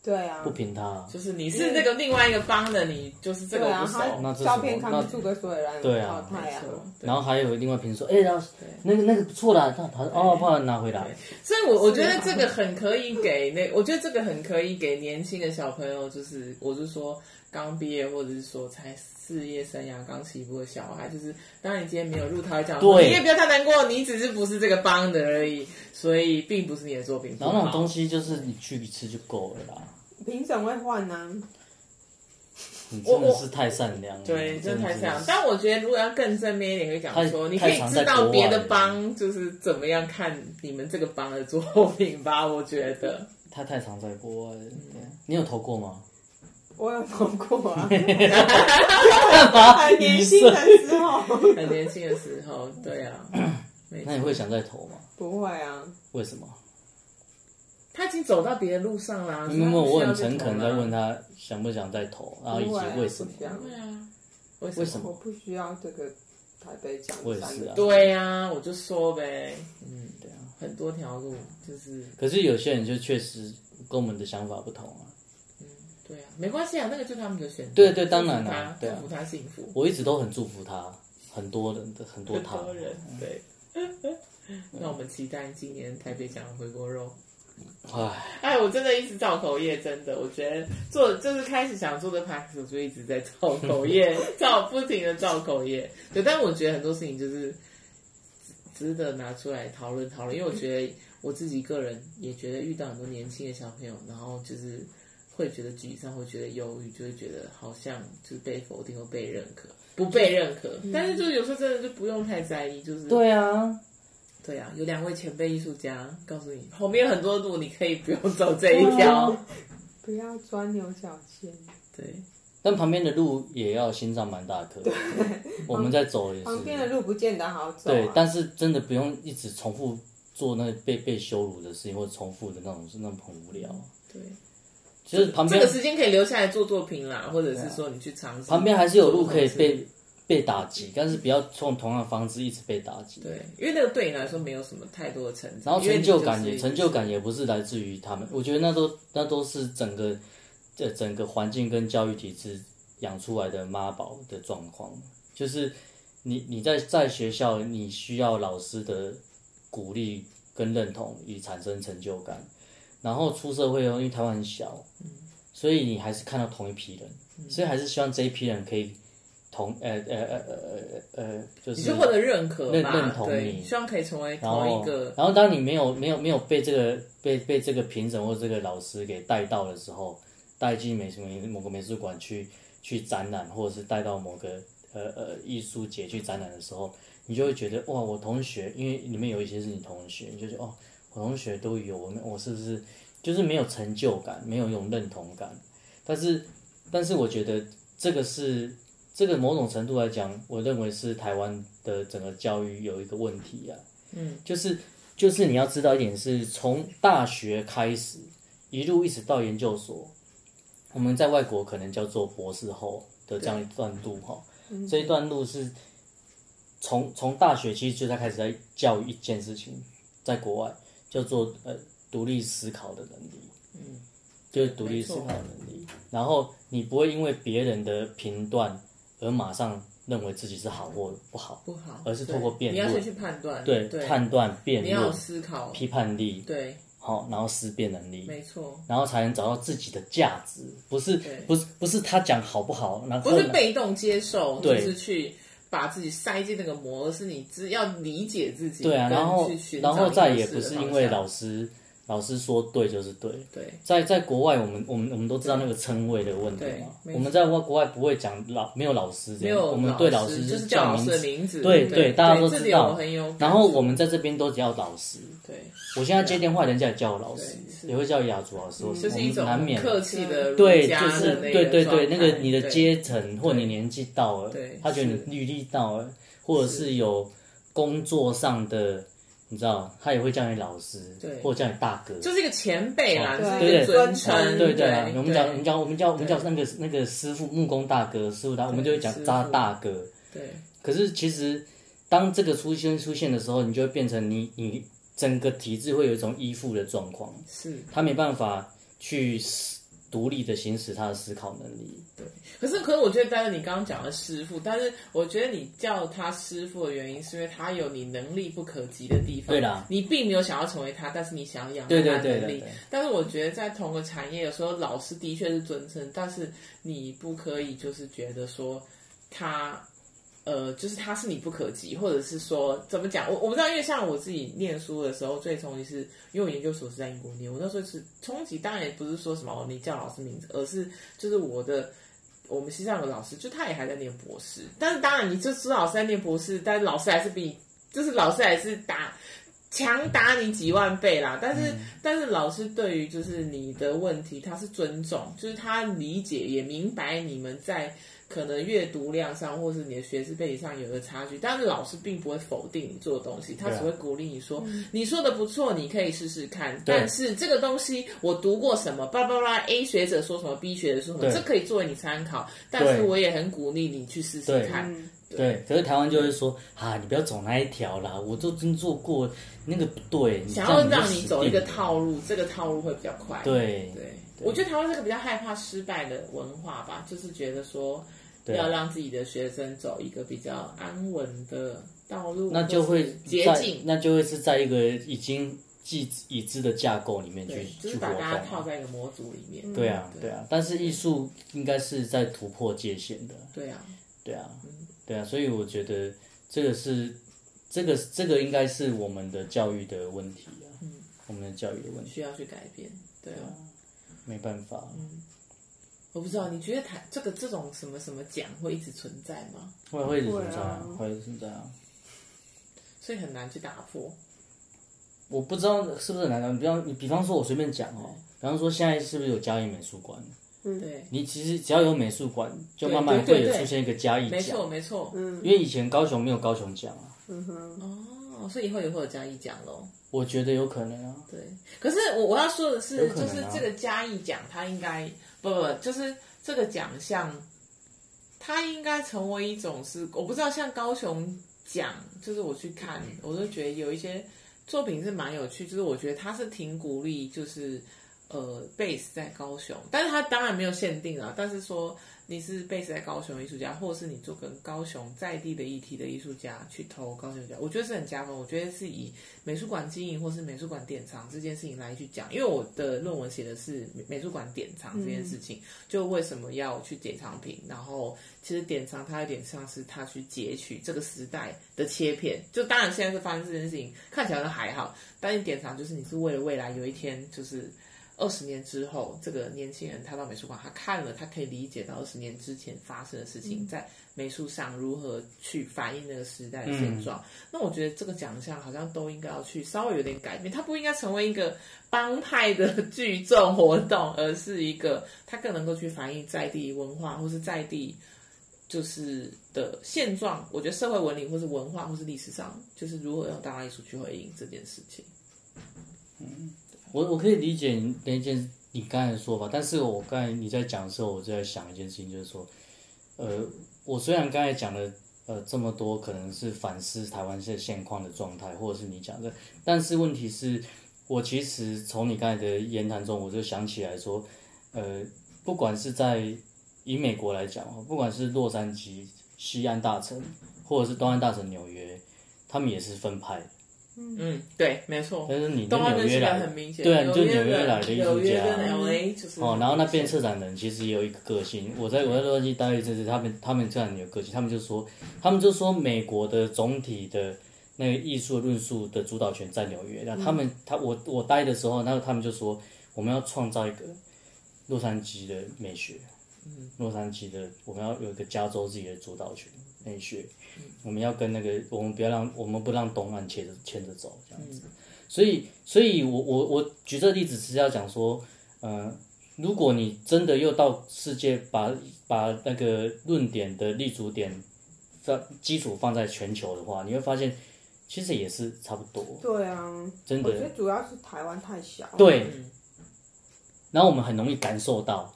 Speaker 2: 对啊
Speaker 3: 不，评他啊。
Speaker 1: 就是你是那个另外一个帮的，你就是这个
Speaker 2: 对
Speaker 1: 我
Speaker 2: 啊
Speaker 1: 不，熟，
Speaker 2: 他
Speaker 3: 那这是
Speaker 2: 照
Speaker 3: 什
Speaker 2: 片
Speaker 3: 么
Speaker 2: 看
Speaker 3: 那
Speaker 2: 不出个所有人
Speaker 3: 对
Speaker 2: 淘
Speaker 3: 啊
Speaker 2: 汰啊
Speaker 1: 没。错对
Speaker 3: 然后还有另外评说，哎、老师，那个那个不错啦，他他哦，帮我拿回来。
Speaker 1: 所以我，我觉得这个很可以给那， 我觉得这个很可以给年轻的小朋友，就是我是说刚毕业或者是说才事业生涯刚起步的小孩，就是当你今天没有入他会讲说，
Speaker 3: 对
Speaker 1: 你也不要太难过，你只是不是这个帮的而已，所以并不是你的作品不
Speaker 3: 然后那种
Speaker 1: 好。
Speaker 3: 东西就是你去一次就够了啦，
Speaker 2: 评审会换啊，
Speaker 3: 你真的是太善良了，
Speaker 1: 对，真的
Speaker 3: 真的
Speaker 1: 太
Speaker 3: 是
Speaker 1: 像。但我觉得如果要更正面一点，会讲说，
Speaker 3: 太
Speaker 1: 你可以
Speaker 3: 太常
Speaker 1: 知
Speaker 3: 在
Speaker 1: 道
Speaker 3: 国
Speaker 1: 别
Speaker 3: 外
Speaker 1: 的
Speaker 3: 了
Speaker 1: 帮就是怎么样看你们这个帮的作品吧，我觉得。
Speaker 3: 他太常在国外了。对你有投过吗？
Speaker 2: 我有投过 啊，
Speaker 3: 干嘛？
Speaker 2: 很年轻的时候
Speaker 1: 很年轻的时候，对啊，没
Speaker 3: 那你
Speaker 1: 错
Speaker 3: 会想再投吗？
Speaker 2: 不会啊，
Speaker 3: 为什么？
Speaker 1: 他已经走到别的路上啦。
Speaker 3: 因为嗯我很诚恳在问
Speaker 1: 他。
Speaker 3: 他想不想再投，然后以
Speaker 2: 不会啊
Speaker 3: 及为什么
Speaker 2: 不？需要
Speaker 1: 对啊，为
Speaker 3: 为什么
Speaker 2: 我不需要这个台北奖
Speaker 3: 我也
Speaker 2: 三
Speaker 3: 是
Speaker 2: 个
Speaker 3: 啊。
Speaker 1: 对啊，我就说呗，嗯，
Speaker 3: 对啊。
Speaker 1: 很多条路就是，
Speaker 3: 可是有些人就确实跟我们的想法不同啊。
Speaker 1: 对啊，没关系啊，那个就是他们的选择。
Speaker 3: 对对当然啦
Speaker 1: 祝
Speaker 3: 对
Speaker 1: 福
Speaker 3: 啊
Speaker 1: 他，祝福他幸福。
Speaker 3: 我一直都很祝福他，很多人的很多
Speaker 1: 很
Speaker 3: 他。
Speaker 1: 多啊人对。
Speaker 3: 嗯
Speaker 1: 那我们期待今年台北奖的回锅肉。
Speaker 3: 唉，
Speaker 1: 哎，我真的一直造口业，真的，我觉得做就是开始想做的 p a c k 我就一直在造口业，造不停的造口业。对，但我觉得很多事情就是值得拿出来讨论讨论，因为我觉得我自己个人也觉得遇到很多年轻的小朋友，然后就是会觉得沮丧，会觉得忧郁，就会觉得好像就是被否定或被认可，不被认可。但是就是有时候真的就不用太在意，就是
Speaker 3: 对啊，
Speaker 1: 对啊，有两位前辈艺术家告诉你，后面有很多路，你可以不用走这一条。
Speaker 2: 不要钻牛角尖，
Speaker 1: 对，
Speaker 3: 但旁边的路也要心脏蛮大颗的。我们在走也是。
Speaker 2: 旁边的路不见得好走、啊。
Speaker 3: 对，但是真的不用一直重复做那被被羞辱的事情，或者重复的那种，是那种很无聊啊。
Speaker 1: 对，
Speaker 3: 就是旁
Speaker 1: 这
Speaker 3: 边啊
Speaker 1: 个时间可以留下来做作品啦，或者是说你去尝试。
Speaker 3: 旁边还是有路可以
Speaker 1: 做这种事。
Speaker 3: 被被打击，但是不要用同样的方式一直被打击。
Speaker 1: 对，因为那个对你来说没有什么太多的成长，
Speaker 3: 然后成就感
Speaker 1: 因为
Speaker 3: 也
Speaker 1: 你是
Speaker 3: 成就感也不是来自于他们，我觉得那都那都是整个这整个环境跟教育体制养出来的妈宝的状况，就是你你在在学校你需要老师的鼓励跟认同以产生成就感，然后出社会后因为台湾很小，
Speaker 1: 嗯
Speaker 3: 所以你还是看到同一批人，所以还是希望这一批人可以同呃呃呃呃呃呃就
Speaker 1: 你
Speaker 3: 是
Speaker 1: 是获得认可
Speaker 3: 认
Speaker 1: 吧，
Speaker 3: 认同
Speaker 1: 对
Speaker 3: 你
Speaker 1: 希望可以成为
Speaker 3: 然
Speaker 1: 同
Speaker 3: 后
Speaker 1: 一个，
Speaker 3: 然后当你没有没有没有被这个被被这个评审或这个老师给带到的时候，带进美术某个美术馆去去展览，或者是带到某个呃呃艺术节去展览的时候，你就会觉得哇，我同学，因为里面有一些是你同学，你就觉得哦，我同学都有，我我是不是就是没有成就感，没有一种认同感？但是但是我觉得这个是这个某种程度来讲，我认为是台湾的整个教育有一个问题啊。就是就是你要知道一点是，从大学开始一路一直到研究所，我们在外国可能叫做博士后的这样一段路哈，这一段路是从从大学其实就在开始在教育一件事情，在国外叫做呃独立思考的能力，嗯，就是独立思考能力。然后你不会因为别人的评断而马上认为自己是好或不好，
Speaker 1: 不好，
Speaker 3: 而是
Speaker 1: 对
Speaker 3: 透过辩
Speaker 1: 你要先
Speaker 3: 论
Speaker 1: 去判断，
Speaker 3: 对
Speaker 1: 对，
Speaker 3: 判断、辩
Speaker 1: 你要有
Speaker 3: 论、
Speaker 1: 思考，
Speaker 3: 批判力，
Speaker 1: 对，
Speaker 3: 好、然后思辨能力，
Speaker 1: 没错，
Speaker 3: 然后才能找到自己的价值，不是
Speaker 1: 对
Speaker 3: 不是不是他讲好不好，然后
Speaker 1: 不是被动接受，就
Speaker 3: 对
Speaker 1: 是去把自己塞进那个膜，而是你只要理解自己，
Speaker 3: 对啊，
Speaker 1: 跟
Speaker 3: 然后
Speaker 1: 去寻找
Speaker 3: 然后再也
Speaker 1: 一
Speaker 3: 不
Speaker 1: 个适合
Speaker 3: 是
Speaker 1: 的
Speaker 3: 因为
Speaker 1: 方向
Speaker 3: 老师老师说对就是对，
Speaker 1: 对
Speaker 3: 在在国外我们我们我们都知道那个称谓的问题
Speaker 1: 对
Speaker 3: 嘛
Speaker 1: 没，
Speaker 3: 我们在外国外不会讲老没有老师这
Speaker 1: 没
Speaker 3: 样，
Speaker 1: 有
Speaker 3: 我们对
Speaker 1: 老
Speaker 3: 师
Speaker 1: 就是
Speaker 3: 叫
Speaker 1: 老
Speaker 3: 名
Speaker 1: 师
Speaker 3: 字
Speaker 1: 的名字，
Speaker 3: 对
Speaker 1: 对，
Speaker 3: 大家都
Speaker 1: 这
Speaker 3: 知
Speaker 1: 里我
Speaker 3: 道
Speaker 1: 很有感触，
Speaker 3: 然后我们在这边都叫老师，
Speaker 1: 对，
Speaker 3: 我现在接电话，人家也叫我老师
Speaker 1: 对，是嗯
Speaker 3: 也会叫雅竹老师，我
Speaker 1: 就是一
Speaker 3: 我们
Speaker 1: 种
Speaker 3: 难免
Speaker 1: 客气的儒
Speaker 3: 对，
Speaker 1: 家
Speaker 3: 就
Speaker 1: 的
Speaker 3: 是
Speaker 1: 那个
Speaker 3: 对对对，
Speaker 1: 状
Speaker 3: 那
Speaker 1: 态
Speaker 3: 个你的
Speaker 1: 对
Speaker 3: 阶层或
Speaker 1: 对
Speaker 3: 你年纪到了
Speaker 1: 对，
Speaker 3: 他觉得你
Speaker 1: 是
Speaker 3: 履历到了，或者是有工作上的，你知道，他也会叫你老师，
Speaker 1: 对
Speaker 3: 或者叫你大哥，
Speaker 1: 就是一个前辈啦，
Speaker 2: 哦
Speaker 1: 就是一个
Speaker 3: 对
Speaker 1: 尊
Speaker 3: 啊
Speaker 1: 称，
Speaker 3: 对
Speaker 1: 对
Speaker 3: 啊，我们讲我们讲我们叫我们
Speaker 1: 对
Speaker 3: 叫那个那个师傅木工大哥师傅大，我们就会讲
Speaker 1: 师
Speaker 3: 扎
Speaker 1: 傅
Speaker 3: 大哥，
Speaker 1: 对
Speaker 3: 可是其实当这个出现出现的时候，你就会变成你你整个体制会有一种依附的状况，
Speaker 1: 是。
Speaker 3: 他没办法去思独立的行使他的思考能力。
Speaker 1: 可是，可是我觉得，但是你刚刚讲的师傅，但是我觉得你叫他师傅的原因，是因为他有你能力不可及的地方。
Speaker 3: 对啦
Speaker 1: 你并没有想要成为他，但是你想要养
Speaker 3: 对
Speaker 1: 成他
Speaker 3: 对
Speaker 1: 的
Speaker 3: 对
Speaker 1: 能
Speaker 3: 对
Speaker 1: 力
Speaker 3: 对。
Speaker 1: 但是我觉得，在同个产业，有时候老师的确是尊称，但是你不可以就是觉得说他。呃，就是他是你不可及，或者是说怎么讲？我我不知道，因为像我自己念书的时候，最冲击是因为我研究所是在英国念，我那时候是冲击，当然也不是说什么、哦、你叫老师名字，而是就是我的我们系上的老师，就他也还在念博士，但是当然你就知道老师在念博士，但是老师还是比你就是老师还是打强打你几万倍啦。但
Speaker 3: 嗯
Speaker 1: 是、但是老师对于就是你的问题，他是尊重，就是他理解也明白你们在。可能阅读量上，或是你的学识背景上有个差距，但是老师并不会否定你做的东西，他
Speaker 3: 对啊
Speaker 1: 只会鼓励你说：“你说的不错，你可以试试看。”
Speaker 3: 对
Speaker 1: 但是这个东西我读过什么，巴拉巴拉，A 学者说什么，B 学者说什么，
Speaker 3: 对
Speaker 1: 这可以作为你参考。但是我也很鼓励你去试试看。
Speaker 2: 嗯，
Speaker 3: 对，可是台湾就会说啊，你不要走那一条啦，我都真做过，那个不对，你这
Speaker 1: 想
Speaker 3: 样
Speaker 1: 要
Speaker 3: 就
Speaker 1: 让你
Speaker 3: 死
Speaker 1: 走一
Speaker 3: 定
Speaker 1: 个
Speaker 3: 了
Speaker 1: 套路，这个套路会比较快。
Speaker 3: 对
Speaker 1: 对，我觉得台湾是个比较害怕失败的文化吧，就是觉得说
Speaker 3: 对
Speaker 1: 要让自己的学生走一个比较安稳的道路，
Speaker 3: 那就
Speaker 1: 或
Speaker 3: 会
Speaker 1: 是捷
Speaker 3: 在
Speaker 1: 径。
Speaker 3: 那就会是在一个已经既已知的架构里面去
Speaker 1: 对，就
Speaker 3: 去
Speaker 1: 是
Speaker 3: 活
Speaker 1: 把
Speaker 3: 动
Speaker 1: 大家套
Speaker 3: 啊。
Speaker 1: 在一个模组里面。
Speaker 3: 对啊，
Speaker 1: 对
Speaker 3: 对啊，但是艺术应该是在突破界限的，
Speaker 1: 对啊，
Speaker 3: 对啊，对啊，所以我觉得这个是这个这个应该是我们的教育的问题啊，
Speaker 1: 嗯
Speaker 3: 我们的教育的问题，
Speaker 1: 需要去改变。对啊。
Speaker 3: 没办法，
Speaker 1: 嗯我不知道，你觉得台这个这种什么什么奖会一直存在吗？
Speaker 3: 会会一直
Speaker 2: 会
Speaker 3: 存在啊
Speaker 2: 啊，
Speaker 3: 会一直存在啊。
Speaker 1: 所以很难去打破。
Speaker 3: 我不知道是不是很难搞，你比方你比方说，我随便讲哦，比方说现在是不是有嘉义美术馆？
Speaker 1: 对，
Speaker 3: 你其实只要有美术馆，就
Speaker 1: 对
Speaker 3: 慢慢
Speaker 1: 对
Speaker 3: 会
Speaker 1: 对
Speaker 3: 有
Speaker 1: 对
Speaker 3: 出现一个嘉义
Speaker 1: 没
Speaker 3: 奖，
Speaker 1: 错没错。
Speaker 2: 嗯
Speaker 3: 因为以前高雄没有高雄奖啊，
Speaker 2: 嗯哼，
Speaker 1: 哦，所以以后也会有嘉义奖喽。
Speaker 3: 我觉得有可能啊，
Speaker 1: 对，可是我我要说的是，
Speaker 3: 有可
Speaker 1: 就
Speaker 3: 能啊
Speaker 1: 是这个嘉义奖，它应该不不，不就是这个奖项，它应该成为一种是我不知道，像高雄奖，就是我去看，
Speaker 3: 嗯
Speaker 1: 我都觉得有一些作品是蛮有趣，就是我觉得它是挺鼓励，就是呃，base 在高雄，但是它当然没有限定啊，但是说你是 base 在高雄的艺术家，或者是你做跟高雄在地的议题的艺术家去投高雄奖，我觉得是很加分，我觉得是以。美术馆经营或是美术馆典藏这件事情来去讲，因为我的论文写的是美美术馆典藏这件事情，就为什么要去典藏品，然后其实典藏它有点像是它去截取这个时代的切片，就当然现在是发生这件事情看起来都还好，但是典藏就是你是为了未来有一天就是。二十年之后，这个年轻人他到美术馆，他看了，他可以理解到二十年之前发生的事情，在美术上如何去反映那个时代的现
Speaker 3: 嗯
Speaker 1: 状。那我觉得这个奖项好像都应该要去稍微有点改变，它不应该成为一个帮派的聚众活动，而是一个它更能够去反映在地文化或是在地就是的现状。我觉得社会文理或是文化或是历史上，就是如何用当代艺术去回应这件事情。
Speaker 3: 我我可以理解你那件你刚才的说法，但是我刚才你在讲的时候，我就在想一件事情，就是说，呃，我虽然刚才讲的呃这么多，可能是反思台湾现现况的状态，或者是你讲的，但是问题是，我其实从你刚才的言谈中，我就想起来说，呃，不管是在以美国来讲哦，不管是洛杉矶、西岸大城，或者是东岸大城纽约，他们也是分派。
Speaker 1: 嗯，对，没错。
Speaker 3: 但是你
Speaker 1: 东
Speaker 3: 跟
Speaker 1: 岸
Speaker 3: 纽
Speaker 1: 跟
Speaker 3: 约
Speaker 1: 西岸
Speaker 3: 来
Speaker 1: 很明显，
Speaker 3: 对啊，你就
Speaker 1: 纽
Speaker 3: 纽约
Speaker 1: 人
Speaker 3: 来的艺
Speaker 1: 纽
Speaker 3: 术
Speaker 1: 约
Speaker 3: 家
Speaker 1: 跟
Speaker 3: 啊。
Speaker 1: LA 就是
Speaker 3: 哦，然后那边
Speaker 1: 是
Speaker 3: 策展人其实也有一个个性，我在我在洛杉矶待一阵子，他们他们策展人有个性，他们就说，他们就说美国的总体的那个艺术论述的主导权在纽约，那他
Speaker 1: 嗯
Speaker 3: 们、他我我待的时候，那他们就说我们要创造一个洛杉矶的美学，嗯，洛杉矶的我们要有一个加州自己的主导权美学，
Speaker 1: 嗯
Speaker 3: 我们要跟那个我们不要让我们不让东岸牵着牵着走这样子，
Speaker 1: 嗯
Speaker 3: 所以所以我我我举这个例子是要讲说，嗯、如果你真的又到世界把把那个论点的立足点放基础放在全球的话，你会发现其实也是差不多，
Speaker 2: 对啊，
Speaker 3: 真
Speaker 2: 我觉得
Speaker 3: 的
Speaker 2: 主要是台湾太小。
Speaker 3: 对。
Speaker 1: 嗯
Speaker 3: 然后我们很容易感受到，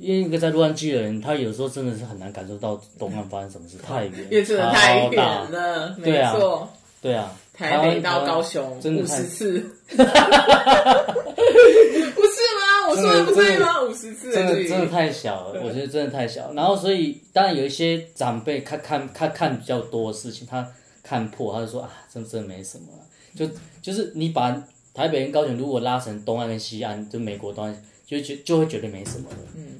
Speaker 3: 因为一个在洛杉矶的人，他有时候真的是很难感受到东岸发 生什么事，太远，
Speaker 1: 因为真的
Speaker 3: 超
Speaker 1: 太
Speaker 3: 大
Speaker 1: 远了，没
Speaker 3: 对啊
Speaker 1: 错。
Speaker 3: 对啊，
Speaker 1: 台北
Speaker 3: 台
Speaker 1: 到
Speaker 3: 湾
Speaker 1: 高雄
Speaker 3: 真的
Speaker 1: 五
Speaker 3: 太
Speaker 1: 十次， 不是吗？我说的不对吗？五十次
Speaker 3: 真
Speaker 1: 的
Speaker 3: 的
Speaker 1: 距
Speaker 3: 真的
Speaker 1: 离，
Speaker 3: 太小了，我觉得真的太小。然后所以当然有一些长辈他看他看比较多的事情，他看破，他就说啊，真真的没什么啊、就就是你把台北跟高雄如果拉成东岸跟西岸，就美国东岸，就觉就会觉得没什么了。嗯，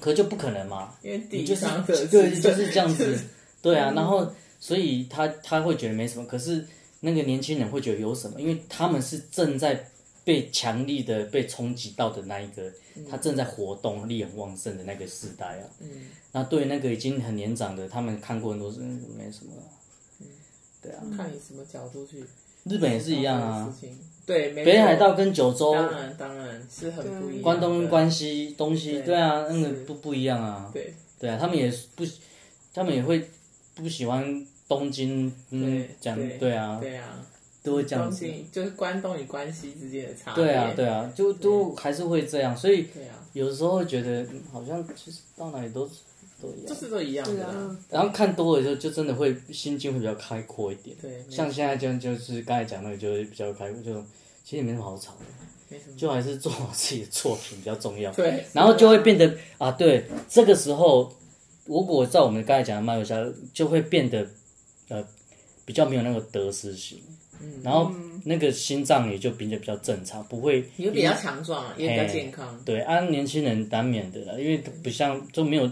Speaker 3: 可就不可能嘛，
Speaker 1: 因为
Speaker 3: 你
Speaker 1: 地
Speaker 3: 就是
Speaker 1: 上的
Speaker 3: 对，就是这样 子，对啊。然后所以他他会觉得没什么，可是那个年轻人会觉得有什么，因为他们是正在被强力的被冲击到的那一个，
Speaker 1: 嗯
Speaker 3: 他正在活动力很旺盛的那个时代啊。嗯，那对那个已经很年长的，他们看过很多事，嗯没什么啊、对啊，
Speaker 1: 看你什么角度去。
Speaker 3: 日本也是一样啊，
Speaker 1: 事情，对，没错
Speaker 3: 北海道跟九州、
Speaker 1: 当然当然是很不一样的。
Speaker 3: 关东跟关西、东西，
Speaker 1: 对
Speaker 3: 对啊，那个
Speaker 1: 是
Speaker 3: 不不一样啊。
Speaker 1: 对
Speaker 3: 对啊，他们也是不喜，他们也会不喜欢东京，嗯
Speaker 1: 对，
Speaker 3: 讲
Speaker 1: 对
Speaker 3: 对啊，
Speaker 1: 对啊，
Speaker 3: 都会这样
Speaker 1: 关
Speaker 3: 子。
Speaker 1: 西就是关东与关西之间的差别。
Speaker 3: 对啊，对啊，就都还是会这样，所以
Speaker 1: 对啊，
Speaker 3: 有时候会觉得嗯好像其实到哪里都都一
Speaker 1: 就
Speaker 3: 样。
Speaker 1: 是都一样
Speaker 2: 是
Speaker 1: 的啦。
Speaker 2: 啊，
Speaker 3: 然后看多了就就真的会心啊境会比较开阔一点。
Speaker 1: 对，没
Speaker 3: 像现在这样就是刚才讲那个就会比较开阔，就其实也没什么好吵的，
Speaker 1: 没什么。
Speaker 3: 就还是做好自己的作品比较重要。
Speaker 1: 对，
Speaker 3: 然后就会变得啊，对，这个时候如果在我们刚才讲的漫游侠，就会变得呃比较没有那个得失心，嗯、然后那个心脏也就比较比较正常，不会
Speaker 1: 你会比较强壮，啊也比较健康。
Speaker 3: 对啊，年轻人难免的啦，因为不像就没有，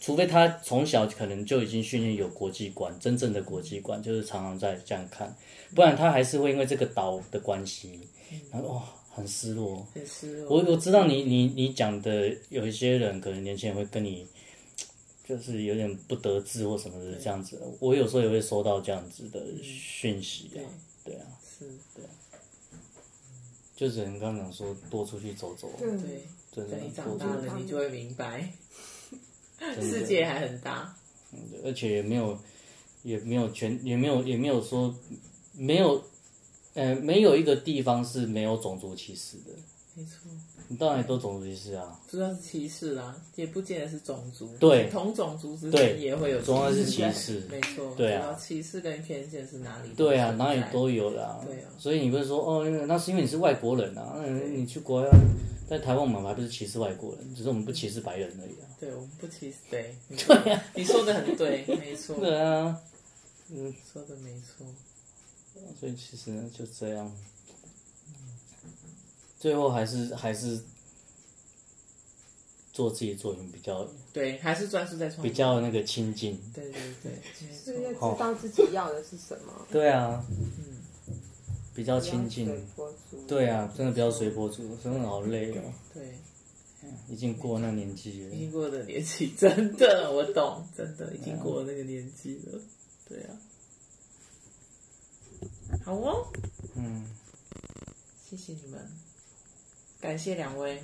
Speaker 3: 除非他从小可能就已经训练有国际观，真正的国际观就是常常在这样看，不然他还是会因为这个岛的关系，然后哦很失落，
Speaker 1: 很失落。
Speaker 3: 我我知道你你你讲的有一些人可能年轻人会跟你，就是有点不得志或什么的这样子。我有时候也会收到这样子的
Speaker 1: 嗯
Speaker 3: 讯息啊，对啊，
Speaker 1: 是，
Speaker 3: 就只能刚刚讲说多出去走走，
Speaker 2: 对
Speaker 1: 对，
Speaker 3: 真的
Speaker 1: 等你长
Speaker 3: 多
Speaker 1: 大
Speaker 3: 出
Speaker 1: 了，你就会明白，
Speaker 3: 啊真的
Speaker 1: 世界还很大。
Speaker 3: 而且也没有也没有全也没有也没有说没有，呃，没有一个地方是没有种族歧视的，
Speaker 1: 没错，
Speaker 3: 你当然都种族歧视啊，
Speaker 1: 主要是歧视啦，也不见得是种族，
Speaker 3: 对
Speaker 1: 同种族之间
Speaker 3: 对
Speaker 1: 也会有
Speaker 3: 主要是歧
Speaker 1: 在
Speaker 3: 视
Speaker 1: 没错，
Speaker 3: 对啊
Speaker 1: 主要歧视跟偏见是哪里？
Speaker 3: 对啊，哪里都有啦、
Speaker 1: 对啊
Speaker 3: 所以你会说哦，那个那是因为你是外国人啊，那你去国外，在台湾我们还不是歧视外国人，只是我们不歧视白人而已啊。
Speaker 1: 对，我们不歧视，对， 对呀，你说的很对，没错，
Speaker 3: 对啊，
Speaker 1: 说的没错，
Speaker 3: 所以其实呢就这样，最后还是还是做自己作品比较
Speaker 1: 对，还是专注在创
Speaker 3: 比
Speaker 1: 作，
Speaker 3: 较那个亲近。
Speaker 1: 对对对，没
Speaker 2: 是不
Speaker 1: 错，嗯
Speaker 2: 是要知道自己要的是什么？
Speaker 3: 对啊，比较亲近
Speaker 2: 不。要随波逐流
Speaker 3: 对啊，真的不要随波逐流，真的好累哦，
Speaker 1: 对，
Speaker 3: 已经过那年纪
Speaker 1: 已
Speaker 3: 了。
Speaker 1: 经过了年纪，真的，我懂，真的已经过了那个年纪了，对啊，好哦，哦
Speaker 3: 嗯，
Speaker 1: 谢谢你们，感谢两位，